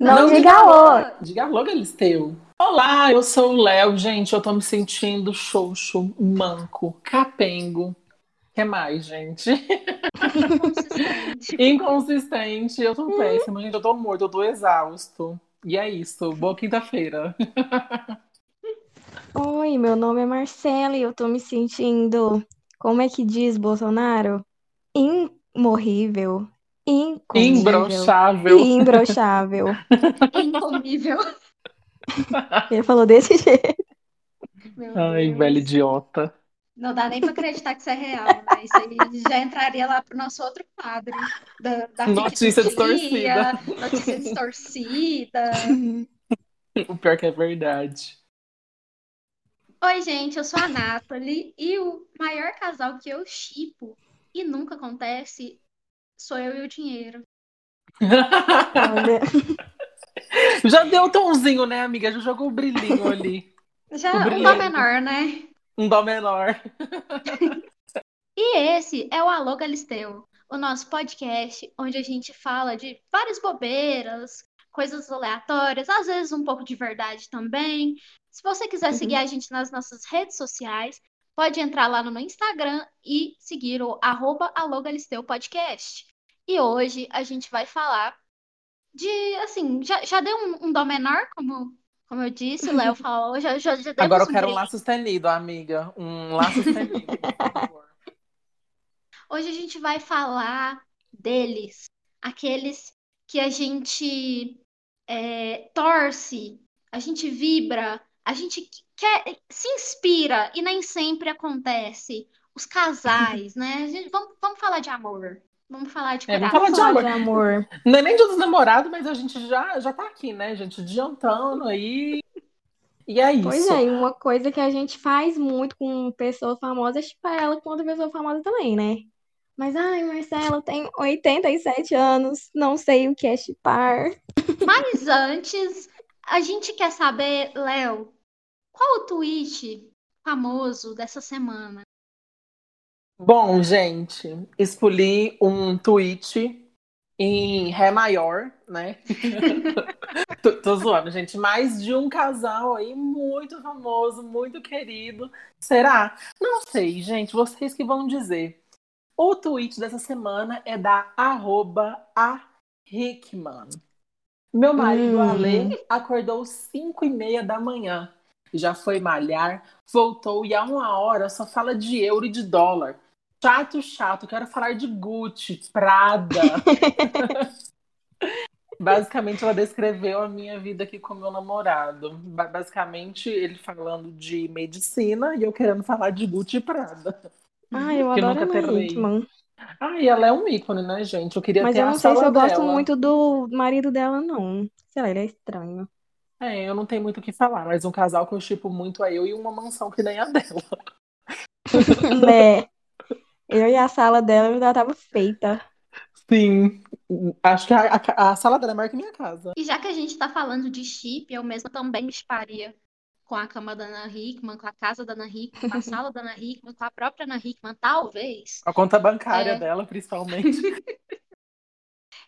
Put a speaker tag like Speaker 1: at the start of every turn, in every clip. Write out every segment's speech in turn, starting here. Speaker 1: Não, diga alô.
Speaker 2: Diga alô, Galisteu. um. Olá, eu sou o Léo. Gente, eu tô me sentindo xoxo, manco, capengo. O que mais, gente? Inconsistente. Eu tô
Speaker 3: Hum.
Speaker 2: péssima, gente. Eu tô morto, eu tô exausto. E é isso. Boa quinta-feira.
Speaker 1: Oi, meu nome é Marcela e eu tô me sentindo, como é que diz Bolsonaro? Imorrível. Incomível.
Speaker 2: Imbrochável.
Speaker 1: Imbrochável.
Speaker 3: Incomível.
Speaker 1: Ele falou desse jeito.
Speaker 3: Meu
Speaker 2: Ai,
Speaker 3: Deus.
Speaker 2: velho idiota.
Speaker 3: Não dá nem pra acreditar que isso é real, né? Isso aí já entraria lá pro nosso outro quadro. Da, da
Speaker 2: Notícia
Speaker 3: fictoria, Notícia distorcida.
Speaker 2: O pior que é verdade.
Speaker 3: Oi, gente, eu sou a Nathalie e o maior casal que eu chipo e nunca acontece sou eu e o dinheiro.
Speaker 2: Ah,
Speaker 1: Olha,
Speaker 2: Já deu um tomzinho, né, amiga? Já jogou o brilhinho ali.
Speaker 3: Já
Speaker 2: O
Speaker 3: um dó
Speaker 2: brilhante.
Speaker 3: menor, né?
Speaker 2: Um dó menor.
Speaker 3: E esse é o Alô Galisteu, o nosso podcast onde a gente fala de várias bobeiras, coisas aleatórias, às vezes um pouco de verdade também. Se você quiser seguir
Speaker 2: Uhum.
Speaker 3: a gente nas nossas redes sociais, pode entrar lá no meu Instagram e seguir o arroba Alô Galisteu Podcast. E hoje a gente vai falar de, assim, já, já deu um, um dó menor, como, como eu disse, o Léo falou, já, já, já deu
Speaker 2: Agora eu
Speaker 3: um
Speaker 2: quero um
Speaker 3: brilho.
Speaker 2: laço sustenido, amiga. Um laço sustenido, por favor.
Speaker 3: Hoje a gente vai falar deles, aqueles que a gente é, torce, a gente vibra, a gente quer, se inspira e nem sempre acontece. Os casais, né? A gente- vamos, vamos falar de amor. Vamos falar de
Speaker 2: É, vamos
Speaker 3: coração.
Speaker 2: falar de amor.
Speaker 1: de amor.
Speaker 2: Não é nem dia dos namorados, mas a gente já, já tá aqui, né, gente? Jantando aí. E é isso.
Speaker 1: Pois é, e uma coisa que a gente faz muito com pessoa famosa é chipar ela com outra pessoa famosa também, né? Mas, ai, Marcela, eu tenho 87 anos, não sei o que é chipar.
Speaker 3: Mas antes, a gente quer saber, Léo, qual o tweet famoso dessa semana?
Speaker 2: Bom, gente, escolhi um tweet em Ré maior, né? tô, tô zoando, gente. Mais de um casal aí muito famoso, muito querido. Será? Não sei, gente. Vocês que vão dizer. O tweet dessa semana é da arroba a Hickman. Meu marido,
Speaker 1: Hum.
Speaker 2: Ale, acordou 5 e meia da manhã. Já foi malhar, voltou e há uma hora só fala de euro e de dólar. Chato, chato. Quero falar de Gucci, Prada. Basicamente, ela descreveu a minha vida aqui com meu namorado. Ba- Basicamente, ele falando de medicina e eu querendo falar de Gucci e Prada.
Speaker 1: Ai, eu
Speaker 2: Que
Speaker 1: adoro
Speaker 2: nunca
Speaker 1: a Ana
Speaker 2: terminei.
Speaker 1: Hickman.
Speaker 2: Ai, ela é um ícone, né, gente? Eu queria
Speaker 1: Mas
Speaker 2: ter
Speaker 1: eu
Speaker 2: a
Speaker 1: não sei se
Speaker 2: sala
Speaker 1: eu gosto
Speaker 2: dela.
Speaker 1: muito do marido dela, não. Sei lá, ele é estranho.
Speaker 2: É, eu não tenho muito o que falar, mas um casal que eu chipo muito é eu e uma mansão que nem a dela.
Speaker 1: Né? Eu e a sala dela eu já tava feita.
Speaker 2: Sim. Acho que a, a- a sala dela é maior que minha casa.
Speaker 3: E já que a gente tá falando de chip, eu mesma também me chiparia com a cama da Ana Hickman, com a casa da Ana Hickman, com a sala da Ana Hickman, com a própria Ana Hickman, talvez.
Speaker 2: A conta bancária
Speaker 3: É.
Speaker 2: dela, principalmente.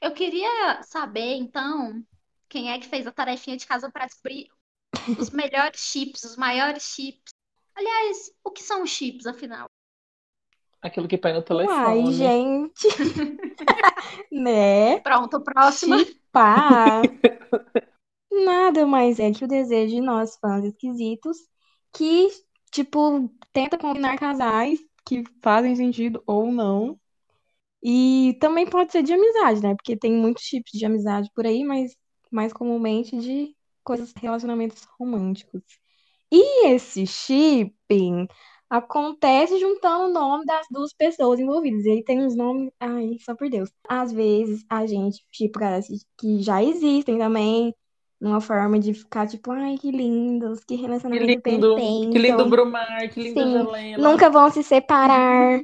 Speaker 3: Eu queria saber, então, quem é que fez a tarefinha de casa para descobrir os melhores chips, os maiores chips. Aliás, o que são os chips, afinal?
Speaker 2: Aquilo que põe no telefone.
Speaker 1: Ai, gente. Né?
Speaker 3: Pronto, próxima.
Speaker 1: Chipar. Nada mais é que o desejo de nós fãs esquisitos que, tipo, tenta combinar casais que fazem sentido ou não. E também pode ser de amizade, né? Porque tem muitos tipos de amizade por aí, mas mais comumente de coisas, relacionamentos românticos. E esse shipping acontece juntando o nome das duas pessoas envolvidas. E aí tem uns nomes. Ai, só por Deus. Às vezes a gente, tipo, caras que já existem também. Numa forma de ficar, tipo, ai, que lindos, que
Speaker 2: Que
Speaker 1: relacionamento
Speaker 2: lindo,
Speaker 1: perfeito. então.
Speaker 2: que lindo Brumar, que linda
Speaker 1: Sim,
Speaker 2: Helena.
Speaker 1: Nunca vão se separar.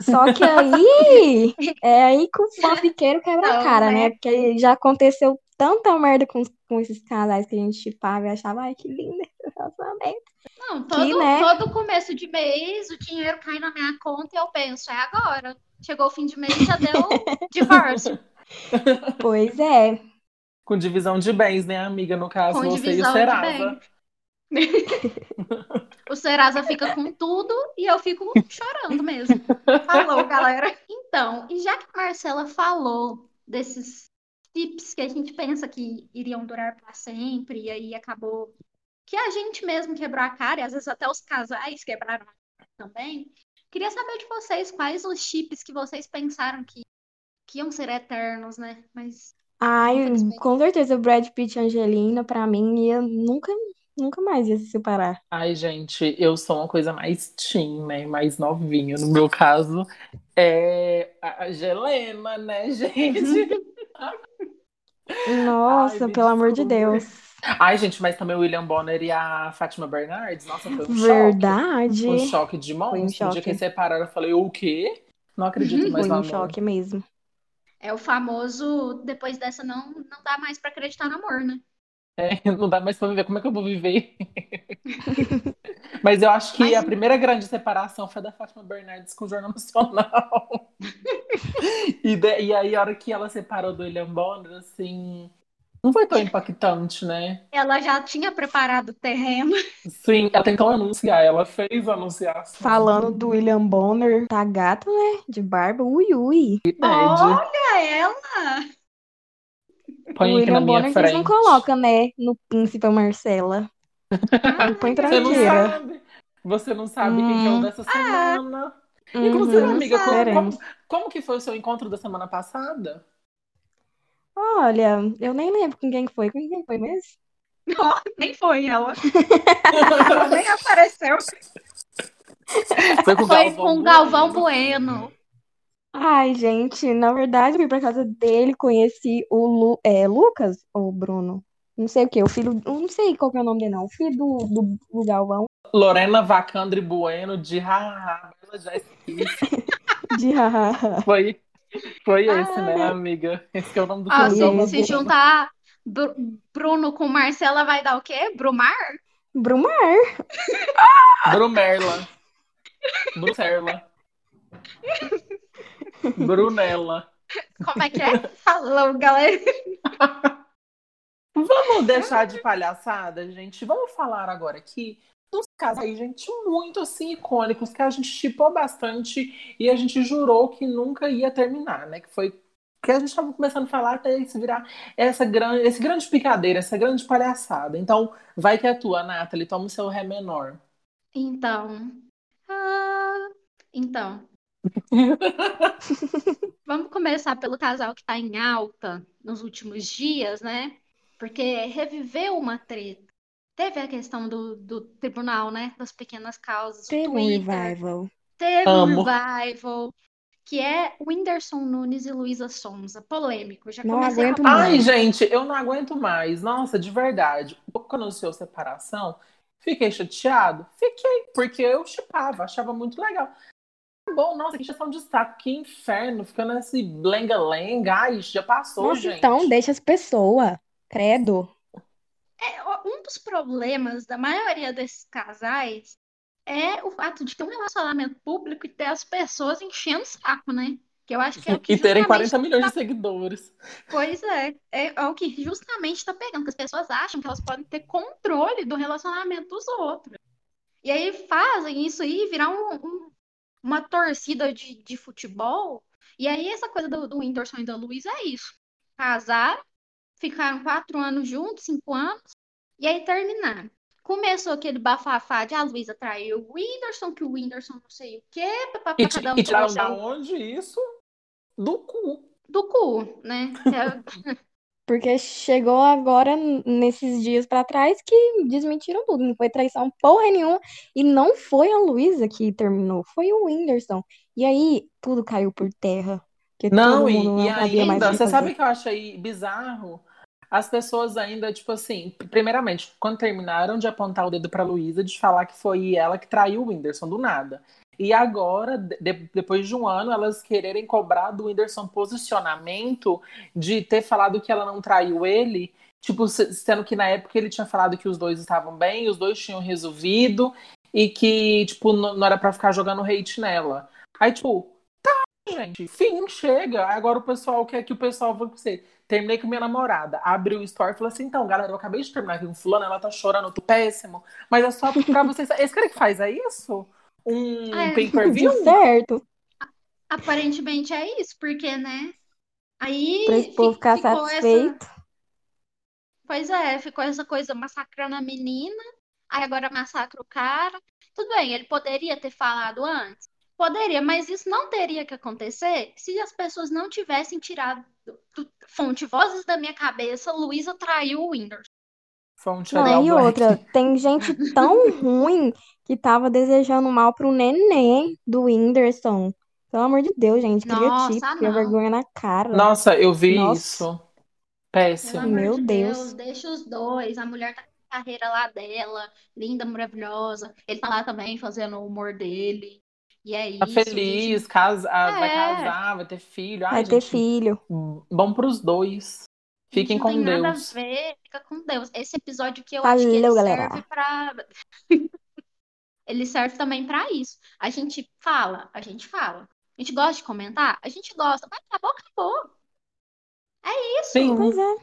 Speaker 1: Só que aí é aí que o fanfiqueiro quebra a
Speaker 3: Não,
Speaker 1: cara, né?
Speaker 3: né?
Speaker 1: Porque já aconteceu tanta merda com, com esses casais que a gente chipava e achava, ai, que lindo esse relacionamento.
Speaker 3: Não, todo,
Speaker 1: Que, né?
Speaker 3: todo começo de mês o dinheiro cai na minha conta e eu penso, é agora. Chegou o fim de mês, já deu divórcio.
Speaker 1: Pois é.
Speaker 2: Com divisão de bens, né, amiga? No caso,
Speaker 3: Com
Speaker 2: você e o
Speaker 3: divisão de
Speaker 2: Serasa.
Speaker 3: O Serasa fica com tudo e eu fico chorando mesmo. Falou, galera. Então, e já que a Marcela falou desses tips que a gente pensa que iriam durar para sempre, e aí acabou que a gente mesmo quebrou a cara, e às vezes até os casais quebraram a cara também. Queria saber de vocês quais os chips que vocês pensaram que, que iam ser eternos, né? Mas
Speaker 1: Ai,
Speaker 3: Infelizmente.
Speaker 1: com certeza Brad Pitt e Angelina, pra mim, ia nunca, nunca mais ia se separar.
Speaker 2: Ai, gente, eu sou uma coisa mais teen, né? Mais novinha. No meu caso, é a a Gelena, né, gente?
Speaker 1: Nossa,
Speaker 2: me
Speaker 1: pelo amor de
Speaker 2: desculpa.
Speaker 1: Deus.
Speaker 2: Ai, gente, mas também o William Bonner e a Fátima Bernardes. Nossa, foi um choque.
Speaker 1: Verdade.
Speaker 2: Um choque de monstro.
Speaker 1: um
Speaker 2: No dia que
Speaker 1: choque.
Speaker 2: eles separaram, eu falei, o quê? Não acredito mais
Speaker 1: Foi
Speaker 2: no
Speaker 1: um
Speaker 2: amor.
Speaker 1: choque mesmo.
Speaker 3: é o famoso, depois dessa não, não dá mais para acreditar no amor, né?
Speaker 2: É, não dá mais pra viver. Como é que eu vou viver? Mas eu acho que
Speaker 3: Mas-
Speaker 2: a primeira grande separação foi da Fátima Bernardes com o Jornal Nacional. e, de- e aí, a hora que ela separou do William Bonner, assim. Não foi tão impactante, né?
Speaker 3: Ela já tinha preparado o terreno.
Speaker 2: Sim, ela tentou anunciar, ela fez anunciar. assim.
Speaker 1: Falando do William Bonner, tá gato, né? De barba, ui, ui.
Speaker 2: Que bad.
Speaker 3: Olha ela!
Speaker 1: o
Speaker 2: Põe aqui na
Speaker 1: William
Speaker 2: minha
Speaker 1: Bonner que
Speaker 2: frente.
Speaker 1: eles não colocam, né? No Príncipe Marcela. Não põe
Speaker 2: Você não
Speaker 1: tranqueira.
Speaker 2: sabe. Você não sabe quem que é o
Speaker 1: Hum.
Speaker 2: dessa semana. Inclusive,
Speaker 1: Uhum.
Speaker 2: amiga, como,
Speaker 1: veremos.
Speaker 2: como, como que foi o seu encontro da semana passada?
Speaker 1: Olha, eu nem lembro com quem que foi. Com quem foi mesmo?
Speaker 3: Ó, nem foi ela. Ela nem apareceu.
Speaker 2: Foi com o
Speaker 3: Foi com o
Speaker 2: Bueno. né? Uhum.
Speaker 3: Galvão Bueno.
Speaker 1: Ai, gente, na verdade, eu fui pra casa dele, conheci o Lu, é, Lucas ou Bruno? Não sei o que, o filho. eu Não sei qual que é o nome dele, não. O filho do, do, do Galvão
Speaker 2: Lorena Vacandre Bueno de Haha, Bela já esqueci.
Speaker 1: de hahaha.
Speaker 2: Foi, foi
Speaker 3: Ah,
Speaker 2: esse, né, amiga? Esse que é o nome do
Speaker 3: Ó,
Speaker 1: Ah,
Speaker 2: filme.
Speaker 1: sim,
Speaker 3: se,
Speaker 1: Galvão
Speaker 3: se
Speaker 1: Bueno.
Speaker 3: juntar Bru- Bruno com Marcela, vai dar o quê? Brumar?
Speaker 1: Brumar.
Speaker 2: Brumerla. Brucerla. Brunella.
Speaker 3: Como é que é? Falou, galera.
Speaker 2: Vamos deixar de palhaçada, gente. Vamos falar agora aqui dos casais, gente, muito assim icônicos que a gente chipou bastante e a gente jurou que nunca ia terminar, né? Que foi que a gente estava começando a falar até isso virar essa grande, esse grande picadeira, essa grande palhaçada. Então, vai que é tua, Nathalie, toma o seu ré menor.
Speaker 3: Então. Ah, então. Vamos começar pelo casal que tá em alta nos últimos dias, né? Porque reviveu uma treta. Teve a questão do, do tribunal, né? Das pequenas causas,
Speaker 1: Teve um
Speaker 3: Twitter.
Speaker 1: revival.
Speaker 3: Teve
Speaker 2: Amo.
Speaker 3: um revival, que é Whindersson Nunes e Luísa Sonza. Polêmico, já
Speaker 1: Não
Speaker 3: comecei
Speaker 1: aguento
Speaker 3: com a
Speaker 1: mais.
Speaker 2: Ai, gente, eu não aguento mais. Nossa, de verdade. Quando anunciou separação, fiquei chateado? Fiquei, porque eu chipava, achava muito legal. Tá Bom, nossa, que gestão de saco, que inferno, ficando esse lenga-lenga. Ai, já passou,
Speaker 1: Nossa,
Speaker 2: gente.
Speaker 1: então, deixa as pessoas. Credo.
Speaker 3: É, ó, um dos problemas da maioria desses casais é o fato de ter um relacionamento público e ter as pessoas enchendo o saco, né? Que eu acho que é o que
Speaker 2: E terem
Speaker 3: justamente...
Speaker 2: 40 milhões de seguidores.
Speaker 3: Pois é, é, é o que justamente tá pegando, que as pessoas acham que elas podem ter controle do relacionamento dos outros. E aí fazem isso aí virar um- um- uma torcida de, de futebol. E aí essa coisa do, do Whindersson e da Luísa é isso. Casaram, ficaram quatro anos juntos, cinco anos, e aí terminaram. Começou aquele bafafá de a Luísa traiu o Whindersson, que o Whindersson não sei o quê,
Speaker 2: E,
Speaker 3: papapá,
Speaker 2: ti-
Speaker 3: cada um
Speaker 2: e tiraram
Speaker 3: trouxe
Speaker 2: da
Speaker 3: algo
Speaker 2: onde isso? Do cu.
Speaker 3: do cu, né? Que é-
Speaker 1: Porque chegou agora, n- nesses dias pra trás, que desmentiram tudo. Não foi traição porra nenhuma. E não foi a Luísa que terminou, foi o Whindersson. E aí, tudo caiu por terra. Porque
Speaker 2: Não,
Speaker 1: todo
Speaker 2: e,
Speaker 1: mundo não
Speaker 2: e
Speaker 1: sabia mais o
Speaker 2: ainda,
Speaker 1: que
Speaker 2: você
Speaker 1: fazer.
Speaker 2: sabe o que eu achei bizarro? As pessoas ainda, tipo assim, primeiramente, quando terminaram de apontar o dedo pra Luísa, de falar que foi ela que traiu o Whindersson do nada. E agora, de- depois de um ano, elas quererem cobrar do Whindersson posicionamento de ter falado que ela não traiu ele, tipo, se- sendo que na época ele tinha falado que os dois estavam bem, os dois tinham resolvido e que, tipo, não, não era pra ficar jogando hate nela. Aí, tipo, gente. Fim, chega. Agora o pessoal quer que o pessoal vá com você. Terminei com minha namorada. Abri o story e falei assim: então, galera, eu acabei de terminar aqui com fulano, ela tá chorando, eu tô péssimo. Mas é só pra vocês. Esse cara que faz, é isso? Um
Speaker 3: Ah, é.
Speaker 2: pay-per-view?
Speaker 1: De certo.
Speaker 3: Aparentemente é isso, porque, né? Aí
Speaker 1: Pra esse povo
Speaker 3: fi-
Speaker 1: ficar
Speaker 3: ficou essa-
Speaker 1: satisfeito.
Speaker 3: Pois é, ficou essa coisa massacrando a menina, aí agora massacra o cara. Tudo bem, ele poderia ter falado antes? Poderia, mas isso não teria que acontecer se as pessoas não tivessem tirado do- fonte vozes da minha cabeça, Luísa traiu o Whindersson.
Speaker 2: Fonte
Speaker 1: Não,
Speaker 3: um
Speaker 2: Arial
Speaker 1: e
Speaker 2: Black.
Speaker 1: outra, tem gente tão ruim que tava desejando mal pro neném do Whindersson. Pelo amor de Deus, gente, cria
Speaker 3: Nossa,
Speaker 1: tipo, cria
Speaker 3: não.
Speaker 1: vergonha na cara.
Speaker 2: Nossa, eu vi
Speaker 1: Nossa.
Speaker 2: isso.
Speaker 3: Pelo
Speaker 2: Péssimo.
Speaker 3: amor
Speaker 1: Meu
Speaker 3: de
Speaker 1: Deus.
Speaker 3: deixa os dois. A mulher tá com a carreira lá dela, linda, maravilhosa. Ele tá lá também fazendo o humor dele. E é
Speaker 2: Tá
Speaker 3: isso, gente.
Speaker 2: feliz, casa, ah, vai
Speaker 3: É.
Speaker 2: casar, vai ter filho. Ai,
Speaker 1: Vai ter
Speaker 2: tá, gente,
Speaker 1: filho.
Speaker 2: bom pros dois. Fiquem
Speaker 3: Não tem
Speaker 2: com
Speaker 3: nada a
Speaker 2: Deus.
Speaker 3: ver, fica com Deus. Esse episódio que eu acho que ele
Speaker 1: Valeu, galera.
Speaker 3: serve pra. ele serve também pra isso. A gente fala, a gente fala. A gente gosta de comentar, a gente gosta. Mas acabou, acabou. É isso.
Speaker 2: Sim.
Speaker 1: Pois é.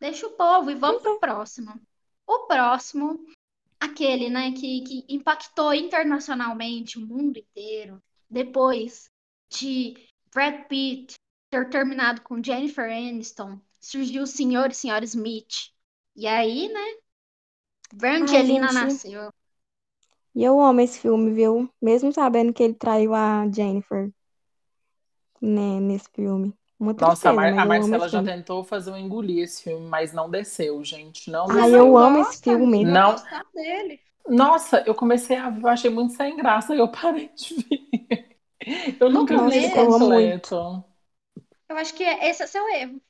Speaker 3: Deixa o povo e vamos
Speaker 1: Então.
Speaker 3: pro próximo. O próximo, aquele, né, que, que impactou internacionalmente o mundo inteiro, depois de Brad Pitt ter terminado com Jennifer Aniston, surgiu o senhor e senhora Smith. E aí, né, Brangelina
Speaker 1: gente.
Speaker 3: nasceu.
Speaker 1: E eu amo esse filme, viu? Mesmo sabendo que ele traiu a Jennifer, né, nesse filme. Uma tristeza,
Speaker 2: Nossa, a,
Speaker 1: mas
Speaker 2: Mar- a
Speaker 1: né? eu amo
Speaker 2: Marcela
Speaker 1: esse
Speaker 2: já
Speaker 1: filme.
Speaker 2: tentou fazer um engolir esse filme, mas não desceu, gente. Não
Speaker 1: Ai,
Speaker 2: desceu.
Speaker 1: eu amo esse filme.
Speaker 3: amiga,
Speaker 2: Não.
Speaker 3: gostar dele.
Speaker 2: Nossa, eu comecei a ver, eu achei muito sem graça, aí eu parei de ver. Eu
Speaker 3: No
Speaker 2: nunca vi
Speaker 3: começo-
Speaker 2: ele
Speaker 1: Eu amo
Speaker 2: completo.
Speaker 3: Eu acho que é- esse é seu erro.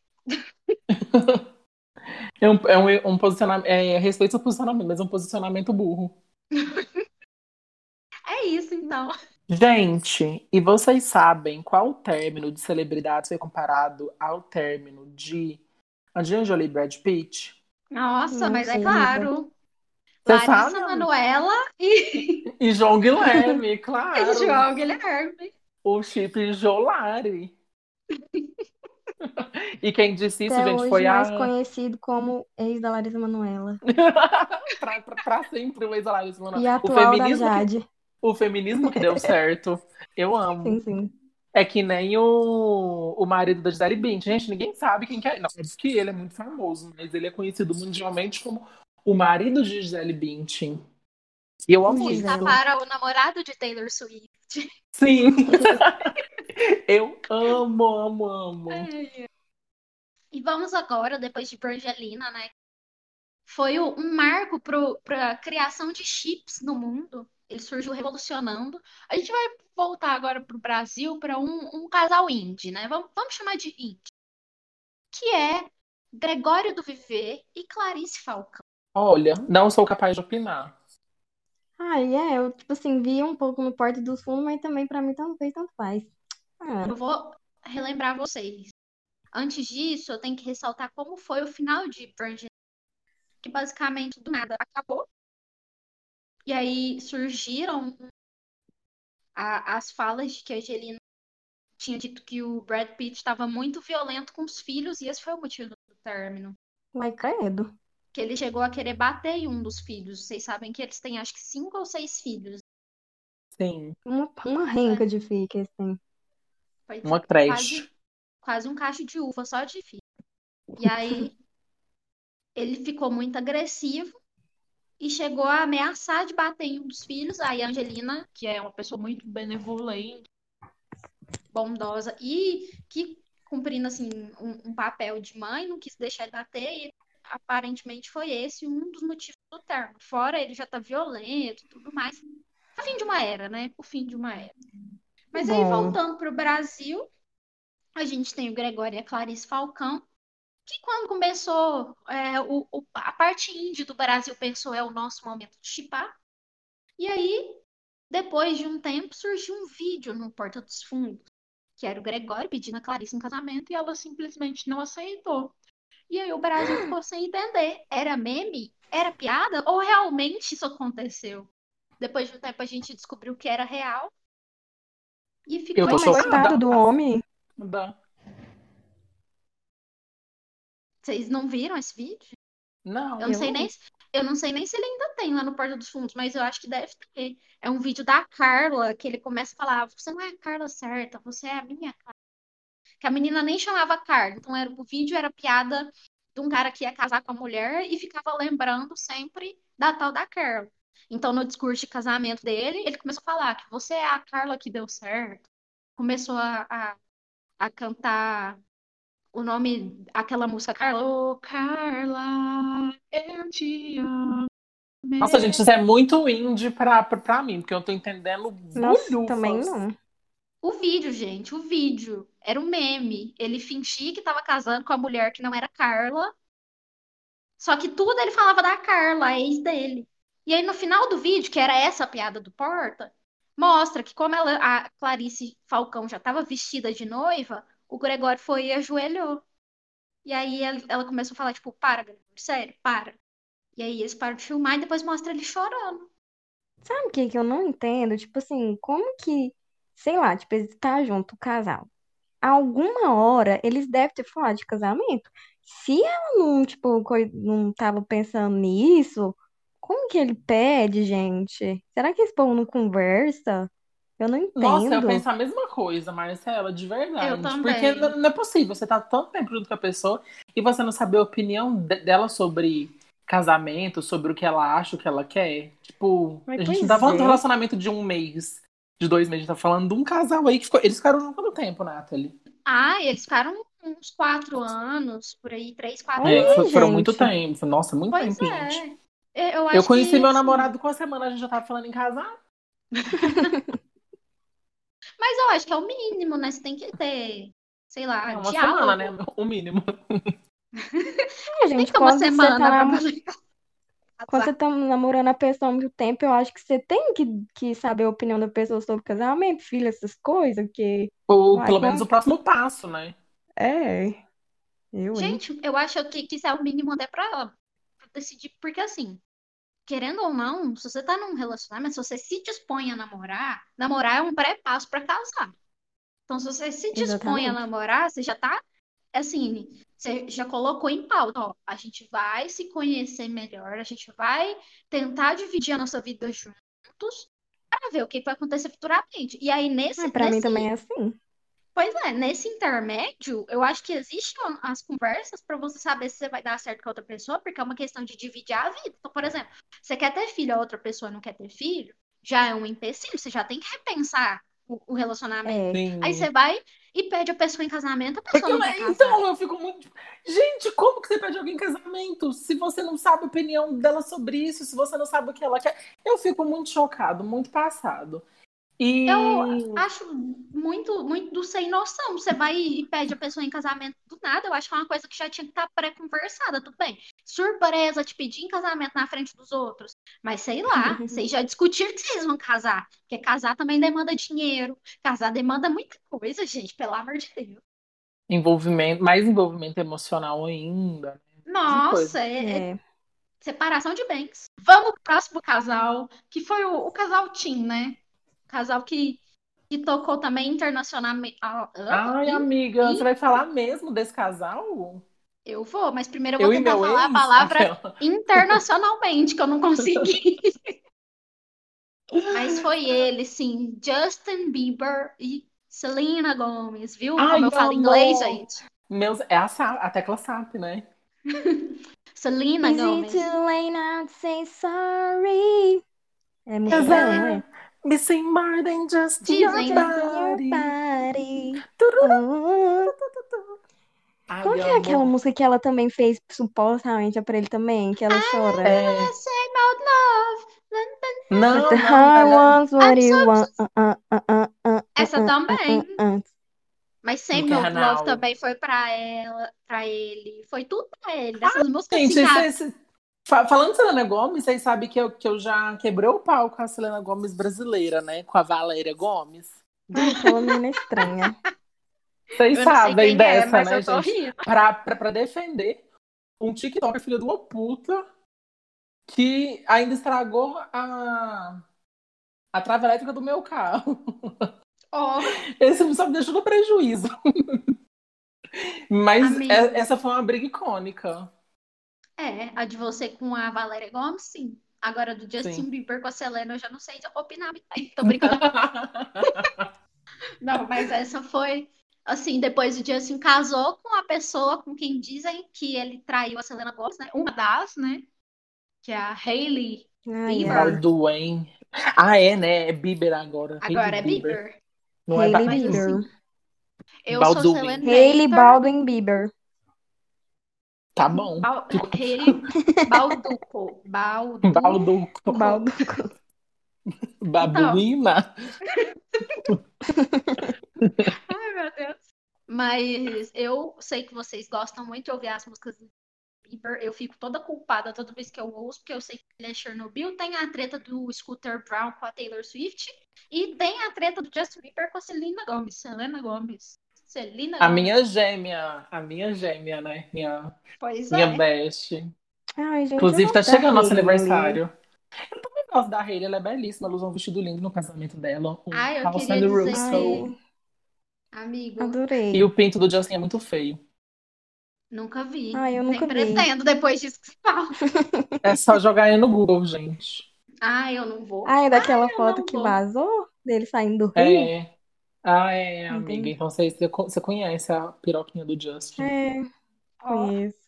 Speaker 2: É um, é um, um posicionamento, é, respeito ao posicionamento, mas é um posicionamento burro.
Speaker 3: É isso, então.
Speaker 2: Gente, e vocês sabem qual término de celebridades foi comparado ao término de Angelina Jolie e Brad Pitt?
Speaker 3: Nossa,
Speaker 1: Não
Speaker 3: mas é
Speaker 1: sei,
Speaker 3: claro.
Speaker 2: Você
Speaker 3: Larissa
Speaker 2: sabe?
Speaker 3: Manoela e
Speaker 2: E João Guilherme, claro.
Speaker 3: João Guilherme.
Speaker 2: O chip Jolari. E quem disse isso,
Speaker 1: Até
Speaker 2: gente,
Speaker 1: hoje
Speaker 2: foi
Speaker 1: mais
Speaker 2: a.
Speaker 1: conhecido como ex da Larissa Manoela.
Speaker 2: pra, pra- pra sempre o ex-alarismo.
Speaker 1: E
Speaker 2: é O
Speaker 1: atual da
Speaker 2: feminismo, que,
Speaker 1: Jade.
Speaker 2: o feminismo que deu certo. Eu amo.
Speaker 1: Sim, sim.
Speaker 2: É que nem o, o marido da Gisele Bündchen. Gente, ninguém sabe quem que é. Não, diz que ele é muito famoso, mas ele é conhecido mundialmente como o marido de Gisele Bündchen. E eu amo
Speaker 1: O
Speaker 2: isso.
Speaker 1: Gisele.
Speaker 3: para o namorado de Taylor Swift.
Speaker 2: Sim. eu amo, amo, amo.
Speaker 1: É.
Speaker 3: E vamos agora, depois de Brangelina, né? Foi o- um marco para a criação de chips no mundo. Ele surgiu revolucionando. A gente vai voltar agora para o Brasil para um, um casal indie, né? Vamos, vamos chamar de indie. Que é Gregório do Viver e Clarice Falcão.
Speaker 2: Olha, não sou capaz de opinar.
Speaker 1: Ah, e é, eu, tipo assim, vi um pouco no Porta dos Fundos, mas também pra mim tanto fez, tanto faz. Ah,
Speaker 3: Eu vou relembrar vocês. Antes disso, eu tenho que ressaltar como foi o final de Brangelina. Que basicamente do nada acabou. E aí surgiram a- as falas de que a Angelina tinha dito que o Brad Pitt estava muito violento com os filhos, e esse foi o motivo do término.
Speaker 1: vai credo.
Speaker 3: Que ele chegou a querer bater em um dos filhos. Vocês sabem que eles têm acho que cinco ou seis filhos.
Speaker 2: Sim,
Speaker 1: Uma, uma renca de fica, assim.
Speaker 3: Foi
Speaker 2: uma
Speaker 3: quase,
Speaker 2: creche.
Speaker 3: quase um cacho de uva só de filho. E aí ele ficou muito agressivo e chegou a ameaçar de bater em um dos filhos. Aí a Angelina, que é uma pessoa muito benevolente, bondosa e que cumprindo assim um, um papel de mãe, não quis deixar ele bater e aparentemente foi esse um dos motivos do término. Fora ele já tá violento, e tudo mais. O fim de uma era, né? O fim de uma era. Mas aí
Speaker 1: Bom.
Speaker 3: voltando pro Brasil, a gente tem o Gregório e a Clarice Falcão. Que quando começou, é, o, o- a parte indie do Brasil pensou é o nosso momento de chipar. E aí, depois de um tempo, surgiu um vídeo no Porta dos Fundos que era o Gregório pedindo a Clarice em casamento e ela simplesmente não aceitou. E aí o Brasil ficou sem entender. Era meme? Era piada? Ou realmente isso aconteceu? Depois de um tempo a gente descobriu que era real. E
Speaker 2: Eu
Speaker 3: ficou
Speaker 2: tô
Speaker 1: Mas
Speaker 3: em-
Speaker 2: chocado.
Speaker 1: coitado do homem.
Speaker 2: Dá.
Speaker 3: Vocês não viram esse vídeo?
Speaker 2: Não.
Speaker 3: Eu não sei
Speaker 1: Eu não.
Speaker 3: nem se- eu não sei nem se ele ainda tem lá no Porta dos Fundos, mas eu acho que deve ter. É um vídeo da Carla que ele começa a falar: "Você não é a Carla certa, você é a minha Carla". Que a menina nem chamava Carla, então era o vídeo era piada de um cara que ia casar com a mulher e ficava lembrando sempre da tal da Carla. Então no discurso de casamento dele, ele começou a falar que você é a Carla que deu certo. Começou a, a, a cantar o nome, aquela música Carla. Ô, Carla, eu te amo.
Speaker 2: Nossa, gente, isso é muito indie pra, pra, pra mim, porque eu tô entendendo
Speaker 1: Nossa,
Speaker 2: bolhufas.
Speaker 1: também não.
Speaker 3: O vídeo, gente, o vídeo. Era um meme. Ele fingia que tava casando com a mulher que não era Carla. Só que tudo ele falava da Carla, a ex dele. E aí no final do vídeo, que era essa piada do Porta, mostra que como ela, a Clarice Falcão já tava vestida de noiva, o Gregório foi e ajoelhou. E aí ela, ela começou a falar, tipo, para, Gregório, sério, para. E aí eles param de filmar e depois mostra ele chorando.
Speaker 1: Sabe o que que eu não entendo? Tipo assim, como que, sei lá, tipo, eles tá junto, o casal. Alguma hora eles devem ter falado de casamento. Se ela não, tipo, coi- não tava pensando nisso, como que ele pede, gente? Será que esse povo não conversa? Eu não
Speaker 2: Nossa, eu
Speaker 1: entendo.
Speaker 2: penso a mesma coisa, Marcela, de verdade.
Speaker 3: Eu também.
Speaker 2: Porque n- não é possível, você tá tanto tempo junto com a pessoa e você não saber a opinião de- dela sobre casamento, sobre o que ela acha, o que ela quer. Tipo,
Speaker 1: Mas
Speaker 2: a gente
Speaker 1: pois
Speaker 2: não tá falando de
Speaker 1: é.
Speaker 2: um relacionamento de um mês, de dois meses, a gente tá falando de um casal aí que ficou. Eles ficaram junto quanto tempo, Nathalie?
Speaker 3: Ah, eles ficaram uns quatro anos, por aí, três, quatro
Speaker 1: Olha,
Speaker 2: É,
Speaker 3: anos.
Speaker 2: foi- foram
Speaker 1: gente.
Speaker 2: muito tempo. Nossa, muito
Speaker 3: Pois
Speaker 2: tempo,
Speaker 3: é.
Speaker 2: gente.
Speaker 3: Eu, eu
Speaker 2: Eu
Speaker 3: acho
Speaker 2: conheci
Speaker 3: que,
Speaker 2: meu
Speaker 3: assim,
Speaker 2: namorado com a semana, a gente já tava falando em casar.
Speaker 3: Mas eu acho que é o mínimo, né? Você tem que ter, sei lá,
Speaker 2: É uma
Speaker 3: Ah, diálogo.
Speaker 2: semana, né? O mínimo.
Speaker 1: É,
Speaker 3: Tem
Speaker 1: gente,
Speaker 3: que ter uma
Speaker 1: quando você tá
Speaker 3: semana pra
Speaker 1: namo-
Speaker 3: poder
Speaker 1: Quando
Speaker 3: casar.
Speaker 1: você tá namorando a pessoa há muito tempo, eu acho que você tem que, que saber a opinião da pessoa sobre casamento, filho, essas coisas, que
Speaker 2: Ou
Speaker 1: Ai,
Speaker 2: pelo
Speaker 1: como-
Speaker 2: menos o próximo passo, né?
Speaker 1: é. Eu, hein?
Speaker 3: Gente, eu acho que, que isso é o mínimo até pra, pra decidir, porque assim, querendo ou não, se você tá num relacionamento, se você se dispõe a namorar, namorar é um pré-passo pra casar. Então, se você se dispõe a
Speaker 1: Exatamente.
Speaker 3: namorar, você já tá assim, você já colocou em pauta, ó, a gente vai se conhecer melhor, a gente vai tentar dividir a nossa vida juntos para ver o que vai acontecer futuramente. E aí nesse,
Speaker 1: Ah, pra mim
Speaker 3: nesse,
Speaker 1: também é assim.
Speaker 3: pois é, nesse intermédio, eu acho que existem as conversas para você saber se você vai dar certo com a outra pessoa, porque é uma questão de dividir a vida. Então, por exemplo, você quer ter filho, a outra pessoa não quer ter filho, já é um empecilho, você já tem que repensar o, o relacionamento.
Speaker 1: É.
Speaker 2: Sim.
Speaker 3: Aí você vai e pede a pessoa em casamento, a
Speaker 2: Porque
Speaker 3: pessoa
Speaker 2: eu-
Speaker 3: não quer casar.
Speaker 2: então, eu fico muito. Gente, como que você pede alguém em casamento? Se você não sabe a opinião dela sobre isso, se você não sabe o que ela quer. Eu fico muito chocado, muito passado. E.
Speaker 3: Eu acho muito, muito sem noção. Você vai e pede a pessoa em casamento do nada. Eu acho que é uma coisa que já tinha que estar pré-conversada, tudo bem. Surpresa te pedir em casamento na frente dos outros. Mas sei lá, vocês já discutiram que vocês vão casar. Porque casar também demanda dinheiro. Casar demanda muita coisa, gente, pelo amor de Deus.
Speaker 2: Envolvimento, mais envolvimento emocional ainda.
Speaker 3: Nossa, é, é
Speaker 1: É.
Speaker 3: separação de bens. Vamos pro próximo casal, que foi o, o casal Tim, né? O casal que, que tocou também internacionalmente. Ah, ah,
Speaker 2: Ai,
Speaker 3: ih,
Speaker 2: amiga,
Speaker 3: ih.
Speaker 2: você vai falar mesmo desse casal?
Speaker 3: Eu vou, mas primeiro eu vou
Speaker 2: Eu e
Speaker 3: tentar
Speaker 2: meu
Speaker 3: falar
Speaker 2: ex? Ah,
Speaker 3: a palavra
Speaker 2: Aquela.
Speaker 3: internacionalmente, que eu não consegui. Mas foi ele, sim. Justin Bieber e Selena Gomez, viu?
Speaker 2: Ai,
Speaker 3: Como eu
Speaker 2: que
Speaker 3: falo inglês,
Speaker 2: amor.
Speaker 3: gente.
Speaker 2: Meus, é a, sa- a tecla SAP, né?
Speaker 3: Selena
Speaker 1: Is it
Speaker 3: Gomez.
Speaker 1: too late now to say sorry? É muito bom, né?
Speaker 2: Cause
Speaker 1: né?
Speaker 2: I'm missing more than just your
Speaker 3: Dizem. é
Speaker 2: body.
Speaker 1: Body.
Speaker 2: Tururu.
Speaker 1: Oh.
Speaker 2: Ai,
Speaker 1: Qual que é
Speaker 2: amor.
Speaker 1: aquela música que ela também fez, supostamente, é pra ele também, que ela
Speaker 3: Ah,
Speaker 1: chora?
Speaker 2: É.
Speaker 3: I say my love.
Speaker 2: Não,
Speaker 1: The
Speaker 2: não,
Speaker 1: heart
Speaker 2: não.
Speaker 1: wants what
Speaker 3: I'm
Speaker 1: you
Speaker 3: so-
Speaker 1: want. Uh, uh, uh, uh, uh,
Speaker 3: Essa
Speaker 1: uh,
Speaker 3: também.
Speaker 1: uh, uh.
Speaker 3: Mas Save
Speaker 2: Nunca
Speaker 3: My
Speaker 2: erra,
Speaker 3: Love
Speaker 2: não.
Speaker 3: também foi pra ela, pra ele. Foi tudo pra ele. Essas músicas
Speaker 2: Gente,
Speaker 3: assim, ah,
Speaker 2: cês- cês- fa- falando de Selena Gomes, vocês sabem que eu, que eu já quebrei o pau com a Selena Gomes brasileira, né? Com a Valéria Gomes.
Speaker 1: Ai, aquela menina estranha.
Speaker 2: Vocês
Speaker 3: eu não sei
Speaker 2: sabem
Speaker 3: quem
Speaker 2: dessa,
Speaker 3: é, mas
Speaker 2: né,
Speaker 3: eu tô
Speaker 2: gente?
Speaker 3: rindo.
Speaker 2: Pra, pra, pra defender um TikToker filho de uma puta que ainda estragou a, a trava elétrica do meu carro.
Speaker 3: Ó,
Speaker 2: Esse filme só me deixou no prejuízo. Mas
Speaker 3: Amigo.
Speaker 2: é- essa foi uma briga icônica.
Speaker 3: é, a de você com a Valéria Gomes, sim. Agora do Justin
Speaker 2: Sim.
Speaker 3: Bieber com a Selena, eu já não sei de opinar. Ai, Tô brincando.
Speaker 2: Tá
Speaker 3: Não, mas essa foi. Assim, depois o Justin casou com a pessoa com quem dizem que ele traiu a Selena Gomez, né? Uma das, né? Que é a Hailey.
Speaker 1: Ai, é.
Speaker 3: Bieber.
Speaker 1: ai.
Speaker 2: Baldu, hein? Ah, é, né? É Bieber agora.
Speaker 3: Agora
Speaker 2: Hailey
Speaker 3: é Bieber.
Speaker 2: Não é
Speaker 1: Hailey
Speaker 2: Baldu.
Speaker 3: Bieber. Eu sou
Speaker 2: Baldwin.
Speaker 3: Selena
Speaker 1: Hailey
Speaker 3: Hater.
Speaker 1: Baldwin Bieber.
Speaker 2: Tá bom.
Speaker 3: Bal- Hailey Balduco. Baldu.
Speaker 2: Baldu.
Speaker 1: Baldo.
Speaker 3: Então.
Speaker 2: Babuína.
Speaker 3: Ai, meu Deus. Mas eu sei que vocês gostam muito de ouvir as músicas do Bieber. Eu fico toda culpada toda vez que eu ouço, porque eu sei que ele é Chernobyl. Tem a treta do Scooter Brown com a Taylor Swift. E tem a treta do Justin Bieber com a Selena Gomez. Selena Gomez. Selena
Speaker 2: A
Speaker 3: Gomez.
Speaker 2: minha gêmea. A minha gêmea, né? Minha,
Speaker 3: Pois
Speaker 2: minha
Speaker 3: é.
Speaker 2: best.
Speaker 1: Ai, gente,
Speaker 2: Inclusive,
Speaker 1: eu
Speaker 2: tá
Speaker 1: gosto da
Speaker 2: chegando nosso
Speaker 1: Hailey,
Speaker 2: aniversário. Eu também gosto da Hailey, ela é belíssima. Ela usou um vestido lindo no casamento dela. um O
Speaker 3: Ai, eu
Speaker 2: House
Speaker 3: queria
Speaker 2: and
Speaker 3: dizer
Speaker 1: Ai,
Speaker 2: Russo.
Speaker 3: Amigo,
Speaker 1: adorei.
Speaker 2: E o pinto do Justin é muito feio.
Speaker 3: nunca vi.
Speaker 1: Ai, eu
Speaker 3: Nem
Speaker 1: nunca vi.
Speaker 3: pretendo depois disso que você fala.
Speaker 2: É só jogar ele no Google, gente.
Speaker 3: Ah, eu não vou.
Speaker 1: Ah, é daquela
Speaker 3: eu
Speaker 1: foto
Speaker 3: não
Speaker 1: que
Speaker 3: vou.
Speaker 1: vazou dele saindo do rio?
Speaker 2: É. Ah, é, amiga.
Speaker 1: Entendi.
Speaker 2: Então você, você conhece a piroquinha do Justin.
Speaker 1: É,
Speaker 3: Ó,
Speaker 1: conheço.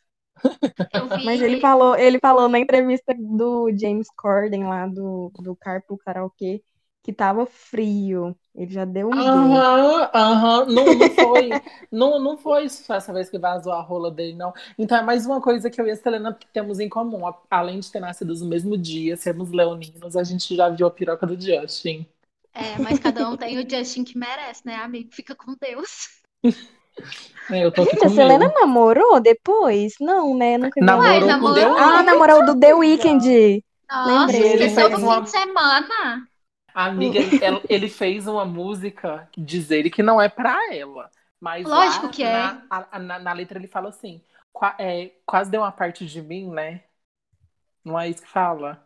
Speaker 3: eu vi.
Speaker 1: Mas ele falou, ele falou na entrevista do James Corden lá do, do Carpool Karaokê que tava frio. Ele já deu um jeito.
Speaker 2: Aham, aham. Não, não foi. não, não foi só essa vez que vazou a rola dele, não. Então é mais uma coisa que eu e a Selena temos em comum. A- Além de ter nascido no mesmo dia, sermos leoninos, a gente já viu a piroca do Justin.
Speaker 3: É, mas cada um tem o Justin que merece, né, amigo? Fica com Deus.
Speaker 2: É, Eu tô aqui
Speaker 1: Gente, a
Speaker 2: com o meu.
Speaker 1: Selena namorou depois? Não, né? Nunca vi.
Speaker 2: Namorou
Speaker 3: Ué,
Speaker 2: com
Speaker 3: namorou?
Speaker 2: Deus?
Speaker 1: Ah, namorou do The Weeknd.
Speaker 3: Nossa,
Speaker 1: Lembrei.
Speaker 2: Ele
Speaker 3: esqueceu do
Speaker 2: fez
Speaker 3: fim
Speaker 2: uma-
Speaker 3: de semana.
Speaker 2: Amiga,
Speaker 3: Hum.
Speaker 2: ele, ele fez uma música que diz ele que não é pra ela. Mas lá
Speaker 3: Lógico que é.
Speaker 2: Na, a- na, na letra ele fala assim: "Qua- é, quase deu uma parte de mim, né? Não é isso que fala?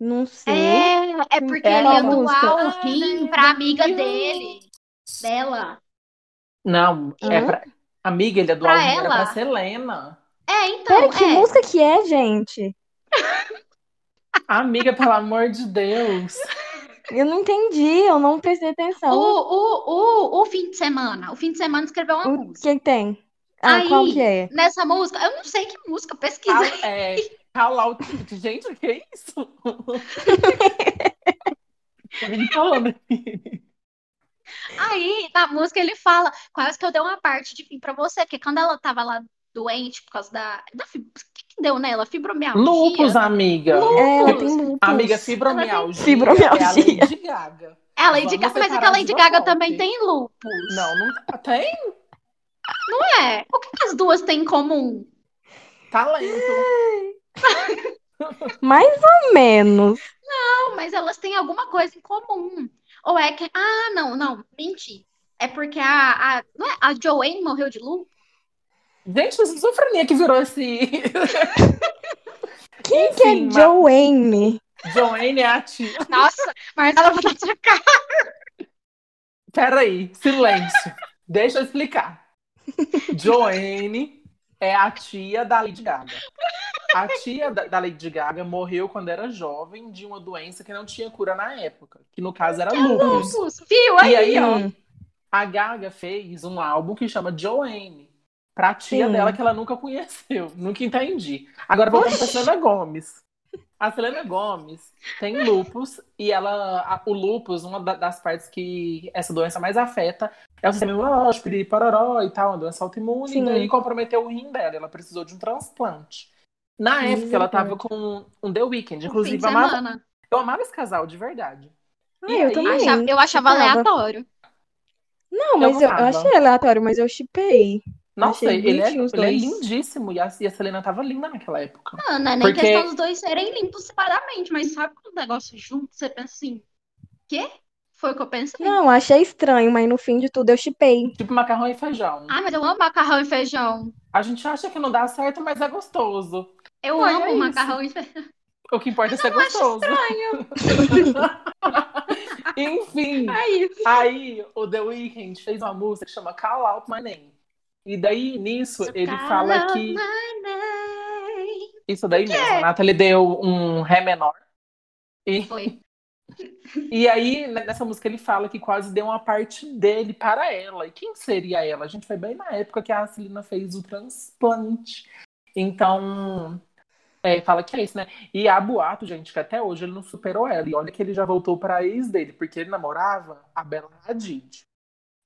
Speaker 1: Não sei.
Speaker 3: É, é porque
Speaker 1: É
Speaker 3: ele
Speaker 1: uma
Speaker 3: ia
Speaker 1: música.
Speaker 3: doar o rim pra Ah, né, amiga dele, dela.
Speaker 2: Não, é
Speaker 1: Hã?
Speaker 2: pra. Amiga, ele é do
Speaker 3: Hum? Pra
Speaker 2: álbum, era
Speaker 3: ela.
Speaker 2: pra Selena.
Speaker 3: É, então,
Speaker 1: Pera, que
Speaker 3: é.
Speaker 1: música que é, gente?
Speaker 2: Amiga, pelo amor de Deus.
Speaker 1: Eu não entendi, eu não prestei
Speaker 3: O,
Speaker 1: atenção.
Speaker 3: o, o, o fim de semana. O fim de semana escreveu uma
Speaker 1: O
Speaker 3: música.
Speaker 1: que que tem? Ah,
Speaker 3: Aí.
Speaker 1: qual que é?
Speaker 3: Nessa música, eu não sei que música,
Speaker 2: Cal,
Speaker 3: pesquisei.
Speaker 2: é, Call Out- Gente, o que é isso? Falando.
Speaker 3: Aí, na música, ele fala: quase que eu dei uma parte de mim pra você, porque quando ela tava lá doente por causa da. da fib- O que que deu nela? Fibromialgia.
Speaker 2: Lupus, amiga.
Speaker 1: É, ela
Speaker 2: Lupus.
Speaker 1: tem lupus.
Speaker 2: Amiga, fibromialgia.
Speaker 1: Fibromialgia.
Speaker 2: É a Lady Gaga.
Speaker 3: É, a Lady
Speaker 2: Vamos
Speaker 3: Gaga, mas é que a
Speaker 2: separar
Speaker 3: Lady
Speaker 2: de
Speaker 3: Gaga
Speaker 2: Robocop.
Speaker 3: também tem lupus.
Speaker 2: Não, não tá- tem
Speaker 3: É, o que que as duas têm em comum?
Speaker 2: Tá talento.
Speaker 1: Mais ou menos.
Speaker 3: Não, mas elas têm alguma coisa em comum. Ou é que. Ah, não, não, menti. É porque a, a, não é? a Joanne morreu de lupus?
Speaker 2: Gente, essa esquizofrenia que virou esse.
Speaker 1: Quem que é
Speaker 2: Enfim,
Speaker 1: Joanne?
Speaker 2: ma- Joanne é a tia.
Speaker 3: Nossa, mas ela vai na cara.
Speaker 2: Peraí, silêncio. Deixa eu explicar. Joanne é a tia da Lady Gaga. A tia da, da Lady Gaga morreu quando era jovem de uma doença que não tinha cura na época, que no caso era lúpus.
Speaker 3: Lupus, viu?
Speaker 2: E
Speaker 3: Aí,
Speaker 2: aí,
Speaker 3: ó.
Speaker 1: Hum.
Speaker 2: ó, a Gaga fez um álbum que chama Joanne, pra tia
Speaker 1: Sim.
Speaker 2: dela que ela nunca conheceu, nunca entendi. Agora vamos pra
Speaker 3: Oxi.
Speaker 2: Selena Gomes. A Selena Gomes tem lupus e ela, a- o lupus, uma da- das partes que essa doença mais afeta é o sistema imunológico, piriri, pororó e tal, uma doença autoimune,
Speaker 1: Sim.
Speaker 2: e daí comprometeu o rim dela, ela precisou de um transplante. Na época, ela tava com um The Weeknd,
Speaker 3: O fim de
Speaker 2: inclusive, eu amava,
Speaker 3: semana.
Speaker 2: eu amava esse casal, de verdade.
Speaker 1: Ah,
Speaker 2: E
Speaker 1: eu
Speaker 2: aí?
Speaker 1: também.
Speaker 3: Achava- eu achava
Speaker 1: Tava.
Speaker 3: aleatório.
Speaker 1: Não,
Speaker 2: Eu
Speaker 1: mas eu, eu
Speaker 2: gostava.
Speaker 1: achei aleatório, mas eu chipei.
Speaker 2: Nossa,
Speaker 1: Achei
Speaker 2: ele é,
Speaker 1: bonitinho os
Speaker 2: ele é
Speaker 1: dois.
Speaker 2: lindíssimo e a, e a Selena tava linda naquela época.
Speaker 3: Não, não é nem
Speaker 2: Porque-
Speaker 3: questão dos dois serem limpos separadamente, mas sabe quando o negócio junto, você pensa assim: quê? Foi o que eu pensei.
Speaker 1: Não, achei estranho, mas no fim de tudo eu chipei.
Speaker 2: Tipo macarrão e feijão.
Speaker 3: Ah, mas eu amo macarrão e feijão.
Speaker 2: A gente acha que não dá certo, mas é gostoso.
Speaker 3: Eu
Speaker 2: Olha
Speaker 3: amo
Speaker 2: isso.
Speaker 3: macarrão e feijão.
Speaker 2: O que importa é ser
Speaker 3: Eu acho
Speaker 2: gostoso.
Speaker 3: estranho.
Speaker 2: Enfim,
Speaker 1: É isso.
Speaker 2: aí o The Weeknd fez uma música que chama Call Out My Name. E daí, nisso, ele fala
Speaker 3: Call
Speaker 2: que.
Speaker 3: my name.
Speaker 2: Isso daí mesmo. A Nathalie deu um Ré menor. E,
Speaker 3: Foi.
Speaker 2: e aí, né, nessa música, ele fala que quase deu uma parte dele para ela. E quem seria ela? A gente foi bem na época que a Celina fez o transplante. Então, é, fala que é isso, né? E há boato, gente, que até hoje ele não superou ela. E olha que ele já voltou para ex dele, porque ele namorava a Bela Hadid.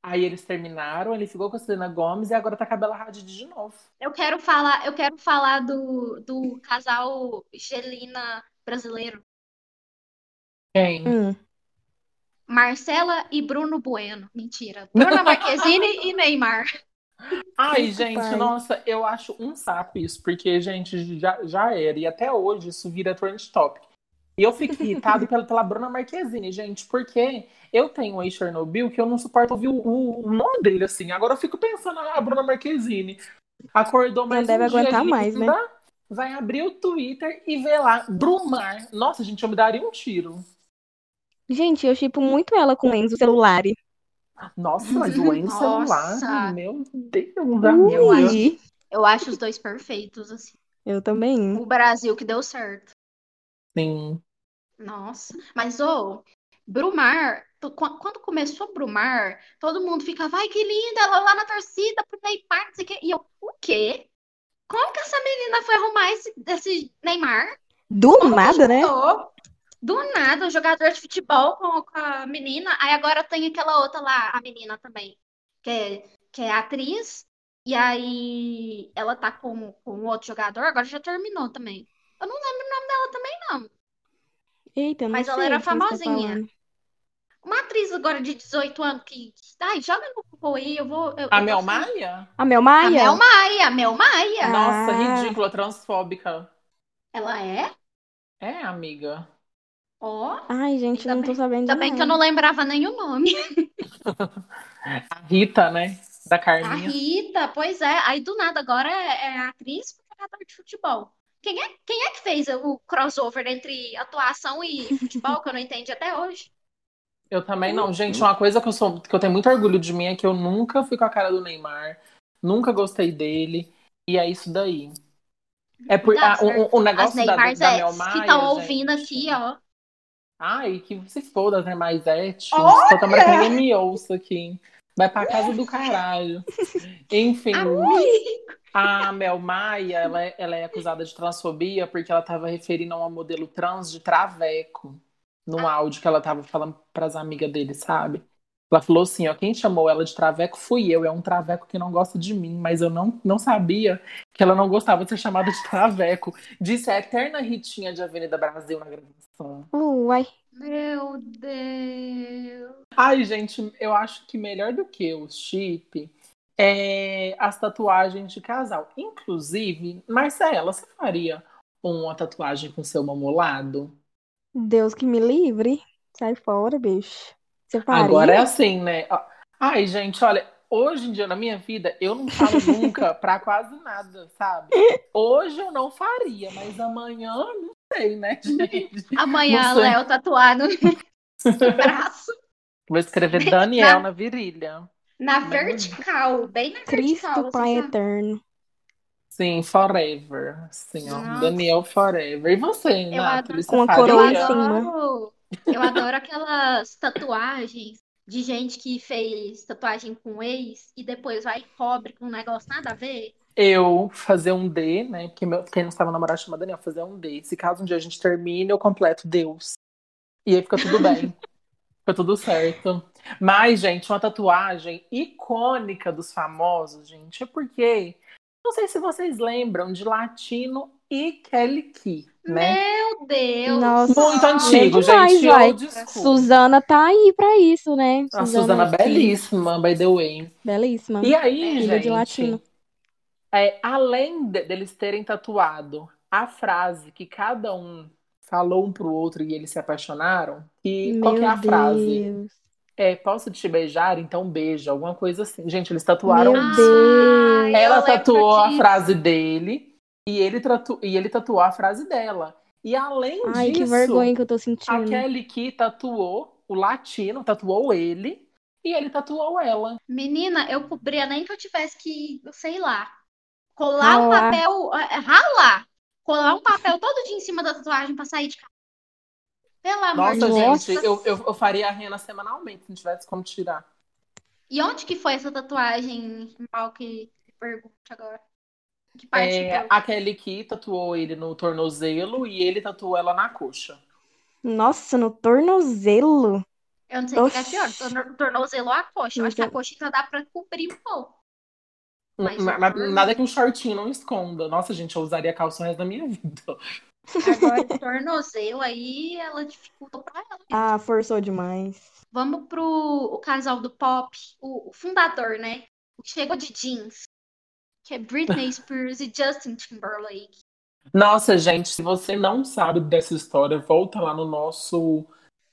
Speaker 2: Aí eles terminaram, ele ficou com a Celina Gomes e agora tá com a Bela Hadid de novo.
Speaker 3: Eu quero falar, eu quero falar do, do casal Gelina brasileiro.
Speaker 2: Quem?
Speaker 1: Hum.
Speaker 3: Marcela e Bruno Bueno. Mentira. Bruna Marquezine e Neymar.
Speaker 2: Ai,
Speaker 1: Puta
Speaker 2: gente,
Speaker 1: pai.
Speaker 2: nossa, eu acho um saco isso, porque, gente, já, já era. E até hoje isso vira trend topic. E eu fico irritado pela, pela Bruna Marquezine, gente, porque eu tenho aí Chernobyl que eu não suporto ouvir o, o- o nome dele assim. Agora eu fico pensando, ah, a Bruna Marquezine acordou mais
Speaker 1: Não deve
Speaker 2: um dia,
Speaker 1: aguentar
Speaker 2: gente,
Speaker 1: mais,
Speaker 2: não
Speaker 1: né?
Speaker 2: dá? Vai abrir o Twitter e ver lá, Brumar. Nossa, gente, eu me daria um tiro.
Speaker 1: Gente, eu chipo muito ela com o Enzo celular.
Speaker 2: Nossa, mas o Enzo
Speaker 3: Nossa.
Speaker 2: celular, meu Deus,
Speaker 3: eu
Speaker 2: amiga.
Speaker 3: acho.
Speaker 1: Ui,
Speaker 3: Eu acho os dois perfeitos, assim.
Speaker 1: eu também.
Speaker 3: O Brasil que deu certo.
Speaker 2: Sim.
Speaker 3: Nossa, mas ô, Brumar, to- qu- quando começou Brumar, todo mundo ficava, ai que linda, ela lá na torcida pro Neymar, não sei o quê. E eu, o quê? Como que essa menina foi arrumar esse, esse Neymar?
Speaker 1: Do
Speaker 3: Como que
Speaker 1: nada, né?
Speaker 3: juntou? Do nada, um jogador de futebol com, com a menina. Aí agora tem aquela outra lá, a menina também, que é, que é atriz. E aí ela tá com, com outro jogador, agora já terminou também. Eu não lembro o nome dela também.
Speaker 1: Eita, não
Speaker 3: Mas ela
Speaker 1: sei
Speaker 3: era
Speaker 1: de quem você tá
Speaker 3: famosinha.
Speaker 1: falando.
Speaker 3: Uma atriz agora de 18 anos que. que- Ai, joga no Google aí, eu vou. Eu,
Speaker 2: A
Speaker 3: eu
Speaker 2: Mel
Speaker 3: vou-
Speaker 2: Maia?
Speaker 1: A Mel
Speaker 3: A
Speaker 1: Maia?
Speaker 3: Mel Maia, a Mel Maia.
Speaker 1: Ah.
Speaker 2: Nossa, ridícula, transfóbica.
Speaker 3: Ela é?
Speaker 2: É, amiga.
Speaker 3: Ó.
Speaker 1: Ai, gente,
Speaker 3: Ainda
Speaker 1: não tô
Speaker 3: bem-
Speaker 1: sabendo de
Speaker 3: Ainda bem que eu
Speaker 1: nada.
Speaker 3: não lembrava nem o nome.
Speaker 2: A Rita, né? Da
Speaker 3: A
Speaker 2: Carminha.
Speaker 3: Rita, pois é. Aí do nada agora é, é atriz e jogador de futebol. Quem é, quem é que fez o crossover entre atuação e futebol, que eu não entendi até hoje?
Speaker 2: Eu também não. Gente, uma coisa que eu sou, que eu tenho muito orgulho de mim é que eu nunca fui com a cara do Neymar, nunca gostei dele. E é isso daí. É por,
Speaker 3: Dá
Speaker 2: ah, o, o- o
Speaker 3: As
Speaker 2: negócio da,
Speaker 3: Neymars
Speaker 2: da
Speaker 3: é,
Speaker 2: Mel
Speaker 3: que
Speaker 2: Maia,
Speaker 3: estão ouvindo
Speaker 2: gente.
Speaker 3: aqui, ó.
Speaker 2: Ai, que se foda, né? Mais ético.
Speaker 3: Olha!
Speaker 2: Só tomara que ninguém me ouça aqui. Vai pra casa do caralho. Enfim. A Mel Maia, ela é, ela é acusada de transfobia porque ela estava referindo a uma modelo trans de traveco no áudio que ela estava falando para as amigas dele, sabe? Ela falou assim, ó, quem chamou ela de traveco fui eu, é um traveco que não gosta de mim, mas eu não, não sabia que ela não gostava de ser chamada de traveco. Disse a eterna Ritinha de Avenida Brasil na gravação.
Speaker 1: Uai.
Speaker 3: Meu Deus.
Speaker 2: Ai, gente, eu acho que melhor do que o chip é as tatuagens de casal. Inclusive, Marcela, você faria uma tatuagem com seu mamolado?
Speaker 1: Deus que me livre. Sai fora, bicho. Você faria?
Speaker 2: Agora é assim, né? Ó, Ai, gente, olha, hoje em dia na minha vida eu não falo nunca pra quase nada, sabe? Hoje eu não faria, mas amanhã não sei, né, gente?
Speaker 3: Ah, Amanhã,
Speaker 2: Não sei.
Speaker 3: Léo tatuado no braço,
Speaker 2: Vou escrever Daniel na virilha.
Speaker 3: na
Speaker 2: Não.
Speaker 3: vertical, bem na vertical.
Speaker 1: Cristo Pai
Speaker 3: assim, sabe?
Speaker 1: Eterno.
Speaker 2: Sim, forever. Sim, ó.
Speaker 3: Nossa.
Speaker 2: Daniel forever. E você,
Speaker 3: Eu
Speaker 2: Nathalie?
Speaker 1: Com
Speaker 2: você
Speaker 1: a coroa
Speaker 3: Eu
Speaker 1: Coroa em
Speaker 2: faria?
Speaker 3: adoro,
Speaker 2: né?
Speaker 3: eu adoro aquelas tatuagens de gente que fez tatuagem com ex e depois vai e cobre com um negócio nada a ver.
Speaker 2: Eu fazer um D, né? Porque meu, quem não estava namorado chama Daniel, fazer um D. Se caso um dia a gente termine, eu completo Deus. E aí fica tudo bem. fica tudo certo. Mas, gente, uma tatuagem icônica dos famosos, gente, é porque. Não sei se vocês lembram de Latino e Kelly Key, né?
Speaker 3: Meu Deus!
Speaker 1: Nossa.
Speaker 2: Muito antigo,
Speaker 1: demais,
Speaker 2: gente.
Speaker 1: vai.
Speaker 2: Old school.
Speaker 1: Suzana tá aí pra isso, né?
Speaker 2: A Suzana
Speaker 1: aqui,
Speaker 2: belíssima, by the way.
Speaker 1: Belíssima.
Speaker 2: E aí,
Speaker 1: Filha
Speaker 2: gente,
Speaker 1: de latino.
Speaker 2: é, além de- deles terem tatuado a frase que cada um falou um pro outro e eles se apaixonaram, e qual que é a frase?
Speaker 1: Deus.
Speaker 2: É, posso te beijar? Então beija, alguma coisa assim. Gente, eles tatuaram
Speaker 1: Meu
Speaker 2: isso.
Speaker 1: Deus.
Speaker 3: Ai,
Speaker 2: Ela
Speaker 3: eu lembro
Speaker 2: tatuou a
Speaker 3: disso.
Speaker 2: frase dele e ele, tratu... e ele tatuou a frase dela. E além
Speaker 1: Ai,
Speaker 2: disso,
Speaker 1: que vergonha que eu tô
Speaker 2: a
Speaker 1: sentindo.
Speaker 2: Kelly Key tatuou o latino, tatuou ele e ele tatuou ela.
Speaker 3: Menina, eu cobria nem que eu tivesse que, sei lá, colar um
Speaker 1: Ralar.
Speaker 3: papel, eh, ralar, colar um papel todo dia em cima da tatuagem pra sair de casa. Pelo amor
Speaker 2: Nossa,
Speaker 3: de Deus.
Speaker 2: gente, eu, eu, eu faria a rena semanalmente se não tivesse como tirar.
Speaker 3: E onde que foi essa tatuagem mal que pergunte agora? Que parte
Speaker 2: É,
Speaker 3: que eu-
Speaker 2: a Kelly Key tatuou ele no tornozelo e ele tatuou ela na coxa.
Speaker 1: Nossa, no tornozelo.
Speaker 3: eu não sei o que é pior,
Speaker 1: Oxi. Então.
Speaker 3: torno- tornozelo ou a coxa. Eu acho que a coxa ainda dá pra cobrir um pouco. Mas
Speaker 2: Mas,
Speaker 3: o torno-
Speaker 2: nada que um shortinho não esconda. Nossa, gente, eu usaria calça o resto da minha vida.
Speaker 3: Agora, o tornozelo aí, ela dificultou pra ela.
Speaker 2: Tá.
Speaker 1: Ah, forçou demais.
Speaker 3: Vamos pro o casal do pop, o, o fundador, né? O que chegou de jeans, que é Britney Spears e Justin Timberlake.
Speaker 2: Nossa, gente, se você não sabe dessa história, volta lá no nosso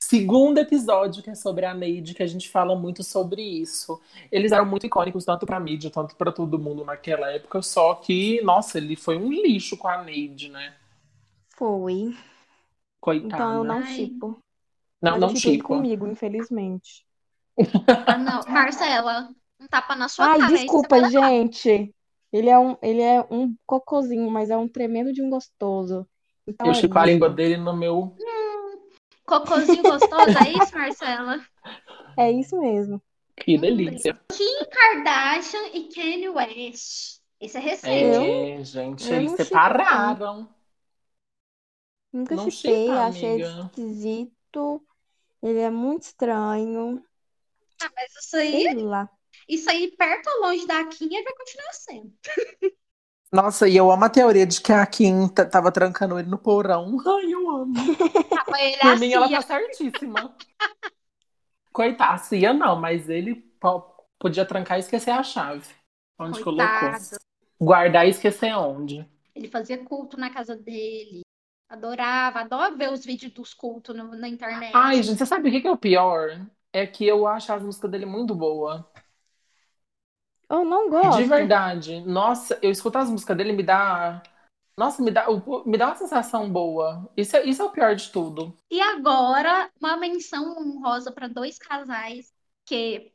Speaker 2: segundo episódio, que é sobre a Neide, que a gente fala muito sobre isso. Eles eram muito icônicos, tanto pra mídia, tanto pra todo mundo naquela época, só que, nossa, ele foi um lixo com a Neide, né?
Speaker 1: Foi. Então eu
Speaker 2: Coitada.
Speaker 1: não
Speaker 3: Ai.
Speaker 1: chipo.
Speaker 2: Tá, Não,
Speaker 1: Mas
Speaker 2: não,
Speaker 1: eu chipei
Speaker 2: tipo.
Speaker 1: comigo, infelizmente.
Speaker 3: Ah, não. Marcela, um tapa na sua
Speaker 1: Ai,
Speaker 2: tá,
Speaker 3: cara. aí,
Speaker 1: desculpa,
Speaker 3: você vai levar.
Speaker 1: gente. Ele é um, ele é um cocôzinho, mas é um tremendo de um gostoso. Então
Speaker 2: Eu
Speaker 1: é
Speaker 2: chico a
Speaker 1: isso.
Speaker 2: língua dele no meu.
Speaker 3: Cocôzinho gostoso, é isso, Marcela?
Speaker 1: É isso mesmo.
Speaker 2: Que delícia.
Speaker 3: Kardashian e Kanye West. Esse é recente.
Speaker 2: É, gente,
Speaker 1: eu
Speaker 2: eles
Speaker 1: não chipo,
Speaker 2: separaram.
Speaker 1: Nunca
Speaker 2: Não
Speaker 1: chipei,
Speaker 2: chipa,
Speaker 1: achei ele
Speaker 2: amiga.
Speaker 1: esquisito. Ele é muito estranho.
Speaker 3: Mas isso aí,
Speaker 1: Sei lá.
Speaker 3: isso aí, perto ou longe da Kim, ele vai continuar sendo.
Speaker 2: Nossa, e eu amo a teoria de que a Kim t- tava trancando ele no porão. Ai, eu amo.
Speaker 3: Tava ele
Speaker 2: Por
Speaker 3: assim,
Speaker 2: mim, ela tá certíssima. Coitada, a Cia não, mas ele po- podia trancar e esquecer a chave. Onde colocou.
Speaker 3: coitado.
Speaker 2: Guardar e esquecer onde.
Speaker 3: Ele fazia culto na casa dele. Adorava, adora ver os vídeos dos cultos no- na internet.
Speaker 2: Ai, gente, você sabe o que que é o pior? É que eu acho as músicas dele muito boa.
Speaker 1: Eu não gosto. assim.
Speaker 2: De verdade. Nossa, eu escuto as músicas dele e me dá. Nossa, me dá, me dá uma sensação boa. Isso é, isso é o pior de tudo.
Speaker 3: E agora, uma menção honrosa para dois casais que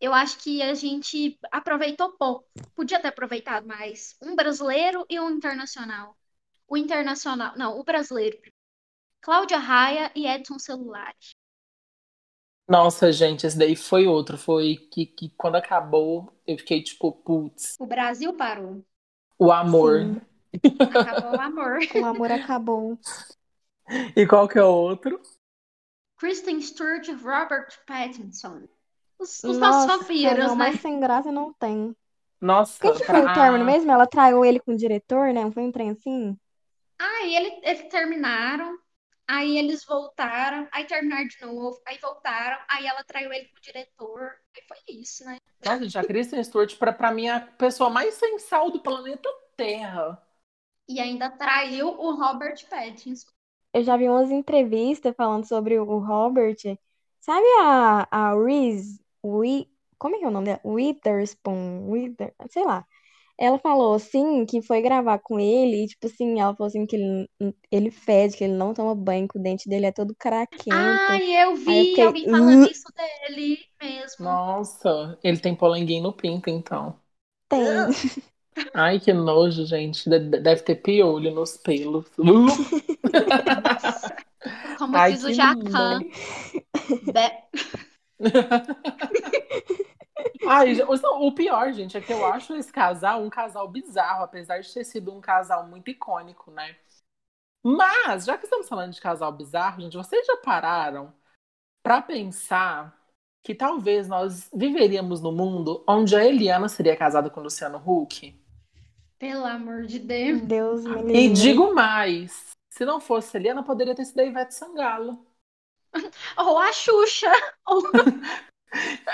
Speaker 3: eu acho que a gente aproveitou pouco. Podia ter aproveitado mais. Um brasileiro e um internacional. O internacional, não, o brasileiro. Cláudia Raia e Edson Celulari.
Speaker 2: Nossa, gente, esse daí foi outro. Foi que, que quando acabou, eu fiquei tipo, putz,
Speaker 3: O Brasil parou.
Speaker 2: o amor.
Speaker 1: Sim,
Speaker 3: Acabou o amor.
Speaker 1: o amor acabou.
Speaker 2: E qual que é o outro?
Speaker 3: Kristen Stewart e Robert Pattinson. Os, os nossos
Speaker 1: Nossa,
Speaker 3: vampiros,
Speaker 1: não,
Speaker 3: né?
Speaker 1: mas sem graça não tem.
Speaker 2: Nossa,
Speaker 1: Quem que foi
Speaker 2: pra-
Speaker 1: o término mesmo? Ela traiu ele com o diretor, né? Foi um trem assim?
Speaker 3: Aí ele- eles terminaram, aí eles voltaram, aí terminaram de novo, aí voltaram, aí ela traiu ele com o diretor. Aí foi isso, né?
Speaker 2: Ah, Nossa, gente, a Kristen Stewart, pra, pra mim, é a pessoa mais sem sal do planeta Terra.
Speaker 3: E ainda traiu o Robert Pattinson.
Speaker 1: Eu já vi umas entrevistas falando sobre o Robert. Sabe a, a Reese? Wi- como é que é o nome dela? Witherspoon, Wither, sei lá. Ela falou assim que foi gravar com ele, e, tipo assim, ela falou assim que ele, ele fede, que ele não toma banho, que o dente dele é todo craquento.
Speaker 3: Ai, eu
Speaker 1: Aí eu
Speaker 3: vi
Speaker 1: fiquei,
Speaker 3: alguém falando
Speaker 2: hum.
Speaker 1: "Uh".
Speaker 3: isso dele mesmo.
Speaker 2: Nossa, ele tem polenguinho no pinto, então.
Speaker 1: Tem.
Speaker 2: Ai, que nojo, gente. De- de- Deve ter piolho nos pelos. Uh!
Speaker 3: Nossa, Como
Speaker 2: Ai,
Speaker 3: diz o
Speaker 2: que
Speaker 3: Jacan. Be-
Speaker 2: Ai, já- o o pior, gente, é que eu acho esse casal um casal bizarro, apesar de ter sido um casal muito icônico, né? Mas, já que estamos falando de casal bizarro, gente, vocês já pararam pra pensar que talvez nós viveríamos num mundo onde a Eliana seria casada com o Luciano Huck?
Speaker 3: Pelo amor de Deus.
Speaker 1: Deus me livre.
Speaker 2: E digo mais, se não fosse a Eliana, poderia ter sido a Ivete Sangalo.
Speaker 3: Ou Oh, a Xuxa.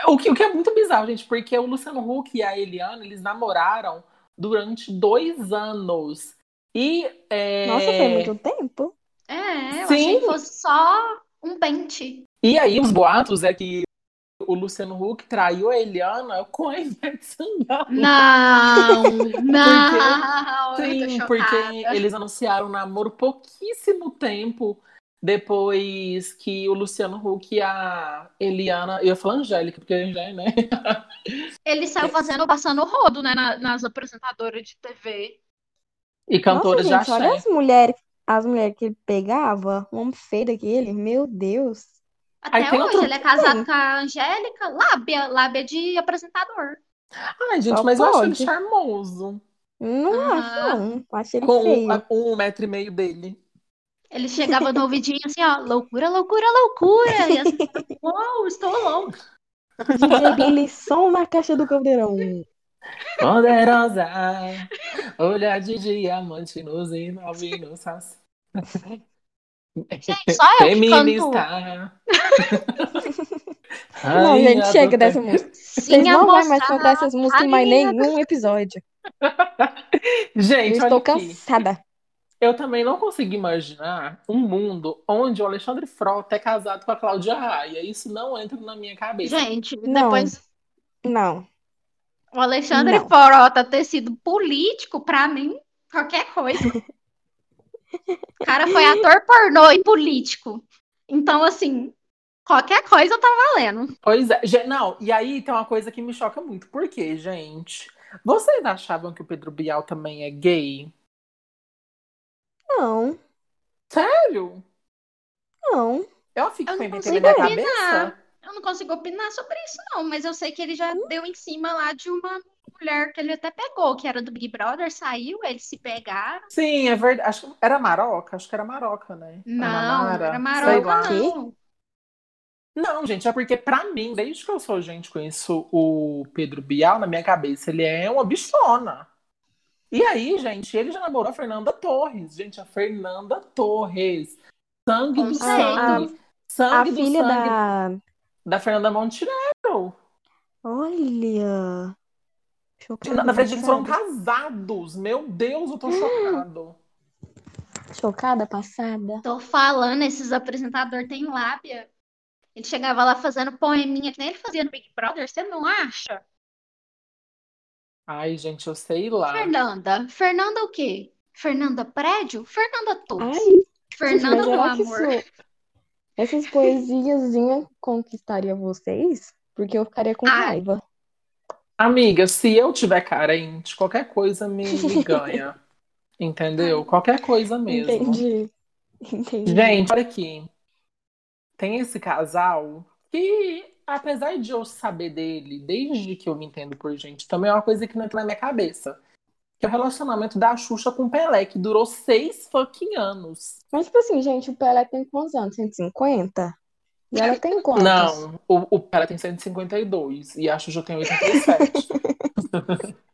Speaker 2: O que, o que é muito bizarro, gente, porque o Luciano Huck e a Eliana, eles namoraram durante dois anos. E é,
Speaker 1: Nossa, foi muito tempo.
Speaker 3: É, eu
Speaker 2: Sim.
Speaker 3: achei que fosse só um pente.
Speaker 2: E aí, os boatos é que o Luciano Huck traiu a Eliana com a Ivete Sangalo.
Speaker 3: Não, não. eu tô
Speaker 2: Sim,
Speaker 3: chocada.
Speaker 2: porque eles anunciaram o namoro pouquíssimo tempo Depois que o Luciano Huck e a Eliana. Eu ia falar Angélica, porque é Angélica, né?
Speaker 3: Ele saiu fazendo, passando rodo, né, na- nas apresentadoras de TV.
Speaker 2: E cantora
Speaker 1: Nossa,
Speaker 2: de
Speaker 1: gente, olha
Speaker 2: axé.
Speaker 1: as mulheres, as mulheres que ele pegava, um homem feio daquele, meu Deus.
Speaker 2: Aí
Speaker 3: Até
Speaker 2: tem
Speaker 3: hoje,
Speaker 2: outro-
Speaker 3: ele é casado com a Angélica, lábia, lábia de apresentador.
Speaker 2: Ai, gente,
Speaker 1: Só
Speaker 2: mas eu acho ele
Speaker 1: pode.
Speaker 2: charmoso.
Speaker 1: Não
Speaker 3: Aham.
Speaker 1: acho, não. Acho ele
Speaker 2: Com
Speaker 1: feio.
Speaker 2: um, a- um metro e meio dele.
Speaker 3: Ele chegava no ouvidinho assim, ó, loucura, loucura, loucura. E assim, uou, estou louco.
Speaker 1: DJ Billy, som na caixa do caldeirão.
Speaker 2: Poderosa, olhar de diamante nos envolve no
Speaker 1: É,
Speaker 2: saci.
Speaker 3: Gente, só eu que canto.
Speaker 2: Feminista.
Speaker 1: Não,
Speaker 2: Rainha
Speaker 1: gente,
Speaker 2: do
Speaker 1: chega dessa
Speaker 2: tempo.
Speaker 1: música. Vocês
Speaker 3: Sim,
Speaker 1: não vão mais
Speaker 3: moçada.
Speaker 1: cantar essas músicas em mais
Speaker 3: rainha
Speaker 1: nenhum episódio. Eu
Speaker 2: Gente, olha
Speaker 1: estou
Speaker 2: aqui.
Speaker 1: cansada.
Speaker 2: Eu também não consigo imaginar um mundo onde o Alexandre Frota é casado com a Cláudia Raia. Isso não entra na minha cabeça.
Speaker 3: Gente,
Speaker 1: Não.
Speaker 3: depois
Speaker 1: Não.
Speaker 3: o Alexandre
Speaker 1: Não.
Speaker 3: Frota ter sido político, pra mim, qualquer coisa. O cara foi ator pornô e político. Então, assim, qualquer coisa tá valendo.
Speaker 2: Pois é. Gen- Não, e aí tem uma coisa que me choca muito. Por quê, gente? Vocês achavam que o Pedro Bial também é gay?
Speaker 1: Não,
Speaker 2: Sério?
Speaker 1: não.
Speaker 2: Eu fico
Speaker 3: Eu
Speaker 2: com
Speaker 3: não
Speaker 2: inventei na
Speaker 3: consigo
Speaker 2: minha cabeça.
Speaker 3: Eu não consigo opinar sobre isso, não, mas eu sei que ele
Speaker 1: Hum?
Speaker 3: já deu em cima lá de uma mulher que ele até pegou, que era do Big Brother, saiu, eles se pegaram.
Speaker 2: Sim, é verdade. Acho que era Maroca? Acho que era Maroca, né?
Speaker 3: Não,
Speaker 2: Ana
Speaker 3: era
Speaker 2: Mara?
Speaker 1: sei
Speaker 3: Marola,
Speaker 1: lá.
Speaker 3: não.
Speaker 2: Não, gente, é porque pra mim, desde que eu sou gente, conheço o Pedro Bial, na minha cabeça, ele é uma bichona. E aí, gente, ele já namorou a Fernanda Torres. Gente, a Fernanda Torres. Sangue do
Speaker 3: Conceito.
Speaker 2: sangue.
Speaker 1: A
Speaker 2: Sangue do
Speaker 1: filha
Speaker 2: sangue da...
Speaker 1: da.
Speaker 2: Fernanda Montenegro.
Speaker 1: Olha. Chocada.
Speaker 2: Na verdade, eles foram
Speaker 1: passada.
Speaker 2: casados. Meu Deus, eu tô chocado.
Speaker 1: Chocada, passada.
Speaker 3: Tô falando, esses apresentadores têm lábia. Ele chegava lá fazendo poeminha, que nem ele fazia no Big Brother, você não acha?
Speaker 2: Ai, gente, eu sei lá.
Speaker 3: Fernanda. Fernanda o quê? Fernanda Prédio? Fernanda Torres.
Speaker 1: Ai, gente,
Speaker 3: Fernanda,
Speaker 1: mas
Speaker 3: meu
Speaker 1: será que
Speaker 3: amor.
Speaker 1: isso... essas poesiazinhas conquistaria vocês? Porque eu ficaria com
Speaker 3: Ai.
Speaker 1: raiva.
Speaker 2: Amiga, se eu tiver carente, qualquer coisa me, me ganha. Entendeu? Qualquer coisa mesmo.
Speaker 1: Entendi. Entendi.
Speaker 2: Gente, olha aqui. Tem esse casal que, apesar de eu saber dele, desde que eu me entendo por gente, também é uma coisa que não entra na minha cabeça. Que é o relacionamento da Xuxa com o Pelé, que durou seis fucking anos.
Speaker 1: Mas, tipo assim, gente, o Pelé tem quantos anos? 150? E ela tem quantos?
Speaker 2: Não, o, o Pelé tem 152 e a Xuxa tem 87.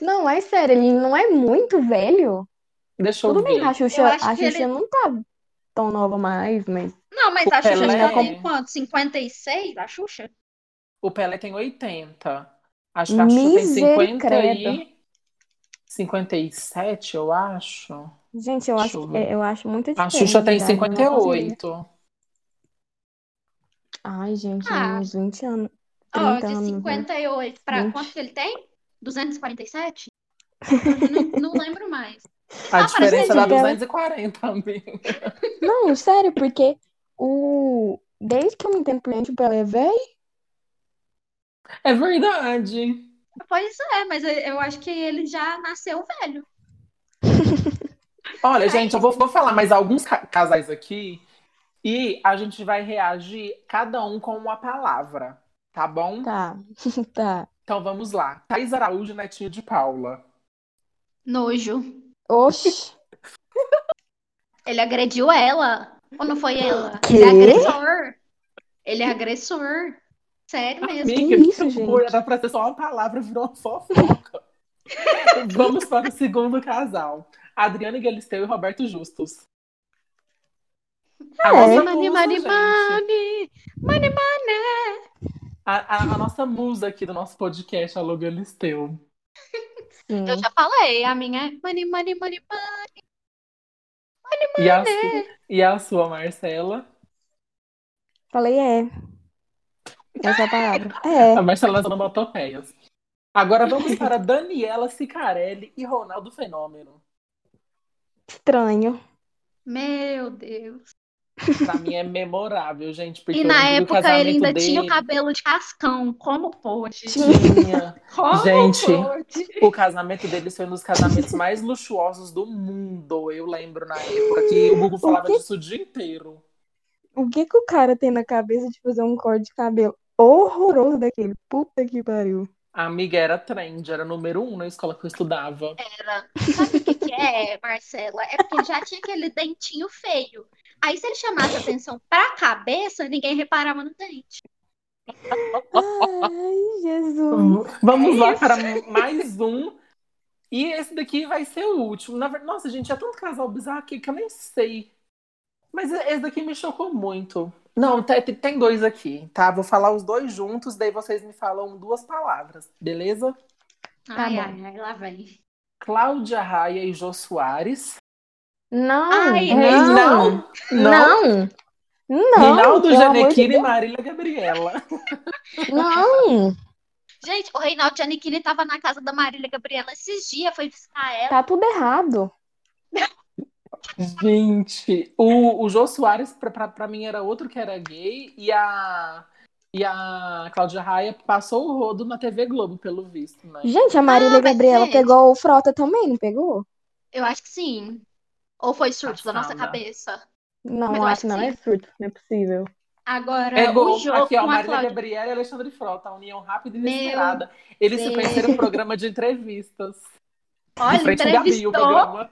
Speaker 1: Não, mas sério, ele não é muito velho?
Speaker 2: Deixa eu
Speaker 1: Tudo bem,
Speaker 2: ver.
Speaker 1: que a Xuxa,
Speaker 3: Eu acho
Speaker 1: a
Speaker 3: que
Speaker 1: Xuxa
Speaker 3: ele-
Speaker 1: não tá tão nova mais, mas.
Speaker 3: Não, mas
Speaker 2: O
Speaker 3: a Xuxa
Speaker 2: Pelé-
Speaker 3: já tem quanto? 56? A Xuxa?
Speaker 2: O Pelé tem 80. Acho que a Xuxa tem 50 e... 57, eu acho.
Speaker 1: Gente, eu
Speaker 2: Deixa
Speaker 1: acho,
Speaker 2: eu
Speaker 1: que- é,
Speaker 2: ver.
Speaker 1: eu acho muito
Speaker 2: A
Speaker 1: diferente.
Speaker 2: Xuxa tá tem
Speaker 1: de idade, eu não consigo.
Speaker 2: 58.
Speaker 1: Ai, gente,
Speaker 3: Ah.
Speaker 1: uns 20 anos.
Speaker 3: Ó,
Speaker 1: 30
Speaker 3: de
Speaker 1: anos, né?
Speaker 3: 58 pra
Speaker 1: Gente.
Speaker 3: quanto que ele tem? 247? Eu não, não lembro mais.
Speaker 2: A
Speaker 3: Ah, parece
Speaker 2: diferença é
Speaker 1: que
Speaker 2: dá
Speaker 1: a gente-
Speaker 2: 240, amiga.
Speaker 1: Não, sério, porque o. Desde que eu me entendo por gente, o Pelé é velho.
Speaker 2: É verdade.
Speaker 3: Pois é, mas eu- eu acho que ele já nasceu velho.
Speaker 2: Olha, gente, eu vou, vou falar mais alguns ca- casais aqui e a gente vai reagir cada um com uma palavra, tá bom?
Speaker 1: Tá, tá.
Speaker 2: Então vamos lá. Thais Araújo, netinho de Paula.
Speaker 3: Nojo.
Speaker 1: Oxi.
Speaker 3: Ele agrediu ela. Ou não foi ela?
Speaker 1: Quê?
Speaker 3: Ele é agressor. Ele é agressor. Sério mesmo.
Speaker 1: Amiga. isso, gente?
Speaker 2: Era pra ser só uma palavra, virou uma fofoca. Vamos para o segundo casal. Adriana Galisteu e Roberto Justus. A
Speaker 3: Ah,
Speaker 1: É.
Speaker 2: nossa
Speaker 3: Mani, mani,
Speaker 2: musa, gente.
Speaker 3: mani. Mani, mani.
Speaker 2: A, a- a nossa musa aqui do nosso podcast, a Lu Galisteu.
Speaker 1: Sim.
Speaker 3: Eu já falei, a minha é mani, mani, mani, mani.
Speaker 2: E a, su- e a sua, Marcela.
Speaker 1: Falei é. Essa é a palavra. É.
Speaker 2: A Marcela tá motopeias. Agora vamos para Daniela Sicarelli e Ronaldo Fenômeno.
Speaker 1: Estranho.
Speaker 3: Meu Deus.
Speaker 2: Pra mim é memorável, gente. Porque
Speaker 3: E
Speaker 2: eu
Speaker 3: na
Speaker 2: lembro do
Speaker 3: época ele ainda
Speaker 2: casamento
Speaker 3: tinha o
Speaker 2: dele.
Speaker 3: cabelo de cascão. Como pôde?
Speaker 2: Tinha.
Speaker 3: Como
Speaker 2: Gente.
Speaker 3: pôde?
Speaker 2: O casamento deles foi um dos casamentos mais luxuosos do mundo. Eu lembro na época que o Google falava disso o dia inteiro.
Speaker 1: O que que o cara tem na cabeça de fazer um corte de cabelo horroroso daquele? Puta que pariu.
Speaker 2: A amiga era trend, era número um na escola que eu estudava.
Speaker 3: Era. Sabe o que, que é, Marcela? É porque já tinha aquele dentinho feio. Aí se ele chamasse atenção pra cabeça, ninguém reparava no dente.
Speaker 1: Ai, Jesus.
Speaker 2: Vamos
Speaker 3: É
Speaker 2: lá
Speaker 3: isso.
Speaker 2: para mais um. E esse daqui vai ser o último. Na ver- Nossa, gente, é tanto casal bizarro aqui que eu nem sei. Mas esse daqui me chocou muito. Não, te- te- tem dois aqui, tá? Vou falar os dois juntos, daí vocês me falam duas palavras, beleza?
Speaker 1: Tá
Speaker 3: ai,
Speaker 1: bom.
Speaker 3: ai, ai, lá vem.
Speaker 2: Cláudia Raia e Jô Soares.
Speaker 1: Não,
Speaker 3: Ai,
Speaker 1: não,
Speaker 2: não, não.
Speaker 1: não, não,
Speaker 2: Reinaldo
Speaker 1: pelo amor de
Speaker 2: Janequine e
Speaker 1: Deus,
Speaker 2: Marília Gabriela.
Speaker 1: não,
Speaker 3: Gente, o Reinaldo Giannichini tava na casa da Marília Gabriela esses dias, foi visitar ela.
Speaker 1: tá tudo errado.
Speaker 2: Gente, o, o Jô Soares, pra, pra, pra mim, era outro que era gay, e a, e a Cláudia Raia passou o rodo na TV Globo, pelo visto, né?
Speaker 1: Gente, a Marília
Speaker 3: Ah, mas,
Speaker 1: Gabriela
Speaker 3: gente.
Speaker 1: pegou o Frota também, não pegou?
Speaker 3: Eu acho que sim. Ou foi surto da nossa
Speaker 2: Passada.
Speaker 3: cabeça.
Speaker 1: Não,
Speaker 3: Mas eu acho
Speaker 1: acho que não
Speaker 3: que
Speaker 1: é surto, não é possível.
Speaker 3: Agora,
Speaker 2: É
Speaker 3: o
Speaker 2: gol.
Speaker 3: jogo
Speaker 2: Aqui, ó,
Speaker 3: com a
Speaker 2: Marília
Speaker 3: Cláudia.
Speaker 2: Gabriela e Alexandre Frota, a união rápida e
Speaker 3: Meu
Speaker 2: inesperada. Eles
Speaker 3: Deus.
Speaker 2: se conheceram em programa de entrevistas.
Speaker 3: Olha,
Speaker 2: de frente com o Gabi, o
Speaker 3: entrevistou.
Speaker 2: programa.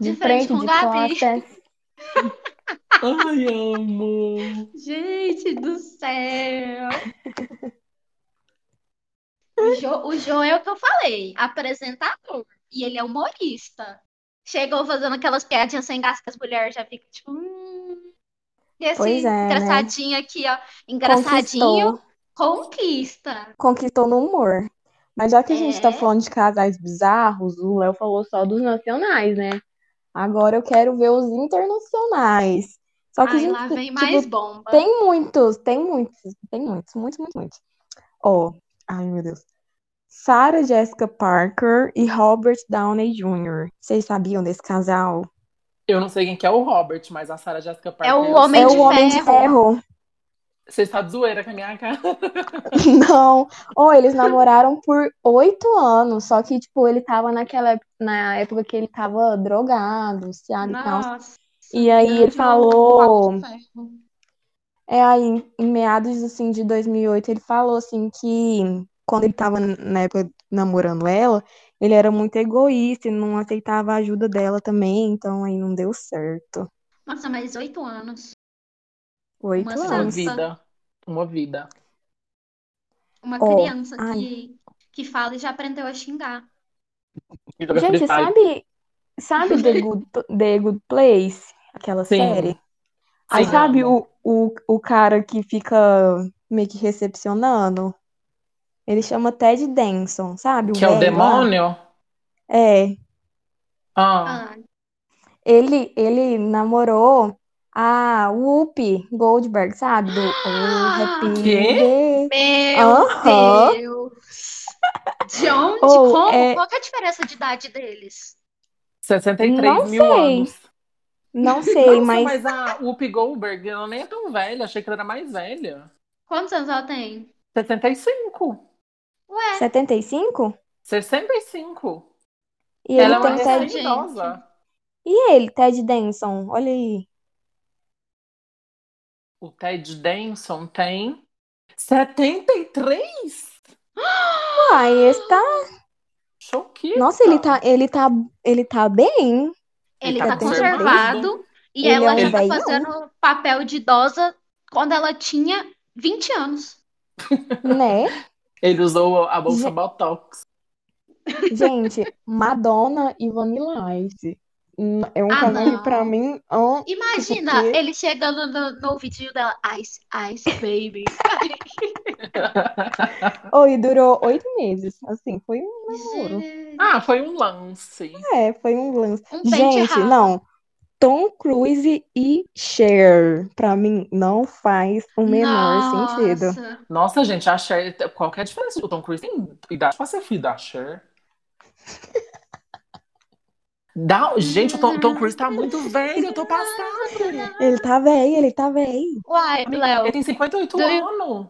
Speaker 1: De,
Speaker 3: De frente
Speaker 1: frente,
Speaker 3: com
Speaker 1: de
Speaker 3: Gabi.
Speaker 1: costas.
Speaker 2: Ai, amo.
Speaker 3: Gente do céu! O Jo, o Jo é o que eu falei, apresentador. E ele é humorista. Chegou fazendo aquelas piadinhas sem graça que as mulheres já ficam tipo. Hum. E esse
Speaker 1: Pois é, né?
Speaker 3: engraçadinho aqui, ó. Engraçadinho, conquista.
Speaker 1: conquistou no humor. Mas já que a gente tá
Speaker 3: É.
Speaker 1: falando de casais bizarros, o Léo falou só dos nacionais, né? Agora eu quero ver os internacionais. Só que a
Speaker 3: Aí
Speaker 1: gente,
Speaker 3: lá vem
Speaker 1: tipo,
Speaker 3: mais bomba.
Speaker 1: tem muitos, tem muitos, tem muitos, muitos, muitos, muitos. Ó, ai meu Deus. Sarah Jessica Parker e Robert Downey Jr. Vocês sabiam desse casal?
Speaker 2: Eu não sei quem que é o Robert, mas a Sarah Jessica Parker.
Speaker 3: o
Speaker 2: eu
Speaker 3: homem
Speaker 1: é
Speaker 2: sei.
Speaker 1: o
Speaker 3: de
Speaker 1: Homem de Ferro.
Speaker 2: Você está de zoeira com a minha cara.
Speaker 1: Não. Ou eles namoraram por oito anos, só que, tipo, ele tava naquela ép- na época que ele tava drogado, viciado e tal.
Speaker 3: Nossa.
Speaker 1: E aí ele
Speaker 3: Não,
Speaker 1: falou,
Speaker 3: não, não.
Speaker 1: é aí em- em meados assim de 2008, ele falou assim que quando ele tava na época namorando ela, ele era muito egoísta e não aceitava a ajuda dela também, então aí não deu certo.
Speaker 3: Nossa, mas oito anos.
Speaker 1: Oito
Speaker 3: Uma
Speaker 2: Uma
Speaker 1: anos.
Speaker 3: Nossa.
Speaker 2: vida. Uma vida.
Speaker 3: Uma
Speaker 1: Ó,
Speaker 3: criança
Speaker 1: ai.
Speaker 3: que, que fala e já aprendeu a xingar.
Speaker 1: Gente, sabe, sabe The Good, The Good Place? Aquela
Speaker 2: Sim.
Speaker 1: série? Aí
Speaker 2: Sim,
Speaker 1: sabe
Speaker 2: amo.
Speaker 1: o, o, o cara que fica meio que recepcionando? Ele chama Ted Denson, sabe?
Speaker 2: Que é o
Speaker 1: velho lá?
Speaker 2: demônio?
Speaker 1: É.
Speaker 2: Ah,
Speaker 3: Ah,
Speaker 1: Ele, ele namorou a Whoopi Goldberg, sabe? Do
Speaker 3: Ah!
Speaker 1: Oh, Happy
Speaker 2: Quê?
Speaker 1: Day.
Speaker 3: meu
Speaker 1: Aham.
Speaker 3: Deus! De onde?
Speaker 1: Ou,
Speaker 3: como?
Speaker 1: é-
Speaker 3: Qual que é a diferença de idade deles?
Speaker 2: 63
Speaker 1: Não
Speaker 2: mil
Speaker 1: sei.
Speaker 2: anos.
Speaker 1: Não sei,
Speaker 2: Nossa,
Speaker 1: mas
Speaker 2: mas... a Whoopi Goldberg, ela nem é tão velha. Achei que ela era mais velha.
Speaker 3: Quantos anos ela tem?
Speaker 2: 75.
Speaker 3: Ué,
Speaker 1: 75?
Speaker 2: 65.
Speaker 1: E ele
Speaker 2: ela é
Speaker 1: tem
Speaker 2: uma
Speaker 1: o
Speaker 3: recém-
Speaker 1: Ted.
Speaker 2: recém idosa.
Speaker 1: E ele, Ted Denson? Olha aí.
Speaker 2: O Ted Danson tem 73?
Speaker 1: Uai, esse tá.
Speaker 2: Choquei.
Speaker 1: Nossa, ele tá,
Speaker 3: Então.
Speaker 1: ele tá, ele tá bem.
Speaker 3: ele
Speaker 1: Tá
Speaker 3: tá conservado e
Speaker 1: Ele
Speaker 3: ela
Speaker 1: é um
Speaker 3: já tá
Speaker 1: velhão.
Speaker 3: fazendo papel de idosa quando ela tinha 20 anos.
Speaker 1: Né?
Speaker 2: Ele usou a bolsa
Speaker 1: Gente.
Speaker 2: Botox.
Speaker 1: Gente, Madonna e Vanilla Ice. Hum, É um
Speaker 3: Ah,
Speaker 1: canal
Speaker 3: não.
Speaker 1: que pra mim. ó,
Speaker 3: Imagina
Speaker 1: Porque-
Speaker 3: ele chegando no, no ouvidinho dela, Ice, Ice Baby.
Speaker 1: Oi, durou oito meses. Assim, foi um. Namoro.
Speaker 3: Gente,
Speaker 2: Ah, foi um lance.
Speaker 1: É, foi um lance.
Speaker 3: Um pente
Speaker 1: Gente,
Speaker 3: ralo.
Speaker 1: não. Tom Cruise e Cher. Pra mim, não faz o menor sentido.
Speaker 3: Nossa.
Speaker 2: Nossa, gente, a Cher. Qual que é a diferença? O Tom Cruise tem idade pra ser filho da Cher. Dá... Gente, o Tom, Tom Cruise tá muito velho, eu tô passada.
Speaker 1: Ele tá velho, ele tá velho.
Speaker 3: Uai,
Speaker 2: Ele
Speaker 3: Léo.
Speaker 2: tem 58
Speaker 3: Do you-
Speaker 2: anos.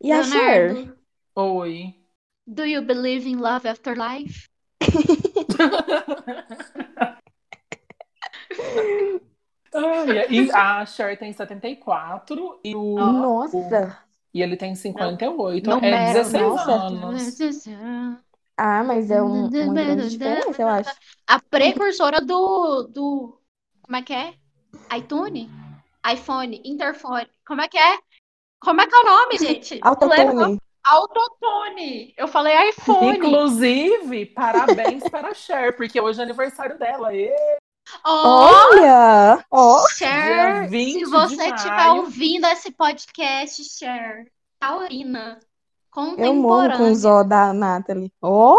Speaker 1: E a Cher?
Speaker 3: Leonardo,
Speaker 2: Oi.
Speaker 3: do you believe in love after life?
Speaker 2: Ai, e a Cher tem 74 e, o,
Speaker 1: Nossa.
Speaker 2: e ele tem 58.
Speaker 3: Não
Speaker 2: é
Speaker 3: mero,
Speaker 2: 16
Speaker 1: nossa.
Speaker 2: anos.
Speaker 1: Ah, mas é um, uma grande diferença, eu acho.
Speaker 3: A precursora do, do. Como é que é? iTunes? iPhone, interfone. Como é que é? Como é que é o nome, gente? Lembra?
Speaker 1: Autotone.
Speaker 3: Autotone. Eu falei iPhone.
Speaker 2: Inclusive, parabéns para a Cher, porque hoje é aniversário dela. E
Speaker 3: Ó,
Speaker 1: Olha! Ó,
Speaker 3: Oh,
Speaker 2: Dia
Speaker 3: Cher,
Speaker 2: 20
Speaker 3: É, se
Speaker 2: de
Speaker 3: você
Speaker 2: maio.
Speaker 3: estiver ouvindo esse podcast, Cher, tá Taurina,
Speaker 1: eu morro com
Speaker 3: contemporânea.
Speaker 1: o Zó da Nathalie. Ó!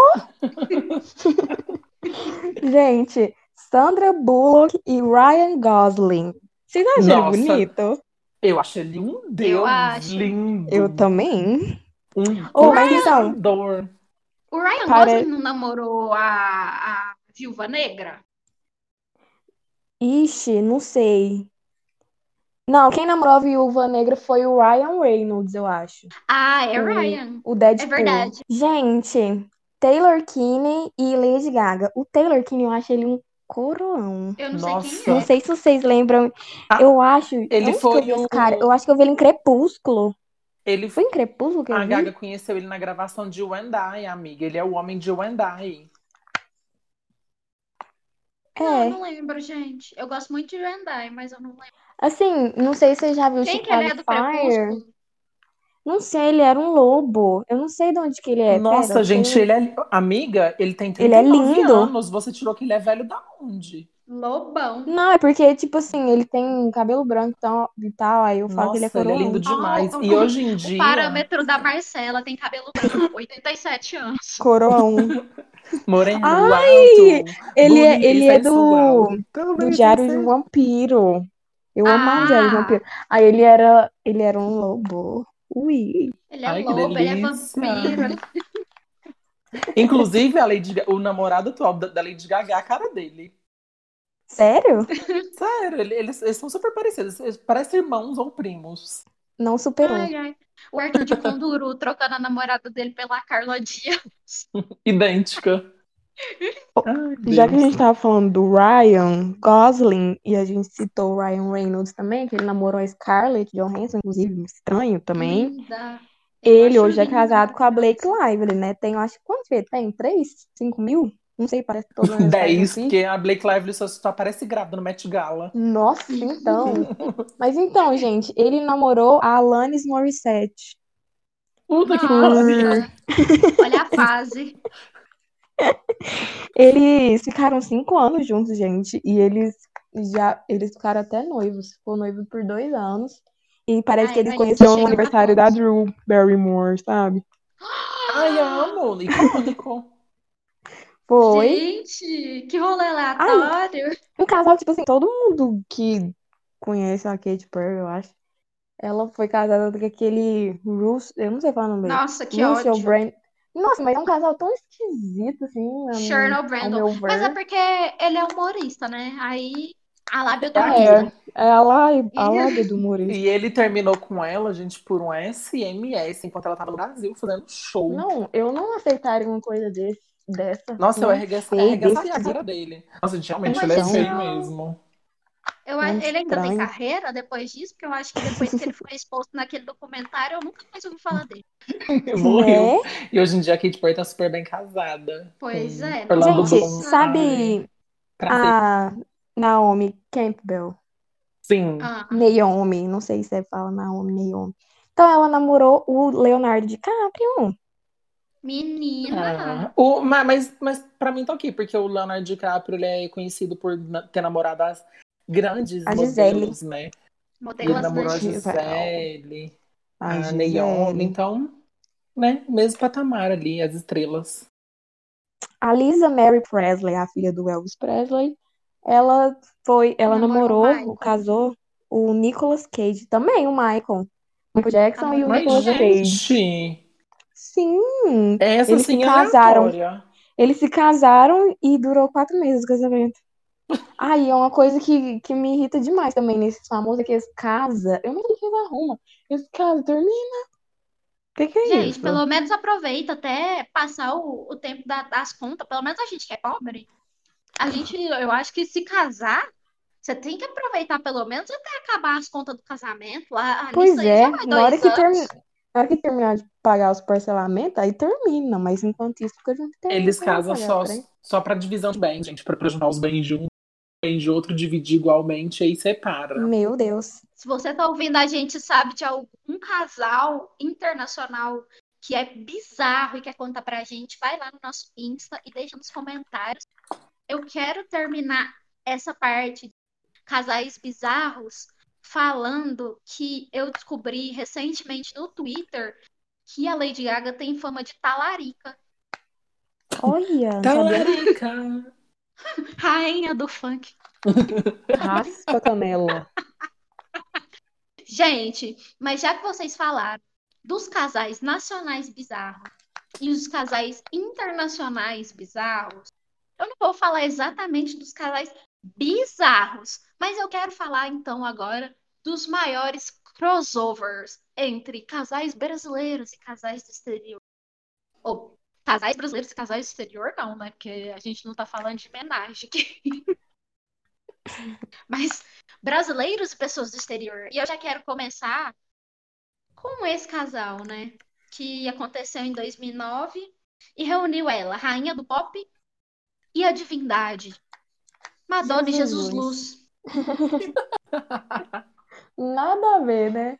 Speaker 1: Gente, Sandra Bullock e Ryan Gosling. Vocês acharam
Speaker 2: Nossa.
Speaker 1: bonito?
Speaker 2: eu acho ele um
Speaker 3: Eu
Speaker 2: deus
Speaker 3: acho.
Speaker 2: lindo.
Speaker 1: Eu também.
Speaker 2: Um
Speaker 1: Ô, mas então,
Speaker 2: dor.
Speaker 3: O Ryan
Speaker 1: Pare-
Speaker 3: Gosling não namorou a, a Viúva Negra?
Speaker 1: ixi, não sei. Não, quem namorou a Viúva Negra foi o Ryan Reynolds, eu acho.
Speaker 3: Ah, é
Speaker 1: Hum.
Speaker 3: Ryan. É
Speaker 1: O Deadpool.
Speaker 3: verdade.
Speaker 1: Gente, Taylor Kinney e Lady Gaga. O Taylor Kinney, eu acho ele um coroão.
Speaker 3: Eu não sei
Speaker 2: Nossa.
Speaker 3: quem
Speaker 1: Não
Speaker 3: é.
Speaker 1: sei se vocês lembram.
Speaker 2: Ah,
Speaker 1: eu acho.
Speaker 2: ele
Speaker 1: onde que
Speaker 2: foi
Speaker 1: eu vi esse
Speaker 2: o-
Speaker 1: cara? Eu acho que eu vi ele em Crepúsculo.
Speaker 2: Ele
Speaker 1: Foi em Crepúsculo que eu
Speaker 2: A
Speaker 1: vi?
Speaker 2: Gaga conheceu ele na gravação de Wendai, amiga. Ele é o homem de Wendai.
Speaker 3: Não, eu
Speaker 1: É.
Speaker 3: não lembro, gente. Eu gosto muito de Vendai, mas eu não lembro.
Speaker 1: Assim, não sei se você já viu
Speaker 3: Quem que
Speaker 1: Chicago
Speaker 3: ele é do
Speaker 1: Fire.
Speaker 3: Crepúsculo?
Speaker 1: Não sei, ele era um lobo. Eu não sei de onde que ele é.
Speaker 2: Nossa,
Speaker 1: Pera,
Speaker 2: gente,
Speaker 1: tem-
Speaker 2: ele é. Amiga, ele tem
Speaker 1: Ele é
Speaker 2: 39
Speaker 1: lindo.
Speaker 2: anos. Você tirou que ele é velho da onde?
Speaker 3: Lobão.
Speaker 1: Não, é porque, tipo assim, ele tem cabelo branco e tal- e tal. Aí eu falo que ele é
Speaker 2: Nossa, ele é
Speaker 1: coroão.
Speaker 2: lindo demais.
Speaker 3: Ah, o-
Speaker 2: E hoje em
Speaker 3: O
Speaker 2: dia.
Speaker 3: parâmetro da Marcela tem cabelo branco, 87 anos.
Speaker 1: Coroão.
Speaker 2: Moreno
Speaker 1: Ai,
Speaker 2: alto.
Speaker 1: um. Ele é,
Speaker 2: bonito e
Speaker 1: ele é
Speaker 2: sensual.
Speaker 1: do. do Diário de um Vampiro. Eu amava o Diário de um
Speaker 3: Ah!
Speaker 1: Vampiro. Aí ele era, ele era um lobo. Ui.
Speaker 3: Ele é
Speaker 2: Ai, que
Speaker 3: lobo, ele é
Speaker 2: delícia.
Speaker 3: vampiro. ele-
Speaker 2: Inclusive, a Lady Ga- o namorado atual da da Lady Gaga é a cara dele.
Speaker 1: Sério?
Speaker 2: Sério, ele- eles, eles são super parecidos. Eles parecem irmãos ou primos.
Speaker 1: Não superou.
Speaker 3: Ai, ai. O Arthur de Conduru trocando a namorada dele pela Carla Dias.
Speaker 2: Idêntica. Ai,
Speaker 1: Já que a
Speaker 2: Deus.
Speaker 1: gente tava falando do Ryan Gosling e a gente citou o Ryan Reynolds também, que ele namorou a Scarlett Johansson, inclusive, um estranho também.
Speaker 3: Linda. Eu
Speaker 1: Ele
Speaker 3: acho
Speaker 1: hoje é
Speaker 3: linda.
Speaker 1: casado com a Blake Lively, né? Tem, eu acho, quantos que ele tem? Três? Cinco mil? Não sei, parece que todo mundo faz
Speaker 2: 10,
Speaker 1: assim.
Speaker 2: porque a Blake Lively só, só aparece grávida no Met Gala.
Speaker 1: Nossa, então. Mas então, gente, ele namorou a Alanis Morissette.
Speaker 2: Puta que pariu.
Speaker 3: Nossa. Olha a fase.
Speaker 1: Eles ficaram cinco anos juntos, gente, e eles já eles ficaram até noivos. Ficou noivo por dois anos. E parece
Speaker 3: Ai,
Speaker 1: que eles
Speaker 3: mas é
Speaker 1: conheceram
Speaker 3: chega
Speaker 1: no
Speaker 3: na
Speaker 1: aniversário
Speaker 3: ponte.
Speaker 1: da Drew Barrymore, sabe?
Speaker 2: Ai, amo. Icônico.
Speaker 1: Foi
Speaker 3: Gente, que rolê aleatório.
Speaker 1: um casal, tipo assim, todo mundo que conhece a Katy Perry, eu acho. Ela foi casada com aquele Russo, eu não sei falar o nome dele.
Speaker 3: Nossa, que
Speaker 1: Russell
Speaker 3: ódio.
Speaker 1: Brand. Nossa, mas é um casal tão esquisito, assim, a mim-
Speaker 3: Chernobyl
Speaker 1: ao
Speaker 3: Brandon.
Speaker 1: meu
Speaker 3: Mas é
Speaker 1: ver.
Speaker 3: porque ele é humorista, né? Aí a lábia tá do
Speaker 1: É,
Speaker 3: humorista.
Speaker 1: ela, ela é do humorista.
Speaker 2: Tá E ele terminou com ela, gente, por um SMS, enquanto ela tava no Brasil fazendo show.
Speaker 1: Não, eu não aceitaria uma coisa desse, dessa. Né?
Speaker 2: Nossa, eu
Speaker 1: Não
Speaker 2: arregaça-
Speaker 1: sei,
Speaker 2: arregaçaria a
Speaker 1: desse-
Speaker 2: cara dele. Nossa, gente, realmente,
Speaker 1: Mas
Speaker 2: ele é
Speaker 1: não.
Speaker 2: feio mesmo.
Speaker 3: Eu, a-
Speaker 1: Muito
Speaker 3: ele ainda tem
Speaker 1: É estranho.
Speaker 3: carreira depois disso, porque eu acho que depois que ele foi exposto naquele documentário, eu nunca mais ouvi falar dele.
Speaker 2: Morreu.
Speaker 1: Né?
Speaker 2: E hoje em dia a Katy Perry tá super bem casada.
Speaker 3: Pois
Speaker 2: Com
Speaker 3: é,
Speaker 2: Orlando
Speaker 1: Gente,
Speaker 2: Bloom.
Speaker 3: nossa.
Speaker 1: sabe
Speaker 2: Pra
Speaker 1: a Naomi Campbell?
Speaker 2: Sim.
Speaker 3: Ah,
Speaker 1: Naomi, não sei se você fala Naomi, Naomi. Então ela namorou o Leonardo DiCaprio.
Speaker 2: Ah,
Speaker 3: menina.
Speaker 2: o, ma- mas, mas pra mim tá ok, porque o Leonardo DiCaprio ele é conhecido por na- ter namorado as grandes
Speaker 1: A Gisele.
Speaker 2: modelos, né? Ele
Speaker 3: Modelas
Speaker 2: namorou a
Speaker 3: da
Speaker 1: Gisele.
Speaker 2: Gisele,
Speaker 1: Ai, é.
Speaker 2: a
Speaker 1: Gisele.
Speaker 2: Ah, Naomi, então, né? Mesmo patamar ali, as estrelas.
Speaker 1: A Lisa Mary Presley, a filha do Elvis Presley, ela foi, ela
Speaker 3: Namorou o
Speaker 1: namorou,
Speaker 3: Michael.
Speaker 1: casou o Nicolas Cage, também o Michael. Michael Jackson e o
Speaker 3: Mas,
Speaker 1: Nicolas
Speaker 2: Mas,
Speaker 1: Cage.
Speaker 2: gente,
Speaker 1: Sim,
Speaker 2: essa
Speaker 1: Eles
Speaker 2: sim
Speaker 1: se
Speaker 2: é
Speaker 1: casaram.
Speaker 2: aleatória.
Speaker 1: Eles se casaram e durou quatro meses o casamento. Aí é uma coisa que, que me irrita demais também nesses famosos é que eles casam. Eu não sei o que eles arrumam. Eles casam, termina. O que, que é
Speaker 3: Gente,
Speaker 1: isso?
Speaker 3: pelo menos aproveita até passar o, o tempo da- das contas. Pelo menos a gente que é pobre. A gente, eu acho que se casar, você tem que aproveitar pelo menos até acabar as contas do casamento. A, a
Speaker 1: Pois
Speaker 3: lista aí
Speaker 1: é,
Speaker 3: já vai
Speaker 1: na hora
Speaker 3: dois
Speaker 1: que
Speaker 3: anos.
Speaker 1: termi- na hora que terminar de pagar os parcelamentos, aí termina, mas enquanto isso fica junto até
Speaker 2: Eles
Speaker 1: pagar
Speaker 2: casam
Speaker 1: o
Speaker 2: só,
Speaker 1: trem.
Speaker 2: só pra divisão de bens, gente, pra, pra juntar os bens de um, bens de outro, dividir igualmente e separa.
Speaker 1: Meu Deus.
Speaker 3: Se você tá ouvindo a gente, sabe de algum casal internacional que é bizarro e quer contar pra gente, vai lá no nosso Insta e deixa nos comentários. Eu quero terminar essa parte de casais bizarros falando que eu descobri recentemente no Twitter que a Lady Gaga tem fama de talarica,
Speaker 1: Olha,
Speaker 2: Tá
Speaker 1: não
Speaker 2: Então,
Speaker 1: sabia
Speaker 2: Talarica!
Speaker 3: rainha do funk.
Speaker 1: raspa a canela.
Speaker 3: Gente, mas já que vocês falaram dos casais nacionais bizarros e os casais internacionais bizarros, eu não vou falar exatamente dos casais bizarros, mas eu quero falar então agora dos maiores crossovers entre casais brasileiros e casais do exterior. Ou casais brasileiros e casais do exterior, não, né? Porque a gente não tá falando de homenagem aqui. Mas brasileiros e pessoas do exterior. E eu já quero começar com esse casal, né? Que aconteceu em 2009 e reuniu ela, a rainha do pop e a divindade, Madonna e Jesus
Speaker 1: Jesus
Speaker 3: Luz.
Speaker 1: Nada a ver, né?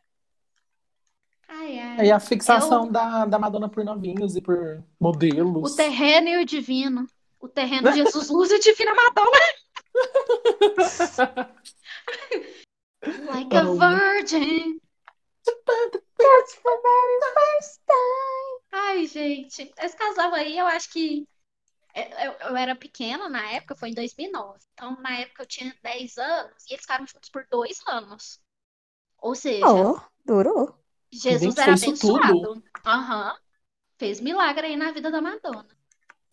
Speaker 3: Ai, ai.
Speaker 2: É, E a fixação da, da Madonna por novinhos e por
Speaker 3: um O
Speaker 2: modelos.
Speaker 3: terreno e o divino. O terreno Jesus Luz e o divino é Madonna. Like a
Speaker 2: Oh.
Speaker 3: virgin.
Speaker 1: tipo,
Speaker 3: Ai, gente, esse casal aí, eu acho que é, eu, eu era pequena na época, foi em 2009. Então, na época eu tinha 10 anos e eles ficaram juntos por dois anos. Ou seja,
Speaker 1: Ó, durou.
Speaker 3: Jesus
Speaker 2: Gente,
Speaker 3: era
Speaker 2: foi isso tudo?
Speaker 3: abençoado. Aham. Fez milagre aí na vida da Madonna.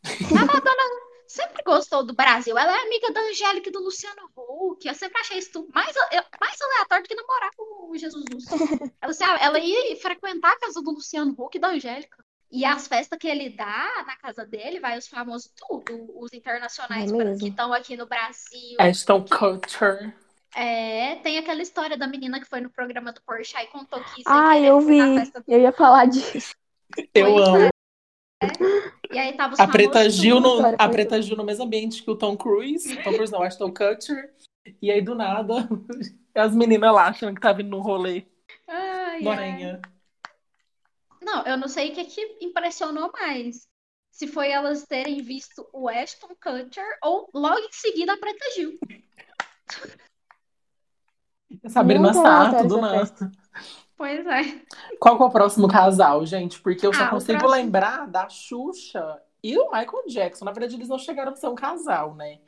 Speaker 3: A Madonna sempre gostou do Brasil. Ela é amiga da Angélica e do Luciano Huck. Eu sempre achei isso tudo mais, eu- mais aleatório do que namorar com o Jesus Luz. Ela, assim, ela ia frequentar a casa do Luciano Huck e da Angélica. E as festas que ele dá na casa dele, vai os famosos tudo, os internacionais
Speaker 1: É mesmo.
Speaker 3: que estão aqui no Brasil.
Speaker 2: Ashton Kutcher.
Speaker 3: É, tem aquela história da menina que foi no programa do Porchat e contou que sem
Speaker 1: Ah,
Speaker 3: querer
Speaker 1: eu
Speaker 3: foi
Speaker 1: vi.
Speaker 3: na festa
Speaker 1: Eu ia falar disso.
Speaker 2: Eu
Speaker 3: Pois é.
Speaker 2: amo.
Speaker 3: E aí tava os
Speaker 2: A Preta
Speaker 3: famosos
Speaker 2: Gil no,
Speaker 1: História
Speaker 2: a
Speaker 1: foi
Speaker 2: Preta Gil no mesmo ambiente que o Tom Cruise. Tom Cruise não, Ashton Kutcher. E aí, do nada, as meninas lá achando que tava indo no rolê.
Speaker 3: Ai, ai.
Speaker 2: Dorinha.
Speaker 3: Não, eu não sei o que que impressionou mais. Se foi elas terem visto o Ashton Kutcher ou logo em seguida a Preta Gil.
Speaker 2: Sabrina
Speaker 1: Muito
Speaker 2: Sato,
Speaker 1: aleatório
Speaker 2: do
Speaker 1: essa
Speaker 2: nada.
Speaker 3: Pois é.
Speaker 2: Qual que é o próximo casal, gente? Porque eu só
Speaker 3: Ah, o
Speaker 2: consigo
Speaker 3: próximo.
Speaker 2: lembrar da Xuxa e o Michael Jackson. Na verdade, eles não chegaram a ser um casal, né?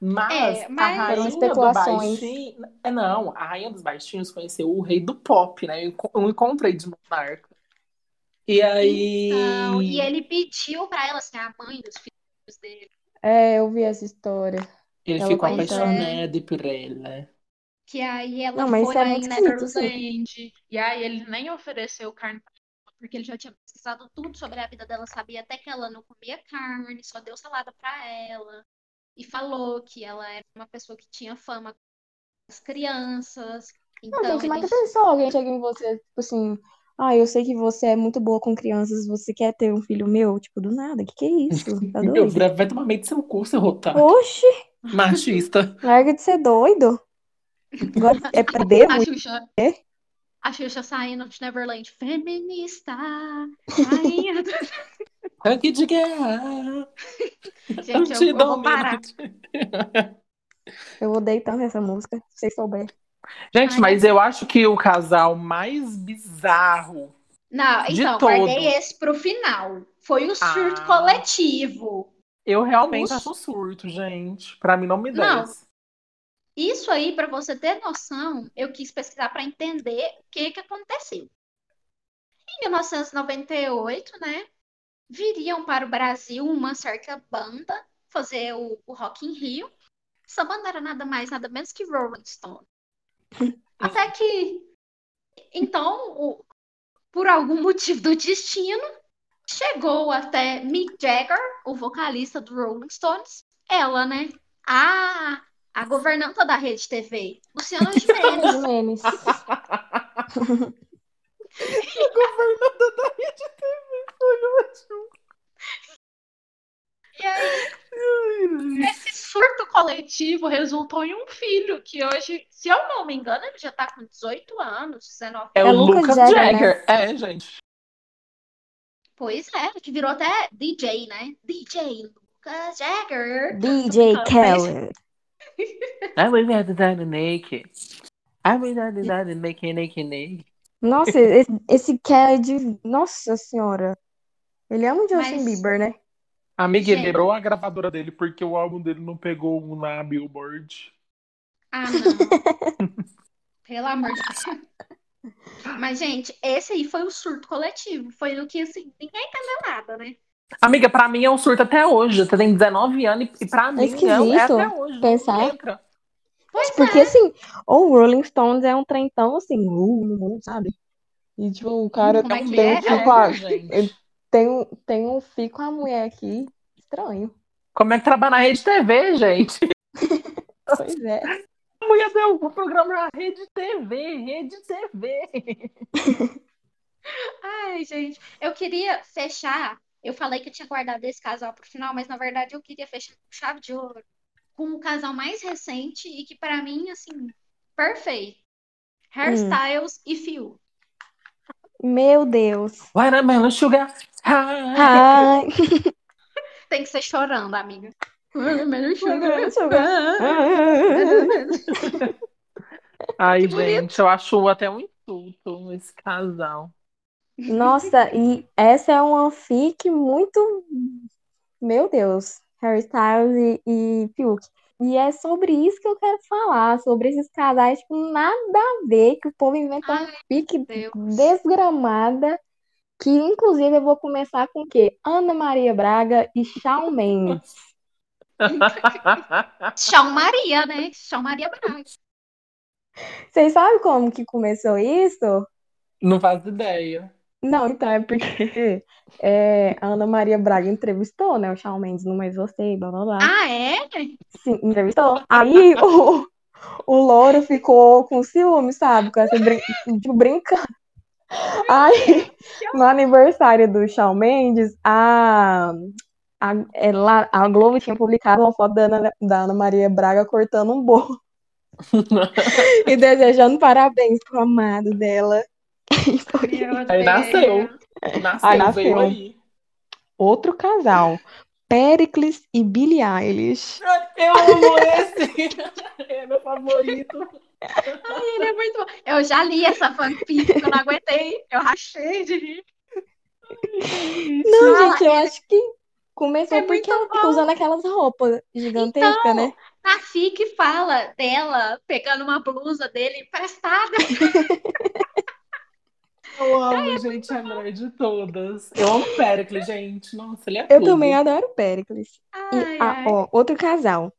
Speaker 2: Mas,
Speaker 3: É, mas-
Speaker 2: a
Speaker 1: Foram
Speaker 2: rainha do
Speaker 1: especulações.
Speaker 2: baixinho. É, não, a rainha dos baixinhos conheceu o rei do pop, né? Eu enco- eu encontrei de monarca. E aí.
Speaker 3: Então, e ele pediu pra elas, que é a mãe dos filhos dele,
Speaker 1: É, eu vi essa história.
Speaker 2: ele
Speaker 1: ela
Speaker 2: ficou
Speaker 1: conta-
Speaker 2: apaixonado
Speaker 3: né?
Speaker 2: por ela.
Speaker 3: que aí ela
Speaker 1: Não, mas
Speaker 3: foi
Speaker 1: isso é
Speaker 3: lá em
Speaker 1: muito esquisito, sim.
Speaker 3: Neverland. E aí ele nem ofereceu carne pra ela, porque ele já tinha pesquisado tudo sobre a vida dela, sabia até que ela não comia carne, só deu salada pra ela. E falou que ela era uma pessoa que tinha fama com as crianças.
Speaker 1: Não,
Speaker 3: Então,
Speaker 1: gente, mas
Speaker 3: ele-
Speaker 1: que pessoa alguém chega em você, tipo assim, ah, eu sei que você é muito boa com crianças, você quer ter um filho meu? Tipo, do nada, que que é isso? Tá
Speaker 2: Meu,
Speaker 1: doido?
Speaker 2: vai tomar meio de seu curso, rotar.
Speaker 1: Oxi,
Speaker 2: Machista.
Speaker 1: larga de ser doido. Agora é pra beber
Speaker 3: A
Speaker 1: muito.
Speaker 3: Xuxa.
Speaker 1: É?
Speaker 3: A Xuxa saindo de Neverland. Feminista. Rainha do...
Speaker 2: Tanque de guerra.
Speaker 3: Gente, eu, eu vou parar.
Speaker 1: Eu odeio tanto essa música, se vocês souberem.
Speaker 2: Gente,
Speaker 3: Ai.
Speaker 2: mas eu acho que o casal mais bizarro.
Speaker 3: Não,
Speaker 2: De
Speaker 3: então,
Speaker 2: todo.
Speaker 3: guardei esse pro final. Foi o surto
Speaker 2: Ah.
Speaker 3: coletivo.
Speaker 2: Eu realmente
Speaker 3: Nossa.
Speaker 2: acho um surto, gente. Pra mim não me
Speaker 3: Não.
Speaker 2: dá.
Speaker 3: Isso aí, pra você ter noção, eu quis pesquisar pra entender o que que aconteceu. Em 1998, né? viriam para o Brasil uma certa banda fazer o, o Rock in Rio. Essa banda era nada mais, nada menos que Rolling Stone. Até que, então, o- por algum motivo do destino, chegou até Mick Jagger, o vocalista do Rolling Stones, ela, né? A, a governanta da rede TV, Luciana Gimenez.
Speaker 1: Os memes.
Speaker 2: Governador da rede TV.
Speaker 3: E aí, esse surto coletivo resultou em um filho que hoje, se eu não me engano, ele já tá com 18 anos, 19
Speaker 2: É,
Speaker 1: É
Speaker 2: o
Speaker 1: Lucas
Speaker 2: Lucas
Speaker 1: Jagger, né?
Speaker 2: Jagger. É, gente.
Speaker 3: Pois é, que virou até DJ, né? DJ Lucas Jagger. Ah,
Speaker 1: DJ Khaled.
Speaker 2: I'm with the daddy naked. I'm with the daddy naked, naked, naked.
Speaker 1: Nossa, esse, esse Khaled, nossa senhora. Ele ama o Justin
Speaker 3: Mas-
Speaker 1: Bieber, né?
Speaker 2: Amiga, ele
Speaker 3: Gente.
Speaker 2: liberou a gravadora dele porque o álbum dele não pegou um na Billboard.
Speaker 3: Ah, não. Pelo amor de Deus. Mas, gente, esse aí foi o surto coletivo. Foi o que, assim, ninguém entendeu nada, né?
Speaker 2: Amiga, pra mim é um surto até hoje. Você tem 19 anos e- e pra mim é,
Speaker 1: esquisito
Speaker 2: é até hoje.
Speaker 1: pensar.
Speaker 2: Não entra.
Speaker 3: Pois
Speaker 1: Porque
Speaker 3: é.
Speaker 1: assim, o Rolling Stones é um trem tão assim, uh, uh, uh, sabe? E tipo, o cara
Speaker 3: Como é que
Speaker 1: tem,
Speaker 3: é?
Speaker 1: um fico, a-
Speaker 2: gente.
Speaker 1: tem, um, tem um fico com a mulher aqui. Estranho.
Speaker 2: Como é que trabalha na rede TV, gente?
Speaker 1: Pois é.
Speaker 2: A mulher deu o programa na rede TV, rede TV.
Speaker 3: Ai, gente, eu queria fechar. Eu falei que eu tinha guardado esse casal pro final, mas na verdade eu queria fechar com chave de ouro com o casal mais recente e que pra mim, assim, perfeito. Hairstyles e Phil.
Speaker 1: Meu Deus.
Speaker 2: Watermelon Sugar. Ah,
Speaker 1: Ai.
Speaker 3: Tem que ser chorando, amiga. Melhor
Speaker 2: Ai,
Speaker 3: Que bonito.
Speaker 2: gente, eu acho até um insulto esse casal.
Speaker 1: Nossa, e essa é uma fic muito. Meu Deus, Harry Styles e, e Fiuk. E é sobre isso que eu quero falar, sobre esses casais, tipo, nada a ver, que o povo inventa uma fic
Speaker 3: Deus.
Speaker 1: desgramada, que inclusive eu vou começar com o quê? Ana Maria Braga e Shawn Mendes.
Speaker 3: Chão Maria, né? Chão Maria Braga.
Speaker 1: Vocês sabem como que começou isso?
Speaker 2: Não faço ideia.
Speaker 1: Não, então é porque é, a Ana Maria Braga entrevistou, né, o Shawn Mendes no Mais Você, blá blá blá.
Speaker 3: Ah, é?
Speaker 1: Sim, entrevistou. Aí o, o louro ficou com ciúme, sabe? Com essa brin de brincar. Aí, no aniversário do Shawn Mendes, a, a, ela, a Globo tinha publicado uma foto da Ana, da Ana Maria Braga cortando um bolo e desejando parabéns pro amado dela. E foi
Speaker 2: Aí nasceu. Nasceu,
Speaker 1: Ai, nasceu.
Speaker 2: veio aí.
Speaker 1: Outro casal, Pericles e Billie Eilish.
Speaker 2: Eu amo esse. É meu favorito.
Speaker 3: Ele é muito bom. Eu já li essa fanfic, eu não aguentei. Eu rachei de rir.
Speaker 1: Não,
Speaker 3: Fala,
Speaker 1: gente, eu acho que começou
Speaker 3: Ah, É Então,
Speaker 1: porque ela fica usando aquelas roupas gigantescas, né?
Speaker 3: Na FIC fala dela pegando uma blusa dele emprestada.
Speaker 2: Eu amo, gente, é a melhor de todas. Eu amo Pericles, gente. Nossa, ele é
Speaker 1: Eu
Speaker 2: tudo.
Speaker 1: também adoro Péricles. E,
Speaker 3: Ai,
Speaker 1: ah,
Speaker 3: ai.
Speaker 1: ó, outro casal.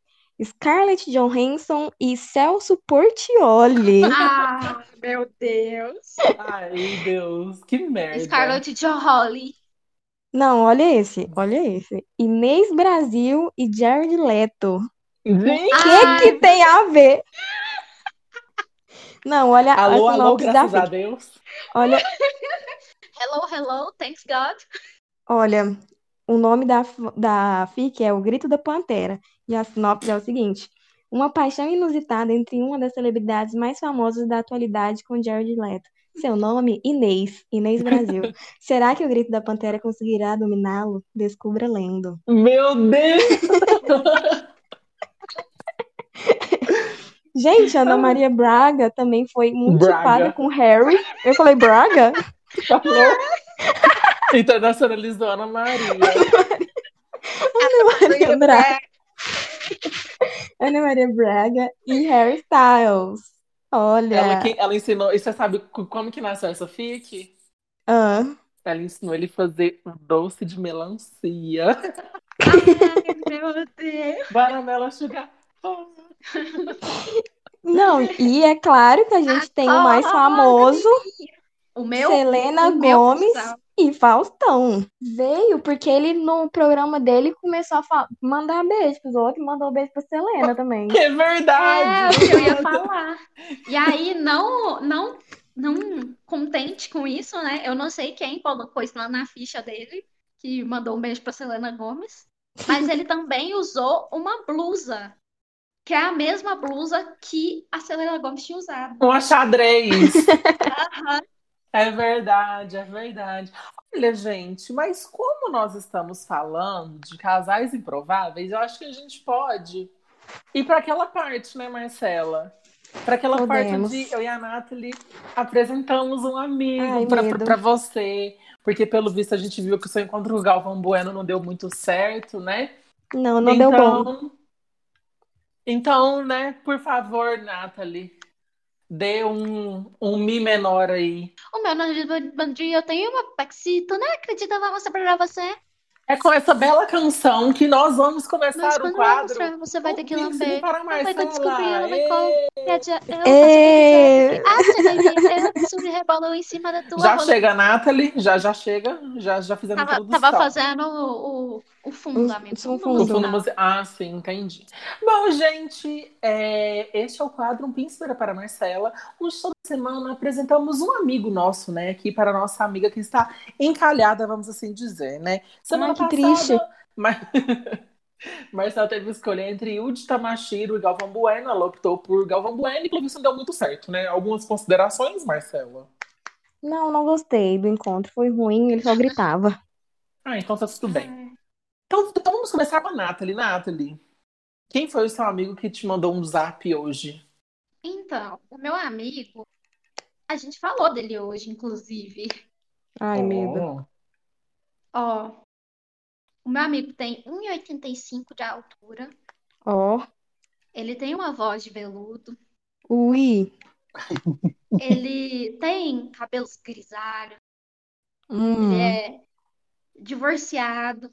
Speaker 1: Scarlett Johansson e Celso Portiolli.
Speaker 3: Ah, meu Deus.
Speaker 2: Ai, Deus, que merda.
Speaker 3: Scarlett Johansson.
Speaker 1: Não, olha esse, olha esse. Inês Brasil e Jared Leto.
Speaker 2: Gente,
Speaker 1: O que
Speaker 3: Ai.
Speaker 1: que tem a ver? Não, olha a
Speaker 2: alô, alô,
Speaker 1: sinopse da
Speaker 2: graças a
Speaker 1: fic.
Speaker 2: Deus.
Speaker 1: Olha,
Speaker 3: Hello, hello, thanks God.
Speaker 1: Olha, o nome da, f- da FIC é O Grito da Pantera, e a sinopse é o seguinte: Uma paixão inusitada entre uma das celebridades mais famosas da atualidade com Jared Leto. Seu nome? Inês, Inês Brasil. Será que o Grito da Pantera conseguirá dominá-lo? Descubra lendo.
Speaker 2: Meu Deus.
Speaker 1: Gente, Ana Maria Braga também foi muito
Speaker 2: Braga.
Speaker 1: chupada com Harry. Eu falei Braga?
Speaker 2: Falou. Internacionalizou Ana Maria.
Speaker 1: Ana Maria Braga. Ana Maria Braga e Harry Styles. Olha.
Speaker 2: É. Ela, que, ela ensinou. E você sabe co- como que nasceu essa fic?
Speaker 1: Ah.
Speaker 2: Ela ensinou ele a fazer um doce de melancia.
Speaker 3: Ai, meu Deus.
Speaker 2: Baramela sugar.
Speaker 1: Não, e é claro que a gente tem o mais
Speaker 3: Adoro.
Speaker 1: famoso,
Speaker 3: O meu.
Speaker 1: Selena
Speaker 3: o meu
Speaker 1: Gomes.
Speaker 3: casal.
Speaker 1: E Faustão veio porque ele, no programa dele, começou a fa- mandar beijo pros outros, mandou beijo pra Selena também.
Speaker 2: É
Speaker 3: É, o
Speaker 2: verdade!
Speaker 3: que eu ia falar. E aí, não, não, não contente com isso, né? Eu não sei quem colocou isso lá na ficha dele, que mandou um beijo pra Selena Gomes. Mas ele também usou uma blusa, que é a mesma blusa que a Selena Gomes tinha usado.
Speaker 2: Uma Um xadrez.
Speaker 3: Aham.
Speaker 2: É verdade, é verdade. Olha, gente, mas como nós estamos falando de casais improváveis, eu acho que a gente pode ir para aquela parte, né, Marcela? Para aquela
Speaker 1: Podemos.
Speaker 2: parte de eu e a Nathalie apresentamos um
Speaker 1: Ai,
Speaker 2: amigo
Speaker 1: medo.
Speaker 2: para você, porque pelo visto a gente viu que o seu encontro com o Galvão Bueno não deu muito certo, né?
Speaker 1: Não, não deu bom.
Speaker 2: então, então, né, por favor, Nathalie, dê um, um mi menor aí.
Speaker 3: O meu nome de bandido, eu tenho uma pexito, né? Acredita, vou mostrar pra você.
Speaker 2: É com essa bela canção que nós vamos começar
Speaker 3: Mas
Speaker 2: o
Speaker 3: quando eu
Speaker 2: quadro.
Speaker 3: mostrar, você vai ter que
Speaker 2: O Pix
Speaker 3: lamber.
Speaker 2: para a
Speaker 3: Vai ter que
Speaker 2: Marcela.
Speaker 3: descobrir, ela vai
Speaker 2: Ê,
Speaker 3: correr. Eu faço o
Speaker 1: É,
Speaker 3: que é quiser. Ah, você vai ver, eu subi rebolou em cima da tua
Speaker 2: Já
Speaker 3: rola.
Speaker 2: chega, Nathalie. Já, já chega. Já, já fizemos a
Speaker 3: Tava,
Speaker 2: introdução.
Speaker 3: tava fazendo o, o, o fundo,
Speaker 1: O-
Speaker 3: amigo.
Speaker 1: o fundo.
Speaker 2: No
Speaker 1: Tudo.
Speaker 2: fundo musical. Ah, sim, entendi. Bom, gente, é, este é o quadro Um Pinceira para a Marcela, onde toda semana apresentamos um amigo nosso, né, aqui para a nossa amiga que está encalhada, vamos assim dizer, né? Semana
Speaker 1: Ai, que
Speaker 2: passada,
Speaker 1: triste.
Speaker 2: Mar... Marcela teve que escolher entre Udi Tamashiro e Galvão Bueno, ela optou por Galvão Bueno e pelo visto não deu muito certo, né? Algumas considerações, Marcela?
Speaker 1: Não, não gostei do encontro. Foi ruim, ele só gritava.
Speaker 2: Ah, então tá tudo bem.
Speaker 3: É,
Speaker 2: Então, então vamos começar com a Nathalie. Nathalie, quem foi o seu amigo que te mandou um zap hoje?
Speaker 3: Então, o meu amigo, a gente falou dele hoje, inclusive.
Speaker 1: Ai, medo.
Speaker 2: Oh.
Speaker 3: Ó, o meu amigo tem 1,85 de altura,
Speaker 1: Ó,
Speaker 3: ele tem uma voz de veludo,
Speaker 1: ui.
Speaker 3: ele tem cabelos grisalhos,
Speaker 1: Hum.
Speaker 3: ele é divorciado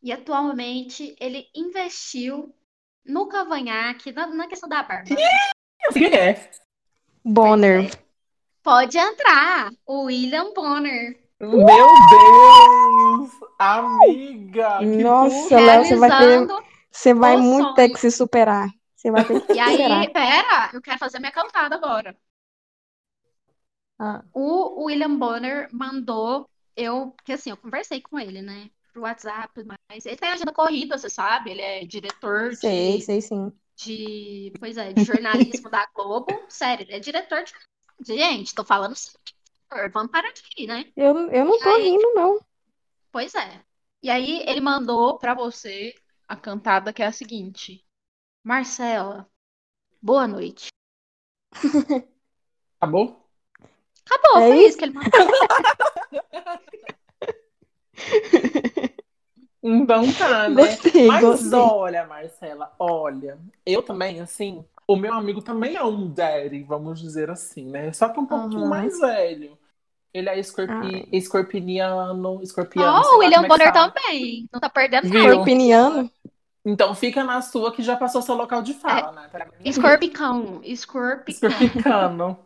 Speaker 3: e atualmente ele investiu no cavanhaque, na, na questão da barba.
Speaker 2: Eu sei quem é.
Speaker 1: Bonner.
Speaker 3: Pode entrar, o William Bonner.
Speaker 2: Meu Deus! Amiga! que
Speaker 1: Nossa,
Speaker 2: tudo!
Speaker 1: Léo, você vai ter-
Speaker 3: Realizando
Speaker 1: Você vai
Speaker 3: Bom
Speaker 1: muito
Speaker 3: sonho.
Speaker 1: ter que se superar. Você vai ter que se
Speaker 3: E aí,
Speaker 1: superar.
Speaker 3: pera, eu quero fazer minha cantada agora.
Speaker 1: Ah.
Speaker 3: O William Bonner mandou eu, porque assim, eu conversei com ele, né? Pro WhatsApp, mas ele tem agenda corrida, você sabe, ele é diretor
Speaker 1: Sei,
Speaker 3: de,
Speaker 1: sei sim.
Speaker 3: de, pois é, de jornalismo da Globo. Sério, ele é diretor de. Gente, tô falando sério, vamos parar de rir, né?
Speaker 1: Eu, eu não tô
Speaker 3: Ai.
Speaker 1: rindo, não.
Speaker 3: Pois é. E aí ele mandou pra você a cantada que é a seguinte: Marcela, boa noite.
Speaker 2: Acabou?
Speaker 3: Acabou,
Speaker 1: É
Speaker 3: foi
Speaker 1: isso?
Speaker 3: isso que ele mandou.
Speaker 2: Então tá, né?
Speaker 1: Gostei,
Speaker 2: Mas
Speaker 1: gostei.
Speaker 2: olha, Marcela, olha, eu também, assim, o meu amigo também é um daddy, vamos dizer assim, né? Só que um pouquinho
Speaker 1: Aham. Ah.
Speaker 2: mais velho. Ele é escorpi... escorpiniano, escorpiano. sei
Speaker 3: Ó,
Speaker 2: lá
Speaker 3: o William
Speaker 2: como é que
Speaker 3: Bonner
Speaker 2: fala.
Speaker 3: um também. Não tá perdendo
Speaker 2: Viu?
Speaker 3: nada.
Speaker 1: Corpiniano?
Speaker 2: Então fica na sua que já passou seu local de fala, né? Tá?
Speaker 3: Escorpicão. Escorpicão.
Speaker 2: Escorpicano.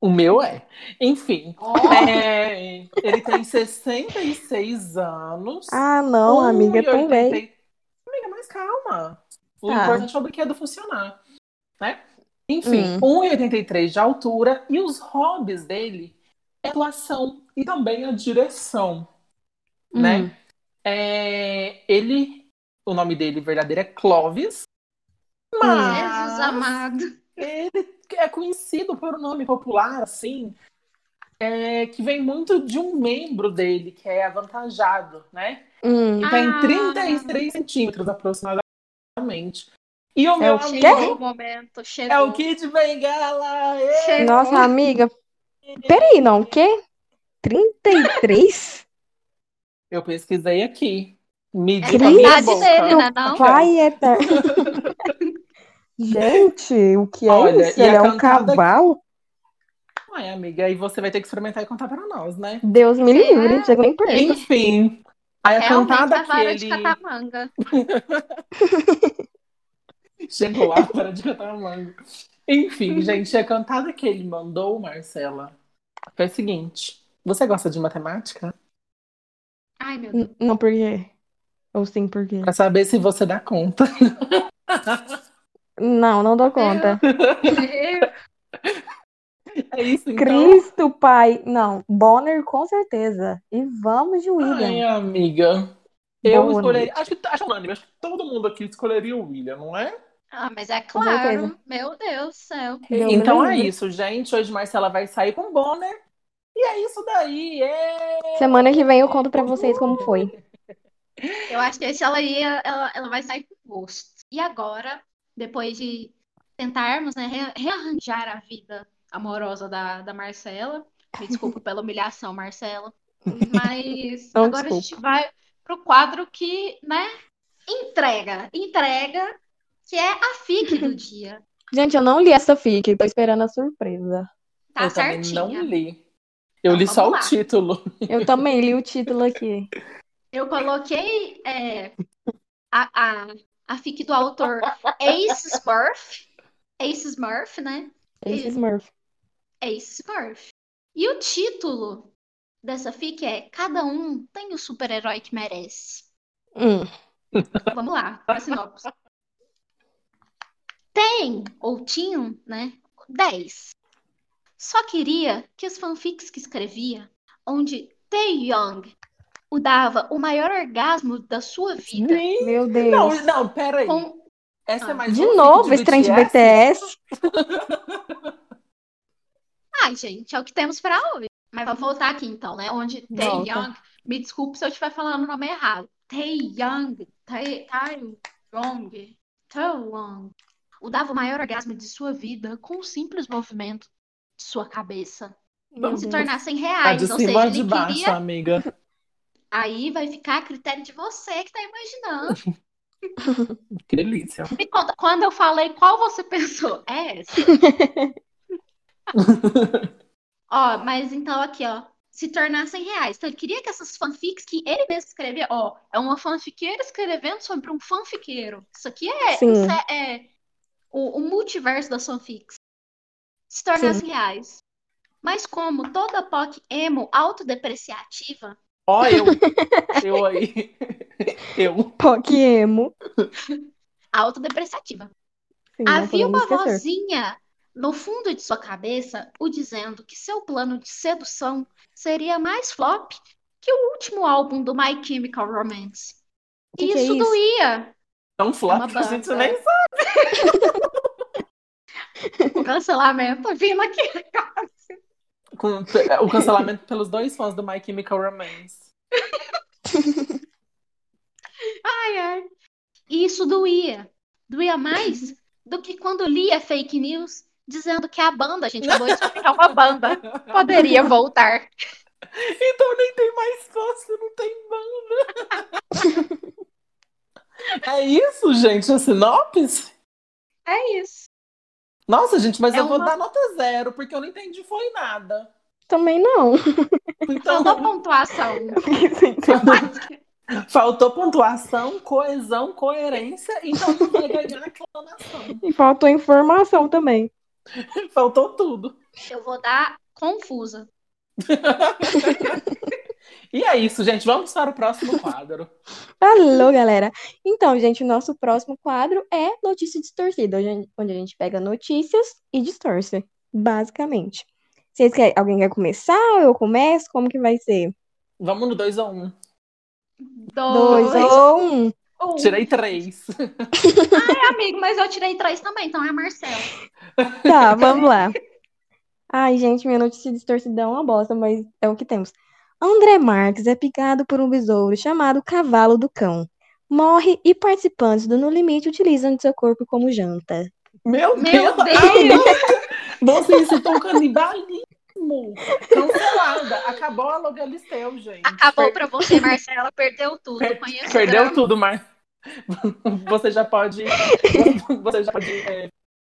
Speaker 2: O meu é. Enfim.
Speaker 3: Ó,
Speaker 2: É, ele tem 66 anos.
Speaker 1: Ah, não, amiga, é tão
Speaker 2: 1,80.
Speaker 1: velho.
Speaker 2: Amiga, mas calma. O
Speaker 1: Tá.
Speaker 2: importante é o brinquedo funcionar, né? Enfim,
Speaker 1: Hum.
Speaker 2: 1,83 de altura e os hobbies dele é a atuação e também a direção,
Speaker 1: Hum.
Speaker 2: né? É, ele, o nome dele verdadeiro é Clovis,
Speaker 1: Hum.
Speaker 3: Jesus
Speaker 2: mas
Speaker 3: amado.
Speaker 2: ele é conhecido por um nome popular, assim, é, que vem muito de um membro dele, que é avantajado, né?
Speaker 1: Hum.
Speaker 2: E um tem
Speaker 3: Ah.
Speaker 2: 33 centímetros aproximadamente. E o
Speaker 1: É
Speaker 2: meu
Speaker 1: o quê?
Speaker 2: amigo
Speaker 3: Chegou o momento. Chegou.
Speaker 2: é o Kid Bengala! ê!
Speaker 3: Chegou.
Speaker 1: Nossa, amiga. Peraí, não, o quê? 33?
Speaker 2: Eu pesquisei aqui. Me
Speaker 3: É
Speaker 2: diga
Speaker 1: a
Speaker 2: minha
Speaker 1: idade
Speaker 2: boca.
Speaker 3: dele, né, não?
Speaker 1: Vai, eterno. Gente, o que é
Speaker 2: Olha,
Speaker 1: isso?
Speaker 2: e a
Speaker 1: Ele é um
Speaker 2: cantada-
Speaker 1: cavalo?
Speaker 2: Ai, amiga, aí você vai ter que experimentar e contar pra nós, né?
Speaker 1: Deus me
Speaker 3: Será?
Speaker 1: livre, chega nem perto.
Speaker 2: Enfim, aí a
Speaker 3: Realmente
Speaker 2: cantada
Speaker 3: a vara de
Speaker 2: que ele
Speaker 3: catamanga.
Speaker 2: chegou lá para de cantar manga. Enfim, gente, a cantada que ele mandou, Marcela, foi a seguinte. Você gosta de matemática?
Speaker 3: Ai, meu Deus.
Speaker 1: N- Não, por quê? Ou sim, por quê?
Speaker 2: Pra saber se você dá conta.
Speaker 1: Não, não dou conta.
Speaker 3: Eu-
Speaker 2: É isso, então.
Speaker 1: Cristo, pai. Não, Bonner com certeza. E vamos de
Speaker 2: Ai,
Speaker 1: William.
Speaker 2: amiga. Eu
Speaker 1: Boa
Speaker 2: escolheria.
Speaker 1: noite.
Speaker 2: Acho que, acho, unânime, acho que todo mundo aqui escolheria o William, não é?
Speaker 3: Ah, mas é
Speaker 1: Com certeza.
Speaker 3: claro. Meu Deus do céu.
Speaker 1: Deus
Speaker 2: então
Speaker 1: me
Speaker 2: é
Speaker 1: livre.
Speaker 2: isso, gente. Hoje Marcela vai sair com o Bonner. E é isso daí. É...
Speaker 1: Semana que vem eu conto pra vocês como foi.
Speaker 3: Eu acho que esse ela ia, ela, ela vai sair com gosto. E agora, depois de tentarmos, né, re- rearranjar a vida amorosa da, da Marcela, me desculpa pela humilhação, Marcela, mas
Speaker 1: Não,
Speaker 3: agora a gente vai pro quadro que, né, entrega, entrega, que é a fic do dia.
Speaker 1: Gente, eu não li essa fic, tô esperando a surpresa.
Speaker 3: Tá
Speaker 2: eu também
Speaker 3: certinha.
Speaker 2: não li. Eu li
Speaker 3: Então,
Speaker 2: só o
Speaker 3: vamos lá.
Speaker 2: título.
Speaker 1: Eu também li o título aqui.
Speaker 3: Eu coloquei é, a, a, a fic do autor Ace Smurf, Ace Smurf, né?
Speaker 1: Esse Smurf.
Speaker 3: Ace Smurf. É E o título dessa fic é Cada um tem o super-herói que merece.
Speaker 1: Hum.
Speaker 3: Vamos lá, a sinopse. Tem, ou tinham, né? 10. Só queria que as fanfics que escrevia, onde Tae Young o dava o maior orgasmo da sua vida,
Speaker 1: Meu Deus.
Speaker 2: Não, não, peraí.
Speaker 3: com
Speaker 2: Essa é
Speaker 3: Ah.
Speaker 2: mais
Speaker 1: De
Speaker 2: uma
Speaker 1: novo,
Speaker 2: fic
Speaker 1: esse trem de
Speaker 2: BTS?
Speaker 1: BTS.
Speaker 3: Ai, gente, é o que temos pra hoje. Mas vamos voltar aqui então, né? Onde Tae
Speaker 1: Volta.
Speaker 3: Young, me desculpe se eu estiver falando o nome errado. Tae Young, Tae Tae Young, Tae Young, o dava o maior orgasmo de sua vida com um simples movimento de sua cabeça.
Speaker 1: Meu
Speaker 3: Como se
Speaker 1: Deus.
Speaker 3: tornassem
Speaker 2: Tá de
Speaker 3: reais, ou
Speaker 2: cima
Speaker 3: seja,
Speaker 2: ou de
Speaker 3: ele
Speaker 2: baixo,
Speaker 3: queria.
Speaker 2: amiga.
Speaker 3: Aí vai ficar a critério de você que tá imaginando.
Speaker 2: Que delícia.
Speaker 3: Me conta, quando eu falei qual você pensou? É essa? Ó, mas então aqui, ó, se tornassem reais. Então ele queria que essas fanfics que ele mesmo escrevia, ó, é uma fanfiqueira escrevendo sobre um fanfiqueiro. Isso aqui é,
Speaker 1: Sim.
Speaker 3: isso é, é o, o multiverso das fanfics. Se tornassem reais. Mas como toda POC emo autodepreciativa,
Speaker 2: Ó, eu. Eu aí. Eu.
Speaker 1: Poc emo.
Speaker 3: autodepreciativa,
Speaker 1: Sim, não
Speaker 3: havia
Speaker 1: podemos
Speaker 3: uma
Speaker 1: esquecer.
Speaker 3: vozinha no fundo de sua cabeça o dizendo que seu plano de sedução seria mais flop que o último álbum do My Chemical Romance.
Speaker 1: Que
Speaker 3: E
Speaker 1: que é
Speaker 3: isso
Speaker 1: isso?
Speaker 3: doía.
Speaker 2: Tão
Speaker 3: É uma
Speaker 2: um flop que a gente
Speaker 3: banda.
Speaker 2: nem
Speaker 3: O cancelamento vindo aqui.
Speaker 2: com o cancelamento pelos dois fãs do My Chemical Romance.
Speaker 3: Ai, ai. E isso doía. Doía mais do que quando lia fake news dizendo que a banda, a gente acabou de explicar uma banda, poderia voltar.
Speaker 2: Então nem tem mais fãs, você não tem banda. É isso, gente, a sinopse?
Speaker 3: É isso.
Speaker 2: Nossa, gente, mas
Speaker 3: É
Speaker 2: eu vou
Speaker 3: uma-
Speaker 2: dar nota zero, porque eu não entendi foi nada.
Speaker 1: Também não.
Speaker 2: Então,
Speaker 3: Faltou pontuação.
Speaker 2: faltou pontuação, coesão, coerência, então não vai ganhar aclamação.
Speaker 1: E faltou informação também.
Speaker 2: Faltou tudo.
Speaker 3: Eu vou dar confusa.
Speaker 2: E é isso, gente, vamos para o próximo quadro.
Speaker 1: Alô, galera! Então, gente, o nosso próximo quadro é Notícia Distorcida, onde a gente- onde a gente pega notícias e distorce, basicamente. Vocês querem, alguém quer começar? ou Eu começo? Como que vai ser?
Speaker 2: Vamos no 2 a 1 um.
Speaker 3: Dois.
Speaker 1: Dois ou um?
Speaker 3: um.
Speaker 2: Tirei três.
Speaker 3: Amigo, mas eu tirei três também, então é a Marcela.
Speaker 1: Tá, vamos lá. Ai, gente, minha notícia distorcida é uma bosta, mas é o que temos. André Marques é picado por um besouro chamado Cavalo do Cão. Morre e participantes do No Limite utilizam de seu corpo como janta.
Speaker 2: Meu
Speaker 3: Meu
Speaker 2: Deus!
Speaker 3: Deus!
Speaker 2: Você incitou canibalismo! Cancelada! Acabou a Logalisteu, gente.
Speaker 3: Acabou pra você, Marcela. Perdeu tudo.
Speaker 2: Per-
Speaker 3: Conheço o
Speaker 2: Perdeu
Speaker 3: drama.
Speaker 2: tudo, Mar. Você já pode. Você já pode é,